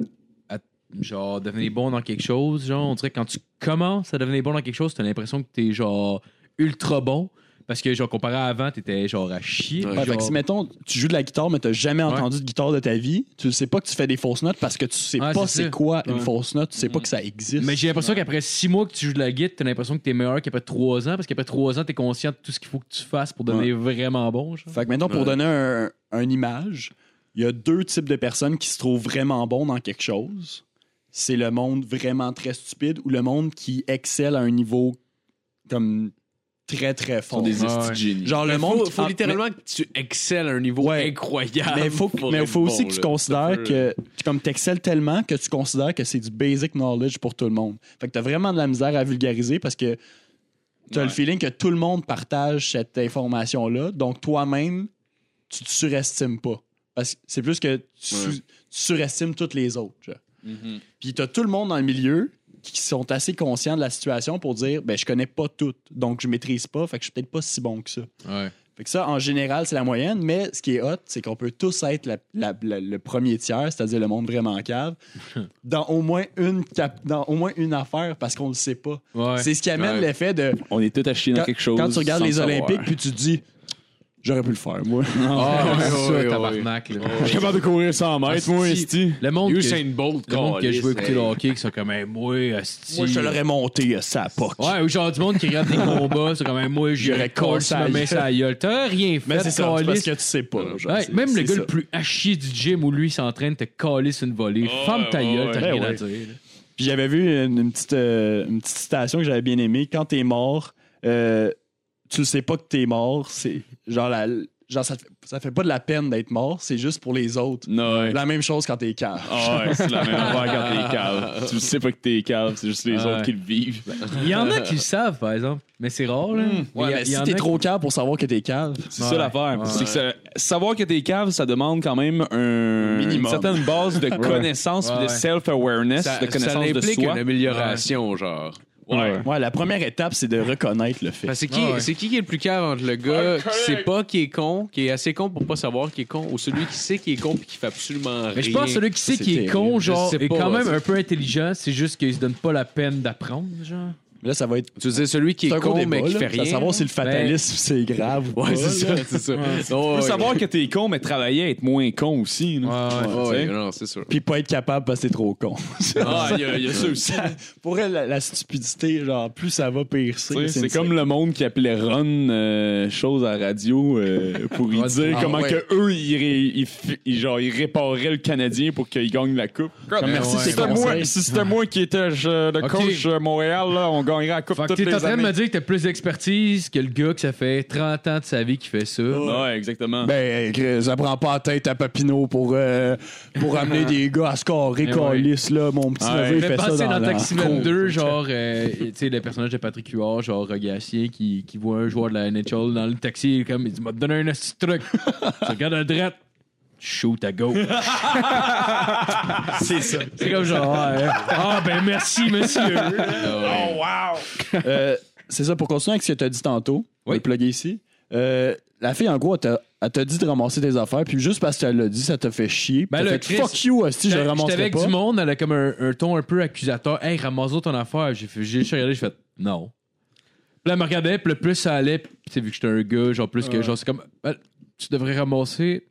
à, genre, devenir bon dans quelque chose. Genre, on dirait que quand tu commences à devenir bon dans quelque chose, t'as l'impression que t'es, genre, ultra bon. Parce que, genre, comparé à avant, t'étais, genre, à chier. Ouais, genre. Ben, fait que si, mettons, tu joues de la guitare, mais t'as jamais Ouais. entendu de guitare de ta vie, tu sais pas que tu fais des fausses notes parce que tu sais Ouais, pas c'est ça. Mm. c'est quoi une Ouais. fausse note, tu sais pas que ça existe. Mais j'ai l'impression qu'après six mois que tu joues de la guitare, t'as l'impression que t'es meilleur qu'après trois ans. Parce qu'après trois ans, t'es conscient de tout ce qu'il faut que tu fasses pour devenir vraiment bon. Genre. Fait que maintenant, pour donner un, une image, il y a deux types de personnes qui se trouvent vraiment bons dans quelque chose. C'est le monde vraiment très stupide ou le monde qui excelle à un niveau comme très très Ils sont fort. des Ouais. estis de génie. Genre le Mais monde Faut, qui- faut littéralement que tu excelles à un niveau Ouais. incroyable. Mais il faut, que- pour mais être faut aussi bon, que tu là. Ça considères peut- que tu- comme t'excelles tellement que tu considères que c'est du basic knowledge pour tout le monde. Fait que t'as vraiment de la misère à vulgariser parce que t'as le Ouais. feeling que tout le monde partage cette information-là. Donc toi-même, tu te surestimes pas. Parce que c'est plus que tu, Ouais. Mm-hmm. tu surestimes toutes les autres. genre. Mhm. Puis t'as tout le monde dans le milieu qui sont assez conscients de la situation pour dire ben je connais pas tout, donc je maîtrise pas, fait que je suis peut-être pas si bon que ça. Ouais. Fait que ça, en général, c'est la moyenne, mais ce qui est hot, c'est qu'on peut tous être la- la- la- le premier tiers, c'est-à-dire le monde vraiment en cave, dans au moins une, cap- dans au moins une affaire parce qu'on le sait pas. Ouais. C'est ce qui amène Ouais. l'effet de On est tous à chier dans quand, quelque chose. quand tu regardes sans les le savoir. Olympiques puis tu te dis j'aurais pu le faire, moi. Ah, Ouais, c'est ouais, ça, ouais, tabarnak. là. Je suis capable de courir 100 mètres, moi, Asti. esti. Le monde que Usain Bolt, Le monde que je veux câlisse, écouter le hey. hockey, qui sont comme, hey, moi, asti. Moi, je l'aurais monté, euh, ça poque. Ouais, ou genre du monde qui regarde des combats, c'est quand même moi, J'aurais j'aurais collé cassé ma la main sur la gueule. T'as rien fait, Mais c'est ça, c'est parce câlisse. que tu sais pas. genre, Ouais, c'est- même c'est le gars ça. le plus haché du gym où lui il s'entraîne, te coller sur une volée. Femme ta ouais, gueule, t'as Oh, ouais, Ben rien à ouais. dire. Puis j'avais vu une, une petite, euh, une petite citation que j'avais bien aimée. Quand t'es mort, euh, tu le sais pas que t'es mort. C'est genre, la, genre ça, te fait- ça fait pas de la peine d'être mort, c'est juste pour les autres. Non, ouais. La même chose quand t'es calme. Ah ouais, c'est la même affaire quand t'es calme. Tu le sais pas que t'es calme, c'est juste les Ouais. autres qui le vivent. Il y en a qui le savent, par exemple, mais c'est rare. Là. Hmm. Ouais, il y a- mais il y en si a t'es qui- trop calme pour savoir que t'es calme, C'est Ouais. ça l'affaire. Ouais. C'est que ça- savoir que t'es cave, ça demande quand même un, Minimum. une certaine base de connaissances Ouais, puis de ouais. self-awareness, Ça, de ça connaissance de implique soi. une amélioration, genre. Ouais. ouais, la première étape, c'est de reconnaître le fait. Parce que Ben, c'est qui, Ah ouais. c'est qui qui est le plus cave entre le gars qui sait pas qui est con, qui est assez con pour pas savoir qui est con, ou celui qui sait qui est con puis qui fait absolument rien. Mais je pense que celui qui sait c'est qu'il est terrible. con, Je genre, sais est pas, quand même ça. un peu intelligent, c'est juste qu'il se donne pas la peine d'apprendre, genre. Mais là, ça va être. Tu sais, celui qui est, c'est un gros con, débat, mais qui là. fait C'est à rien. savoir si le fatalisme, c'est grave ou Ouais, pas, c'est là. ça, c'est ça. Tu Oh, peux ouais, savoir que t'es con, mais travailler, être moins con aussi. là. ouais, ouais, Tu sais? ouais, non, c'est sûr. Puis pas être capable parce que t'es trop con. Ah, il y, a- il y a ça aussi. Ça- pour elle, la, la stupidité, genre, plus ça va, pire Tu sais, c'est. C'est comme le monde qui appelait Ron euh, chose à la radio euh, pour y dire Ah, comment ouais. que eux ils, ré- ils fi- ils- genre, ils réparaient le Canadien pour qu'il gagne la coupe. Comme, merci de tes c'était conseils. moi, si c'était moi qui étais euh, le Ok. coach euh, Montréal, là, on gagnerait la coupe Fait que toutes t'es les en train de années. me dire que t'as plus d'expertise que le gars que ça fait 30 ans de sa vie qui fait ça. Ouais, exactement. Ben, Chris, ça prend pas la tête à Papineau pour, euh, pour amener des gars à scorer, Eh câlisse, là. Mon petit Ouais. neveu, il Mais fait ça passer dans, dans, la- Taxi Man 2, genre, euh, tu sais, le personnage de Patrick Huard, genre Rogassier, qui, qui voit un joueur de la NHL dans le taxi, il est comme, il dit, m'a donné un petit truc. tu regardes à droite, shoot à gauche. c'est ça. C'est comme genre, ah, euh, ah, ben merci, monsieur. Ah, ouais. Euh, c'est ça, pour continuer avec ce que tu as dit tantôt, Oui. oui. le plugger ici. euh, la fille, en gros, elle t'a- elle t'a dit de ramasser tes affaires, puis juste parce qu'elle l'a dit, ça t'a fait chier. Ben Ben là, fait, Chris, fuck you, hostie, je J'étais j'étais ramasserai avec pas. du monde, elle a comme un, un ton un peu accusateur. Hey, ramasse-toi ton affaire. J'ai fait- j'ai juste regardé, j'ai fait non. Puis là, elle me regardait, puis le plus ça allait, puis tu sais, vu que j'étais un gars, genre plus que genre, c'est comme Ben, tu devrais ramasser.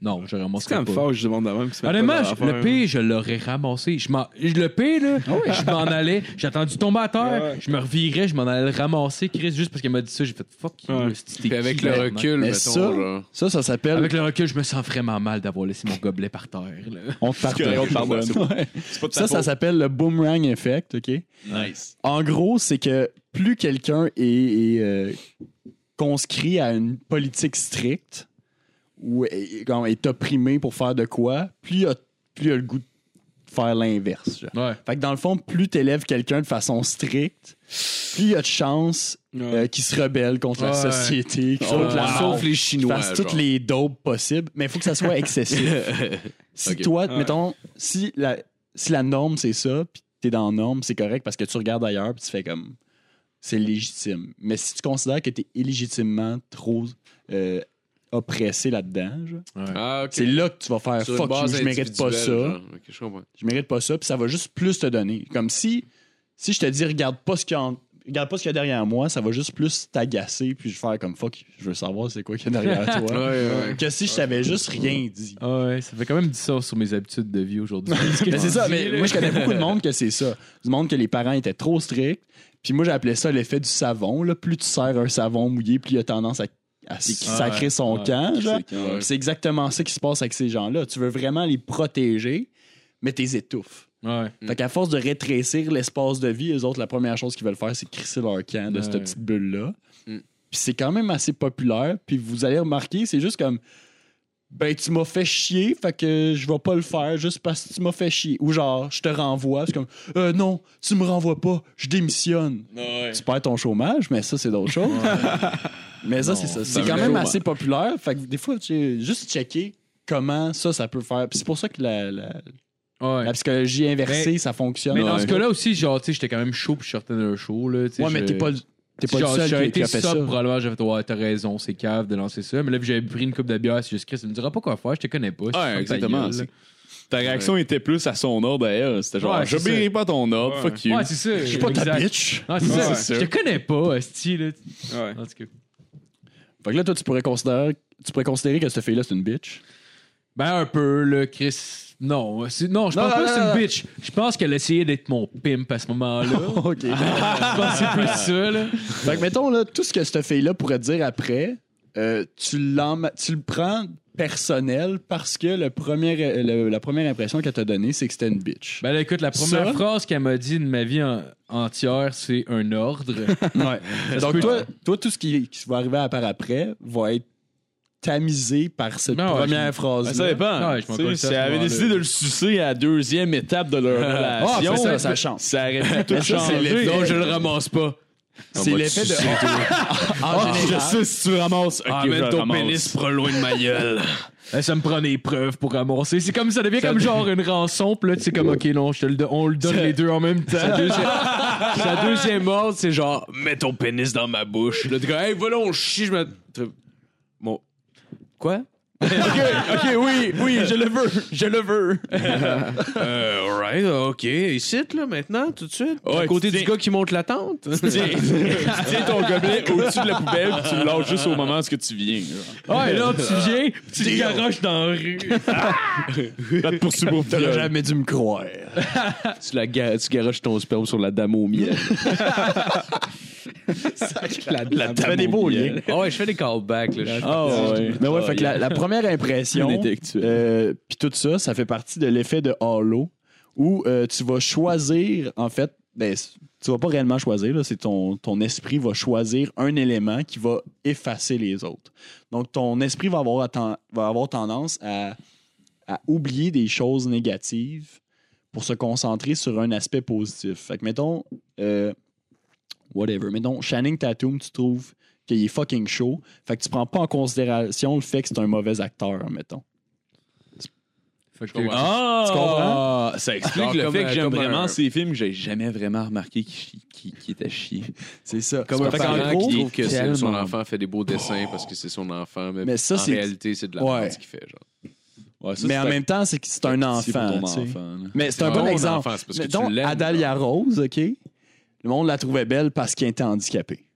Non, je C'est ramasserai quand même pas. fort, je demande avant. qu'ils se mettent Honnêtement, pas je- dans le l'affaire. hein. pire, je l'aurais ramassé. Je m'en- le pire, là, Ah je m'en allais. J'ai attendu tomber à terre, je me revirais, je m'en allais le ramasser, Chris, juste parce qu'elle m'a dit ça. J'ai fait fuck you. Ouais. c'est- Puis t'es avec qui, le maintenant? recul, Mais mettons, ça- là. Ça, ça s'appelle. Avec le recul, je me sens vraiment mal d'avoir laissé mon gobelet par terre. là. On te pardonne. correct, on te pardonne. C'est pas- C'est pas de ta Ça, ça faute. s'appelle le boomerang effect, OK? Nice. En gros, c'est que plus quelqu'un est, est, euh, conscrit à une politique stricte ou est, quand est opprimé pour faire de quoi, plus il a, plus il a le goût de faire l'inverse. genre. Ouais. Fait que dans le fond, plus t'élèves quelqu'un de façon stricte, plus il y a de chances Ouais. euh, qu'il se rebelle contre la Ouais. société, qu'il Sauf, saute la mort, les qu'il Chinois. fasse toutes les dopes possibles. Mais il faut que ça soit excessif. si Ok. toi, Ouais. mettons, si la, si la norme c'est ça, puis t'es dans la norme, c'est correct parce que tu regardes ailleurs puis tu fais comme c'est légitime. Mais si tu considères que t'es illégitimement trop euh, oppressé là-dedans, genre, Ah, ok. c'est là que tu vas faire Sur une fuck you, base je mérite pas ça, individuelle, genre. Ok, je comprends. je mérite pas ça, puis ça va juste plus te donner. Comme si si je te dis regarde pas ce qu'il y a en- Regarde pas ce qu'il y a derrière moi, ça va juste plus t'agacer puis je vais faire comme fuck, je veux savoir c'est quoi qu'il y a derrière toi. Que si je t'avais juste rien dit. Ah ouais, ça fait quand même du sens sur mes habitudes de vie aujourd'hui. Mais c'est ça, mais moi je connais beaucoup de monde que c'est ça. Du monde que les parents étaient trop stricts. Puis moi j'appelais ça l'effet du savon. Là. Plus tu serres un savon mouillé, plus il a tendance à, à s- Ah ouais, sacrer son ouais. camp. genre. C'est quand- Puis C'est exactement ça qui se passe avec ces gens-là. Tu veux vraiment les protéger, mais t'es étouffes. Ouais. Fait qu'à force de rétrécir l'espace de vie, eux autres, la première chose qu'ils veulent faire, c'est crisser leur camp de Ouais. cette petite bulle-là. Mm. Puis c'est quand même assez populaire. Puis vous allez remarquer, c'est juste comme Ben, tu m'as fait chier, fait que je vais pas le faire juste parce que tu m'as fait chier. Ou genre, je te renvoie. C'est comme Euh, Non, tu me renvoies pas, je démissionne. Tu perds ton chômage, mais ça, c'est d'autres choses. mais ça, c'est ça. C'est quand même assez populaire. Fait que des fois, tu sais, juste checker comment ça, ça peut faire. Puis c'est pour ça que la- la, Ouais. Ben, la psychologie inversée, ça fonctionne. Mais dans Ouais. ce cas-là aussi, genre, tu sais, j'étais quand même chaud puis je sortais d'un show, là. tu sais, ouais, mais je- t'es pas, le- t'es pas le genre, seul j'aurais qui- qui été a fait sobre, ça. probablement, j'avais fait, ouais, t'as raison, c'est cave de lancer ça. Mais là, puis j'avais pris une coupe de bière, c'est juste Chris, il me dira pas quoi faire, je te connais pas. Ouais, exactement. Ouais, Ta réaction était plus à son ordre à elle. C'était genre, Ouais, c'est j'obéirai pas à ton ordre, fuck you. Ouais, c'est ça. Je Je suis pas ta bitch. Non, c'est Ouais. ça. Je te connais pas, hostie, là. Ouais. En tout cas. Fait que là, toi, tu pourrais considérer, tu pourrais considérer que cette fille-là, c'est une bitch. Ben, un peu, là, Chris. Non, c'est- non je Non, pense pas non, que c'est non, une non. bitch. Je pense qu'elle essayait d'être mon pimp à ce moment-là. OK. Je pense que c'est plus ça, là. Ah. fait que mettons, là, tout ce que cette fille-là pourrait dire après, euh, tu, l'emma- tu le prends personnel parce que le premier, euh, le- la première impression qu'elle t'a donnée, c'est que c'était une bitch. Ben là, écoute, la première Ça? phrase qu'elle m'a dit de ma vie en- entière, c'est un ordre. ouais. Donc, toi, toi, tout ce qui, qui va arriver à part après va être tamisé par cette Ben ouais, première Ben, phrase. ça dépend. Ouais, je m'en colle Tu sais, ça, si elle ce avait moment-là. décidé de le sucer à la deuxième étape de leur relation, Ah, c'est ça, ça change. ça aurait pu tout ça, c'est changer. l'effet. Oh, Non, je le ramasse pas. C'est l'effet de. Ah, en général. Ah, si tu ramasses. Ah, Amène ton pénis pro loin de ma gueule. Ben, ça me prend des preuves pour ramasser. C'est comme ça devient comme genre une rançon, puis là, tu sais, comme, ok, non, je te le don- on le donne les deux en même temps. Sa deuxième, ordre, c'est genre, Mets ton pénis dans ma bouche. Le gars, hey, voilà, on chie, je me. Bon. Quoi? ok, oui, oui, je le veux, je le veux. Euh, alright, ok. Ici, là, maintenant, tout de suite. à côté du gars qui monte la tente. tu tiens ton gobelet au-dessus de la poubelle puis tu le lâches juste au moment où ce que tu viens. genre. Ah, Ouais, là, tu viens, pis tu te garoches dans la rue. Va te poursuivre pour T'aurais viol. jamais dû me croire. tu, la ga- tu garoches ton sperme sur la dame au miel. La, fais des beaux liens. Ah ouais, je fais des callbacks. Là. Je- Ah ouais. Mais ouais, fait que la, la première impression, euh, puis tout ça, ça fait partie de l'effet de Halo, où euh, tu vas choisir, en fait, ben, c- tu vas pas réellement choisir, là, c'est ton, ton esprit va choisir un élément qui va effacer les autres. Donc, ton esprit va avoir, atten- va avoir tendance à, à oublier des choses négatives pour se concentrer sur un aspect positif. Fait que, mettons, euh, whatever, mettons, Channing Tatum, tu trouves qu'il est fucking chaud, fait que tu prends pas en considération le fait que c'est un mauvais acteur, mettons. Ah! Tu comprends? Ça explique le Comme, fait que euh, j'aime comme vraiment un- ces films que j'ai jamais vraiment remarqué qui, qui, qui étaient chiés. C'est ça. Comme un Fait qu'en parent gros, qui trouve que c'est- son tellement- enfant fait des beaux dessins parce que c'est son enfant, mais, Mais ça, en c'est- réalité, c'est de la Ouais. merde ce qu'il fait. Genre. Ouais, ça, mais c'est en un- même temps, c'est que c'est un petit pour enfant. ton tu sais. enfant, là. Mais c'est un ton bon exemple. enfant, c'est parce que Mettons, tu l'aimes, Adalia Rose, OK? Le monde la trouvait belle parce qu'elle était handicapée.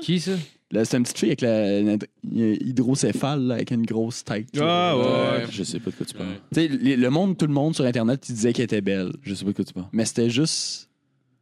Qui ça? Là, c'est une petite fille avec la une hyd- hydrocéphale, là, avec une grosse tête. Ah ouais. Je sais pas de quoi tu parles. Tu sais, les- le monde, tout le monde sur Internet, qui disait qu'elle était belle. Je sais pas de quoi tu parles. Mais c'était juste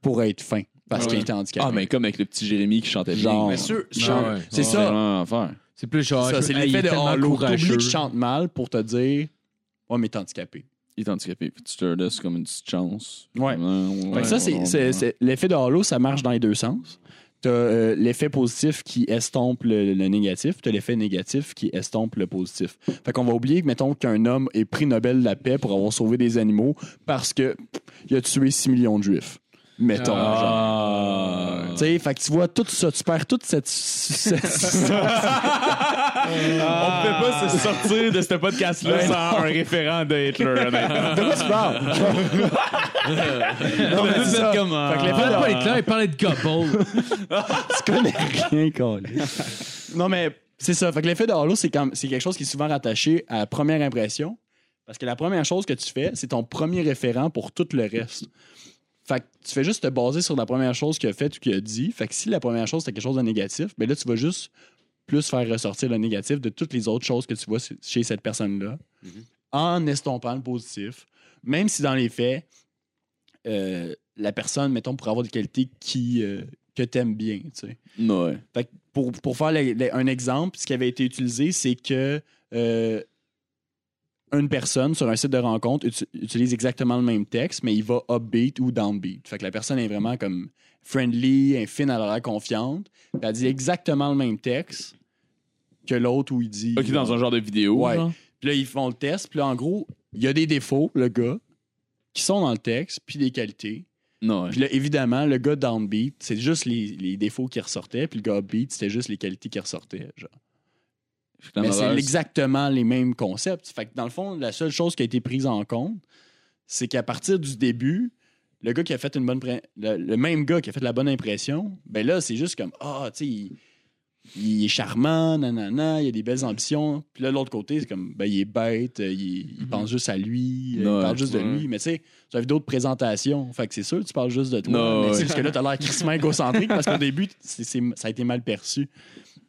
pour être fin, parce qu'elle était handicapée. Ah, mais comme avec le petit Jérémy qui chantait bien. Genre. Mais c'est sûr, Ah ouais. C'est C'est ça. vraiment l'enfer. C'est plus genre. Ça, c'est Hey, il l'effet est de tellement Halo. T'oublies courageux. que je chante mal pour te dire « Ouais, mais t'es handicapé. Il est handicapé. puis Tu te laisses comme une petite chance. Ouais. ouais, Fait que ça, ouais, c'est, ouais, c'est- ouais. c'est- l'effet de Halo, ça marche dans les deux sens. T'as euh, l'effet positif qui estompe le, le négatif, t'as l'effet négatif qui estompe le positif. Fait qu'on va oublier que, mettons, qu'un homme est prix Nobel de la paix pour avoir sauvé des animaux parce que pff, il a tué 6 millions de juifs. Mettons. genre. Ah. Tu sais, fait que tu vois tout ça, tu perds toute cette. cette- On ne pas se sortir de ce podcast-là sans un référent de Hitler, honnêtement. de quoi tu parles? non, mais c'est ça. euh, Fait que Il l'effet parlait de- pas d'Hitler, il parlait de couple. Tu connais rien, câlisse. Non, mais c'est ça. Fait que l'effet de halo, c'est comme- c'est quelque chose qui est souvent rattaché à la première impression. Parce que la première chose que tu fais, c'est ton premier référent pour tout le reste. Fait que tu fais juste te baser sur la première chose qu'il a faite ou qu'il a dit. Fait que si la première chose, c'est quelque chose de négatif, ben là, tu vas juste plus faire ressortir le négatif de toutes les autres choses que tu vois c- chez cette personne-là en estompant le positif. Même si dans les faits, euh, la personne, mettons, pourrait avoir des qualités qui, euh, que t'aimes bien, tu sais. Ouais. Fait que pour, pour faire les- les- un exemple, ce qui avait été utilisé, c'est que euh, une personne sur un site de rencontre uti- utilise exactement le même texte, mais il va upbeat ou downbeat. Fait que la personne est vraiment comme friendly, infine, elle a l'air confiante. puis Elle dit exactement le même texte que l'autre où il dit. Ok, dans un genre de vidéo. Ouais. genre. Puis là, ils font le test. Puis là, en gros, il y a des défauts, le gars, qui sont dans le texte, puis des qualités. Non, ouais. Puis là, évidemment, le gars downbeat, c'est juste les, les défauts qui ressortaient, puis le gars upbeat, c'était juste les qualités qui ressortaient. genre. La Mais c'est morale, exactement les mêmes concepts. Fait que dans le fond, la seule chose qui a été prise en compte, c'est qu'à partir du début, le gars qui a fait une bonne pré- le, le même gars qui a fait la bonne impression, ben là, c'est juste comme ah, tu sais, il, il est charmant, nanana, il a des belles ambitions. Puis là, de l'autre côté, c'est comme ben il est bête, euh, il, il pense juste à lui, euh, Mhm. Ouais, il parle juste de ouais. lui. Mais tu sais, c'est une vidéo de présentation. Fait que c'est sûr, tu parles juste de toi. Non, mais ouais. c'est parce que là, t'as l'air crissement égocentrique parce qu'au début, c'est- c'est- ça a été mal perçu.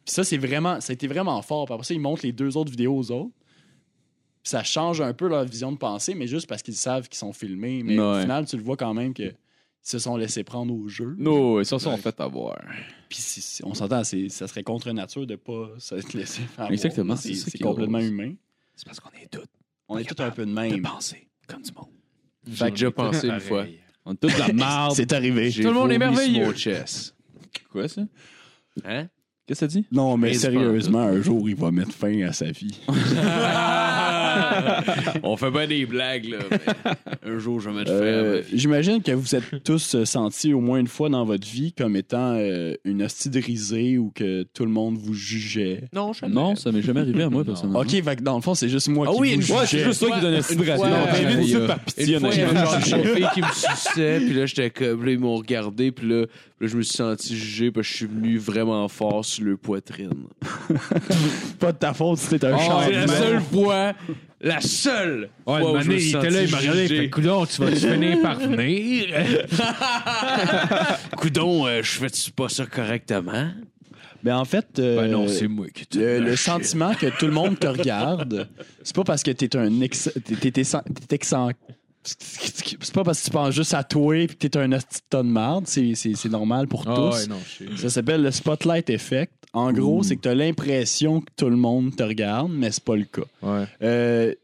Puis ça, c'est vraiment, ça a été vraiment fort. Puis après ça, ils montrent les deux autres vidéos aux autres. Puis ça change un peu leur vision de pensée, mais juste parce qu'ils savent qu'ils sont filmés. Mais au Ouais. final, tu le vois quand même qu'ils se sont laissés prendre au jeu. No, ouais, ça, ça, on fait avoir. Puis si- si- on s'entend, c'est- ça serait contre nature de pas se laisser faire. avoir. Exactement, C'est c'est ça c'est qui est drôle. complètement humain. C'est parce qu'on est tous On est tous un peu de même. pensés comme du monde. J'ai déjà pensé une fois. On est tous de la marde. C'est arrivé. J'ai Tout le monde est vomi sur merveilleux. mon chest. quoi, ça? Hein? Qu'est-ce que ça dit? Non, mais Prince sérieusement, un jour, il va mettre fin à sa vie. On fait bien des blagues, là. mais un jour, je vais mettre fin à ma Euh, vie. J'imagine que vous êtes tous euh, sentis au moins une fois dans votre vie comme étant euh, une hostie de risée ou que tout le monde vous jugeait. Mhm. Non, je Ah Non, ça m'est jamais arrivé à moi, personnellement. Ok, fait que dans le fond, c'est juste moi Ah qui oui, une vous fois, Ouais, c'est jugeais. juste toi qui donne un style fois, Non, euh, t'invites euh, ça par pitié, Une fois, il y avait honnêtement. genre une fille qui me suçait, puis là, j'étais comme, là, ils m'ont regardé, puis là, là, je me suis senti jugé, parce que je suis venu vraiment fort sur leur poitrine. pas de ta faute si t'es un Oh, champion. Ah, C'est la man. seule fois, la seule Ouais, fois une où je me année, suis il senti était là, il m'a regardé, il jugé. fait Coudon, tu vas-tu finir par venir? Coudon, euh, je fais-tu pas ça correctement? Mais en fait, euh, Ben non, c'est moi qui te. le, le sentiment que tout le monde te regarde, c'est pas parce que t'es un ex. T'es t'es- t'es sen- t'es exen- C'est pas parce que tu penses juste à toi et que t'es un hostie de tonne de marde. C'est- C'est c'est normal pour Ah tous. ouais, non, je sais. Ça s'appelle le spotlight effect. En gros, c'est que tu as l'impression que tout le monde te regarde, mais c'est pas le cas. Ouais. Euh,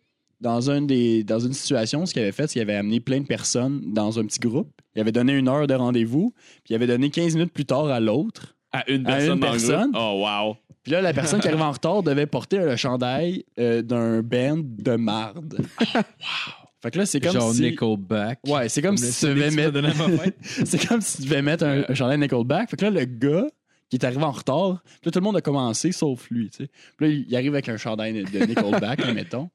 dans, un des, dans une situation, ce qu'il avait fait, c'est qu'il avait amené plein de personnes dans un petit groupe. Il avait donné une heure de rendez-vous, puis il avait donné 15 minutes plus tard à l'autre. À Ah, une à personne une dans le personne. groupe. Oh, wow. Puis là, la personne qui arrivait en retard devait porter le chandail euh, d'un band de marde. Fait que là, c'est comme Genre si... Nickelback. Ouais, c'est comme si tu devais mettre... c'est comme si tu devais mettre un, un chandail Nickelback. Fait que là, le gars qui est arrivé en retard, puis là, tout le monde a commencé sauf lui. tu sais. Puis là, il- il arrive avec un chandail de de Nickelback, admettons.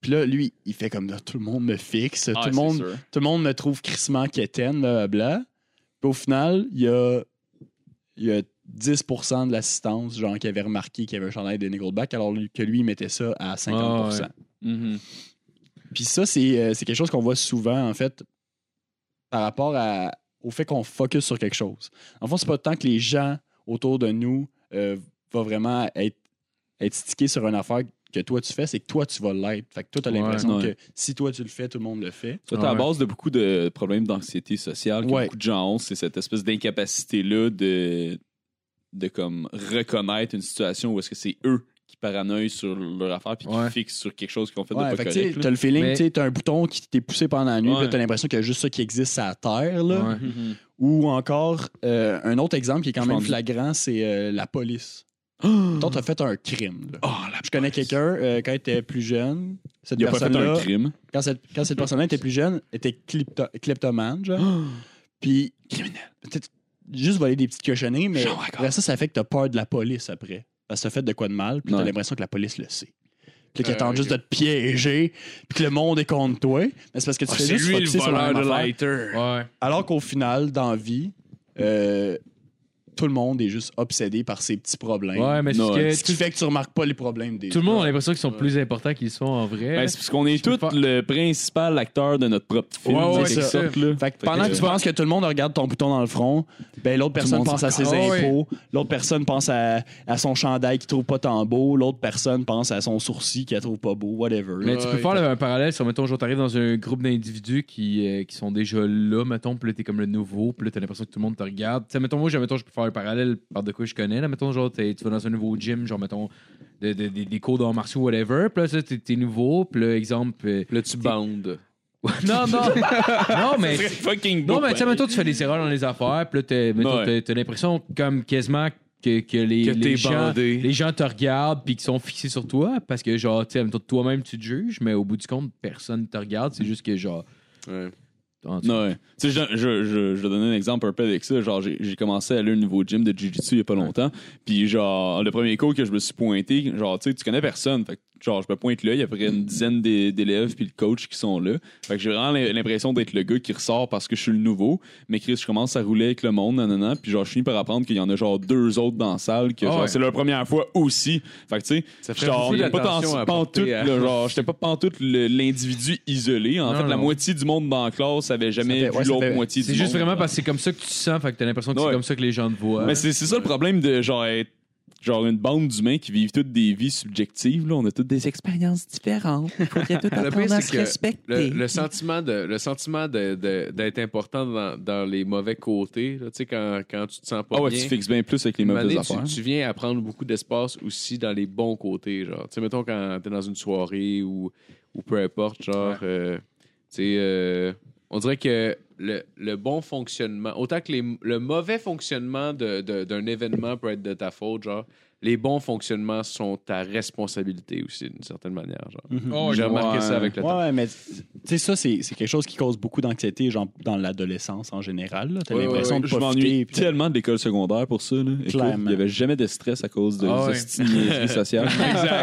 Puis là, lui, il fait comme tout le monde me fixe, Ah, tout, le monde, tout le monde me trouve crissement quétaine, blablabla. Puis au final, il y a, il y a 10% de l'assistance, genre, qui avait remarqué qu'il y avait un chandail de Nickelback, alors lui- que lui, il mettait ça à 50%. Ah Mm-hmm. Puis ça, c'est euh, c'est quelque chose qu'on voit souvent, en fait, par rapport à- au fait qu'on focus sur quelque chose. En fait, c'est pas tant que les gens autour de nous euh, vont vraiment être, être stickés sur une affaire que toi tu fais, c'est que toi tu vas l'être. Fait que toi, t'as Ouais, l'impression ouais. que si toi tu le fais, tout le monde le fait. Ça, t'es à Ouais. base de beaucoup de problèmes d'anxiété sociale que Ouais. beaucoup de gens ont. C'est cette espèce d'incapacité-là de, de comme reconnaître une situation où est-ce que c'est eux qui paranoïent sur leur affaire puis qui Ouais. fixent sur quelque chose qu'ils ont fait Ouais, de fait pas que tu correct. sais, là. t'as le feeling, Mais- tu sais, t'as un bouton qui t'est poussé pendant la nuit, Ouais. puis là, t'as l'impression qu'il y a juste ça qui existe à terre. Là. Ouais. Mhm. Ou encore, euh, un autre exemple qui est quand Je même m'en dis. flagrant, c'est euh, la police. Toi, t'as fait un crime. là. Oh, la- Je connais quelqu'un, euh, quand il était plus jeune, cette Il a pas fait personne-là, un crime. quand cette, quand cette personne-là était plus jeune, était klepto- kleptomane, genre. Puis, criminel. Juste voler des petites cochonneries, mais Genre, d'accord. après ça, ça fait que t'as peur de la police après. Parce que t'as fait de quoi de mal, puis t'as Ouais. l'impression que la police le sait. Puis là, qu'ils Euh, attendent juste de te piéger, puis que le monde est contre toi. Mais c'est parce que tu Ah, fais c'est juste lui le focuser sur la voleur même de affaire. lighter. Ouais. Alors qu'au final, dans la vie, euh, tout le monde est juste obsédé par ses petits problèmes. Ouais, mais c'est Non, parce Ce qui que tout- fait que tu remarques pas les problèmes des tout le monde a l'impression qu'ils sont plus importants qu'ils sont en vrai. Ben, c'est parce qu'on est peux tous pas- le principal acteur de notre propre film. Ouais, ouais, c'est c'est ça. Fait là. que pendant Fait que, que- tu penses que tout le monde regarde ton bouton dans le front, ben l'autre personne monde pense à ses Ah ouais. impôts, l'autre personne pense à, à son chandail qu'il trouve pas tant beau, l'autre personne pense à son sourcil qu'elle trouve pas beau, whatever. Mais tu peux faire le- un parallèle sur, mettons, genre, t'arrives dans un groupe d'individus qui, euh, qui sont déjà là, mettons, puis là, t'es comme le nouveau, puis là, t'as l'impression que tout le monde te regarde. Tu sais, mettons, moi, genre, mettons, je peux faire un parallèle par de quoi je connais, là, mettons, genre, t'es- tu vas dans un nouveau gym, genre, mettons, de- de- de- des cours d'arts martiaux, whatever, puis là, ça, t'es t'es nouveau, puis là, exemple... euh, Là, tu bandes. Non, non, non, mais... C'est fucking beau. Non, mais tu sais, pareil. mettons, tu fais des erreurs dans les affaires, puis là, t'es- mettons, Ouais. t'as- t'as l'impression comme quasiment que, que les, Que les t'es gens... bandé. Les gens te regardent puis qu'ils sont fixés sur toi parce que genre tu sais mettons, toi-même tu te juges mais au bout du compte personne te regarde c'est juste que genre Ouais. en tout cas, Non, ouais. Tu sais, je, je, je, je vais donner un exemple un peu avec ça. Genre, j'ai j'ai commencé à aller au nouveau gym de Jiu-Jitsu il y a pas longtemps. Puis, genre, le premier cours que je me suis pointé, genre, tu sais, tu connais personne. Fait que, genre, je me pointe là, il y a près une dizaine d'é- d'élèves puis le coach qui sont là. Fait que j'ai vraiment l'im- l'impression d'être le gars qui ressort parce que je suis le nouveau. Mais Chris, je commence à rouler avec le monde, nanana. Puis, genre, je finis par apprendre qu'il y en a genre deux autres dans la salle que, Ah genre, ouais. c'est leur première fois aussi. Fait que, tu sais, Ça ferait Genre, beaucoup j'étais pas d'attention à tant- porter hein. pantoute, à- là, genre, j'étais pas pantoute le- l'individu isolé. En Non, fait, la non. moitié du monde dans la classe avait Ça jamais fait- vu ouais, ça l'autre fait- moitié du c'est juste monde. vraiment parce que c'est comme ça que tu te sens fait que t'as l'impression que Ouais. c'est comme ça que les gens te voient Mais c'est c'est ça le problème de, genre, être genre une bande d'humains qui vivent toutes des vies subjectives là on a toutes des expériences différentes Le pire, c'est que le, le sentiment de le sentiment de- de- d'être important dans, dans les mauvais côtés, là, tu sais quand, quand tu te sens pas ah ouais bien. tu fixes bien plus avec les une mauvaises année, tu, affaires tu viens à prendre beaucoup d'espace aussi dans les bons côtés, genre. Tu sais, mettons quand t'es dans une soirée ou, ou peu importe, genre, euh, tu sais, euh, on dirait que le, le bon fonctionnement, autant que les- le mauvais fonctionnement de- de- d'un événement peut être de ta faute, genre, les bons fonctionnements sont ta responsabilité aussi, d'une certaine manière. genre. Oh, J'ai ouais. remarqué ça avec le Ouais, temps. ouais, mais tu sais, ça, c'est c'est quelque chose qui cause beaucoup d'anxiété genre, dans l'adolescence en général. là. T'as Ouais, l'impression ouais, de Je pas m'ennuie fitter, puis- tellement de l'école secondaire pour ça. Là. Écoute, Clairement. Il n'y avait jamais de stress à cause de Ah ouais. l'hostilité sociale.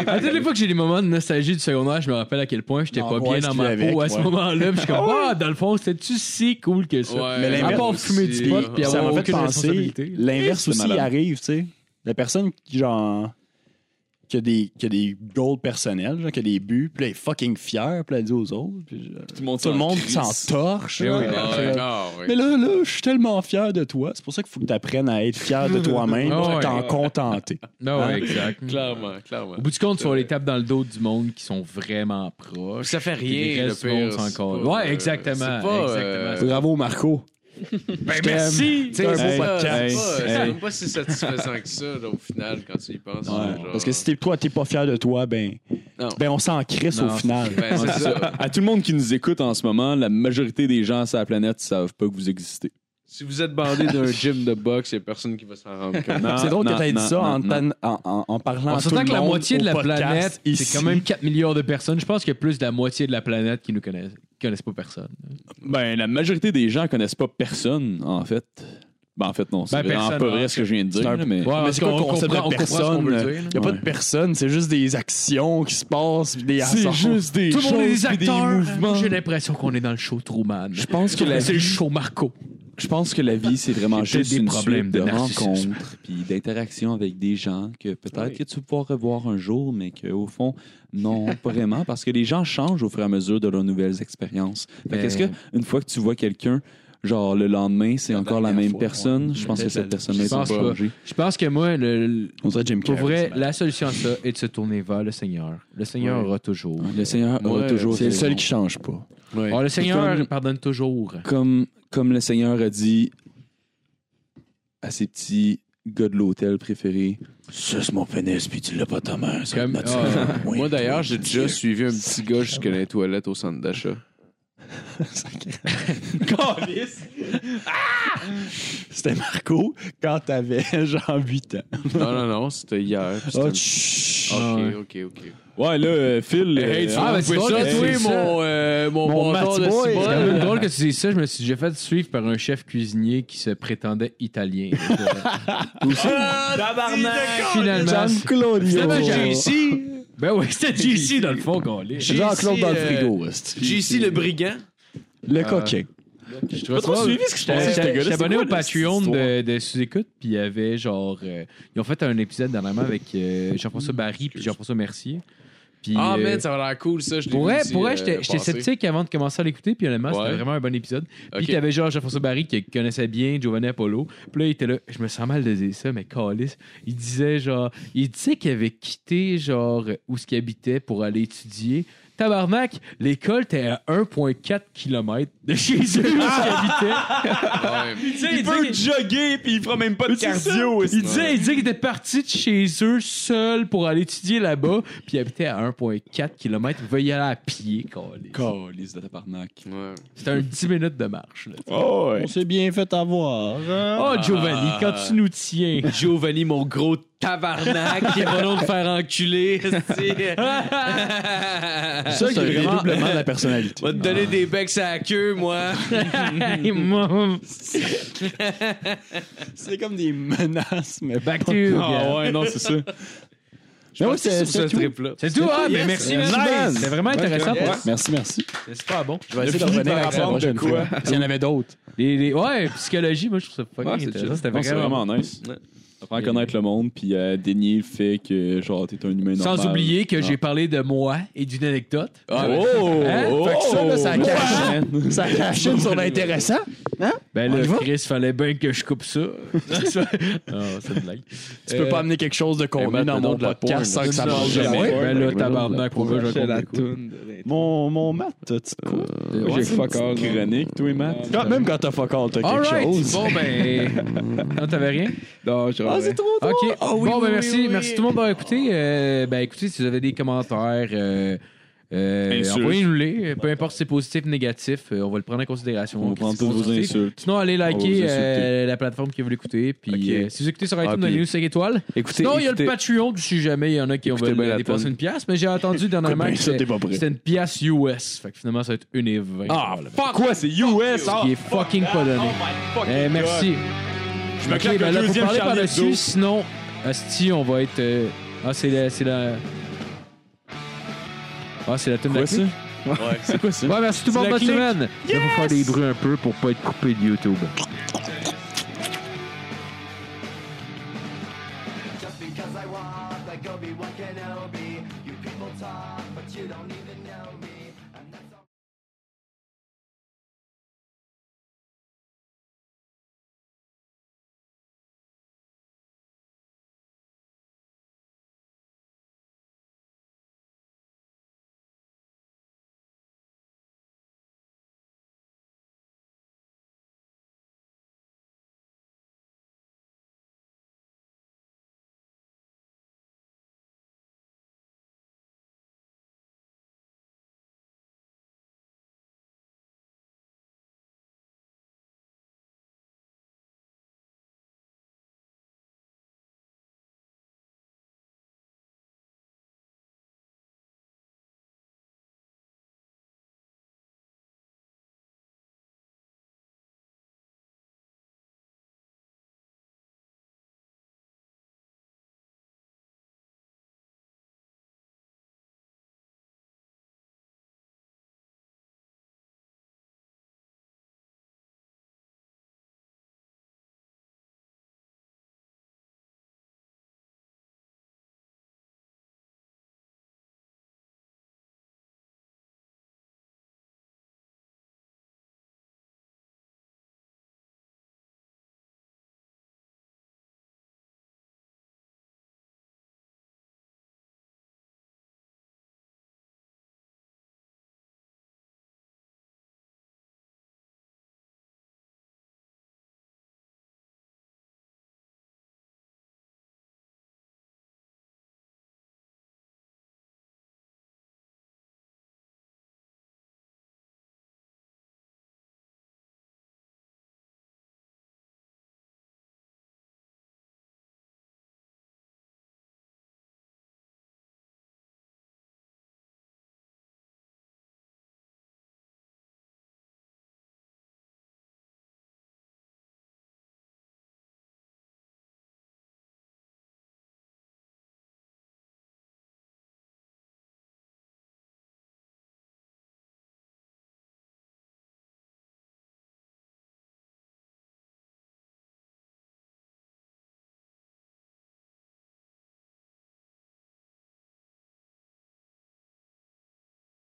À toutes les fois que j'ai des moments de nostalgie du secondaire, je me rappelle à quel point j'étais Non, pas ouais, bien dans ce ma qu'il y peau avait, à ce ouais. moment-là. Puis je suis comme, ah, dans le fond, c'était-tu si cool que ça? Ouais, Mais à l'inverse part fumer du pot, aussi. puis ça avoir m'a fait aucune penser, responsabilité. l'inverse C'est aussi malade. arrive, tu sais. La personne qui, genre, qui a des, qui a des goals personnels, genre, qui a des buts, puis là, elle est fucking fière, puis là, elle dit aux autres, puis genre, tout le monde s'entorche. Mais là, oui, puis ah là, ouais, ah ouais. Mais là, là, je suis tellement fier de toi. C'est pour ça qu'il faut que tu apprennes à être fier de toi-même Ah pour ouais. t'en contenter. Non, Ah ouais, exact. Clairement, clairement. Au bout du compte, tu vas les taper dans le dos du monde qui sont vraiment proches. Ça fait Puis les rien, le restes du monde sont pire. c'est encore- pas, Ouais, euh, exactement. c'est pas, euh, exactement. Bravo, Marco. Ben, t'aime. merci! Tu sais, Hey, c'est ça, hey, c'est pas- c'est hey. même pas si satisfaisant que ça, là, au final, quand tu y penses. Ouais, genre. Parce que si t'es- toi, t'es pas fier de toi, ben, Non. ben on s'en crisse Non, au final. Ben, c'est ça. À tout le monde qui nous écoute en ce moment, la majorité des gens sur la planète ne savent pas que vous existez. Si vous êtes bandé d'un gym de boxe, il n'y a personne qui va s'en rendre compte. Non, C'est drôle non, que t'aies dit non, ça en, non, non. t'en- en- en- en parlant On à tout s'entend le que la monde moitié de au la podcast planète, ici. c'est quand même 4 milliards de personnes. Je pense qu'il y a plus de la moitié de la planète qui nous connaissent, qui connaissent pas personne. Ben, la majorité des gens connaissent pas personne, en fait. Ben, en fait, non. C'est Ben, vraiment personne, pas hein. vrai ce que je viens de dire. C'est un- là, mais... Ouais, mais parce c'est quoi qu'on le concept comprend- de Ah, on comprend ce qu'on veut personne, dire, là. Il n'y a pas de Ouais. personne, c'est juste des actions qui se passent. puis Des actions. des Tout le monde est des acteurs. mouvements. J'ai l'impression qu'on est dans le show Truman. Je pense que la C'est le vie, show Marco. je pense que la vie, c'est vraiment J'ai juste des une problèmes suite de de, narcissisme. rencontres puis d'interactions avec des gens que peut-être Oui. que tu vas pouvoir revoir un jour, mais que au fond, non, pas vraiment, parce que les gens changent au fur et à mesure de leurs nouvelles expériences. Fait Mais- qu'est-ce que une fois que tu vois quelqu'un, genre le lendemain, c'est La encore la dernière même fois, personne, ouais. je pense que Peut-être cette la- personne-là je est pas pense pas. changée. Je pense que moi, le- le- On dirait Jim pour Carrey. vrai, la solution à ça est de se tourner vers le Seigneur. Le Seigneur aura toujours. Le Seigneur aura Moi, toujours C'est le raison. seul qui change pas. Ah, le Seigneur Comme- pardonne toujours. comme, comme le Seigneur a dit à ses petits gars de l'hôtel préférés, suce mon pénis puis tu l'as pas ta main. ça va Comme- te mettre ah, sur le ouais. coin. Moi, d'ailleurs, j'ai déjà suivi un petit gars jusqu'à les toilettes au centre d'achat. Ah! C'était Marco quand t'avais genre 8 Ah, ans. Non, non, non, c'était hier. Oh, C'était- Ah, tch- Ok, ok, ok. Ouais, là, euh, Phil. Hey, euh, tu ah, vois, ben, vous c'est pouvez drôle ça, que toi, tu dis mon, euh, mon, Mon bâton Match de Boy. C'est quand cibole. même drôle que tu dises ça. Je me suis déjà fait suivre par un chef cuisinier qui se prétendait italien. Finalement, c'est- Jean-Claude Finalement, Yo. JC, ben oui, c'était JC dans le fond qu'on l'est. Jean-Claude dans le euh, frigo. Ah, esti. JC le brigand. Le coquin. Je trouvais trop ça- suivi ce que je J'étais- pensais, ce J'étais gars-là. j'étais C'est abonné quoi, au là, Patreon cette de, de Sous-Écoute, puis il y avait genre. euh, ils ont fait un épisode dernièrement avec euh, Jean-François Barry puis Jean-François Mercier. Puis, Ah, euh, man, ça va l'air cool, ça. Je l'ai Pour vrai, vu pour vrai, aussi, j'étais euh, j'étais passer. sceptique avant de commencer à l'écouter, puis honnêtement, Ouais. c'était vraiment un bon épisode. Puis Ok. t'avais genre Jean-François Barry qui connaissait bien Giovanni Apollo. Puis là, il était là, je me sens mal de dire ça, mais calice. Il disait genre, il disait qu'il avait quitté genre où ce qu'il habitait pour aller étudier. Tabarnak, l'école était à 1,4 km de chez eux où ce qu'il habitait. Ouais. Ah! Tu sais, il disait qu'il- jogger puis il fera même pas de cardio. il disait, il disait qu'il était parti de chez eux seul pour aller étudier là-bas, puis il habitait à 1,4 km. Il pouvait y aller à pied, calice. Calice de tabarnak. Ouais. C'était un 10 minutes de marche. là. Oh, On s'est bien fait avoir. hein? Oh, Giovanni, quand tu nous tiens. Giovanni, mon gros tabarnak, qui va nous faire enculer. esti. Ça, c'est un dédoublement de la personnalité. Va te donner des becs à la queue, moi. Hey, mom. C'est comme des menaces, mais Back to you. Ah ouais, non, c'est ça. Mais ouais, C'est c'est sur ce c'est tout. trip-là. C'est tout, ah, mais merci, Yes. man. Nice. C'était vraiment intéressant. Yes. pour- Merci, merci. C'est super bon. Je vais essayer de revenir avec ça la prochaine fois. S'il y en avait d'autres. Les- les- Ouais, psychologie, moi, je trouve ça fucking Ouais, c'est intéressant. chill. C'était Non, Ah, C'est vraiment. vraiment nice. Ouais. Apprends à connaître le monde puis à dénier le fait que, genre, t'es un humain normal. Ah. Sans oublier que Non. j'ai parlé de moi et d'une anecdote. Oh! Hein? oh, Fait que ça, là, ça oh, cache- man. Ça cachine sur l'intéressant. Ben On y là, va? Chris, fallait bien que je coupe ça. Non, c'est une blague. Euh, Tu peux pas amener quelque chose de eh contenu ben, dans mon de la podcast sans que ça Non, marche jamais. jamais. Ben là, tabarnak, pour moi, je C'est la raconte des coups. toune. de- Mon, mon Matt, t'as-tu de quoi? Moi, Ouais, J'ai c'est fuck une all. petite non. Chronique, toi, Matt. Quand- même quand t'as fuck all, t'as quelque Alright. chose. Bon, ben. Non, t'avais rien? Non, je reviens. trop OK. Ah oui, bon, ben, oui, merci. oui, oui. Merci tout le monde d'avoir écouté. Euh, ben, écoutez, si vous avez des commentaires, euh, Euh, Insultes. Envoyez-nous-les. Peu importe si c'est positif ou négatif, euh, on va le prendre en considération. On prend Si c'est toutes vos positif, insultes. Sinon, allez On va liker vous insulter. euh, la plateforme que vous l'écoutez. Puis Ok. euh, si vous écoutez sur iTunes, Ah, puis- donnez-nous 5 étoiles. Écoutez, Sinon, il y a écoutez- le Patreon, si jamais il y en a qui ont écoutez bien veulent la dépenser tonne. une pièce. Mais j'ai entendu dernièrement Écoute que bien ça, c'était t'es pas prêt. c'était une pièce US. Fait que finalement, ça va être une et 20. Ah, fuck! Quoi, c'est US? Ce qui est fucking pas Oh donné. Eh, merci. Je me Ok, claque ben là, le faut deuxième parler charlie par-dessus, sinon, Asti, on va être. euh, Ah, c'est la. C'est la... Ah, c'est la tune de la Quoi, ça? clique. Ouais, c'est quoi ça? Ouais, merci tout le monde, C'est la bonne semaine. clique. Je vais vous faire des bruits un peu pour pas être coupé de YouTube. Just because I walk like Obi-Wan Kenobi You people talk, but you don't even know me And that's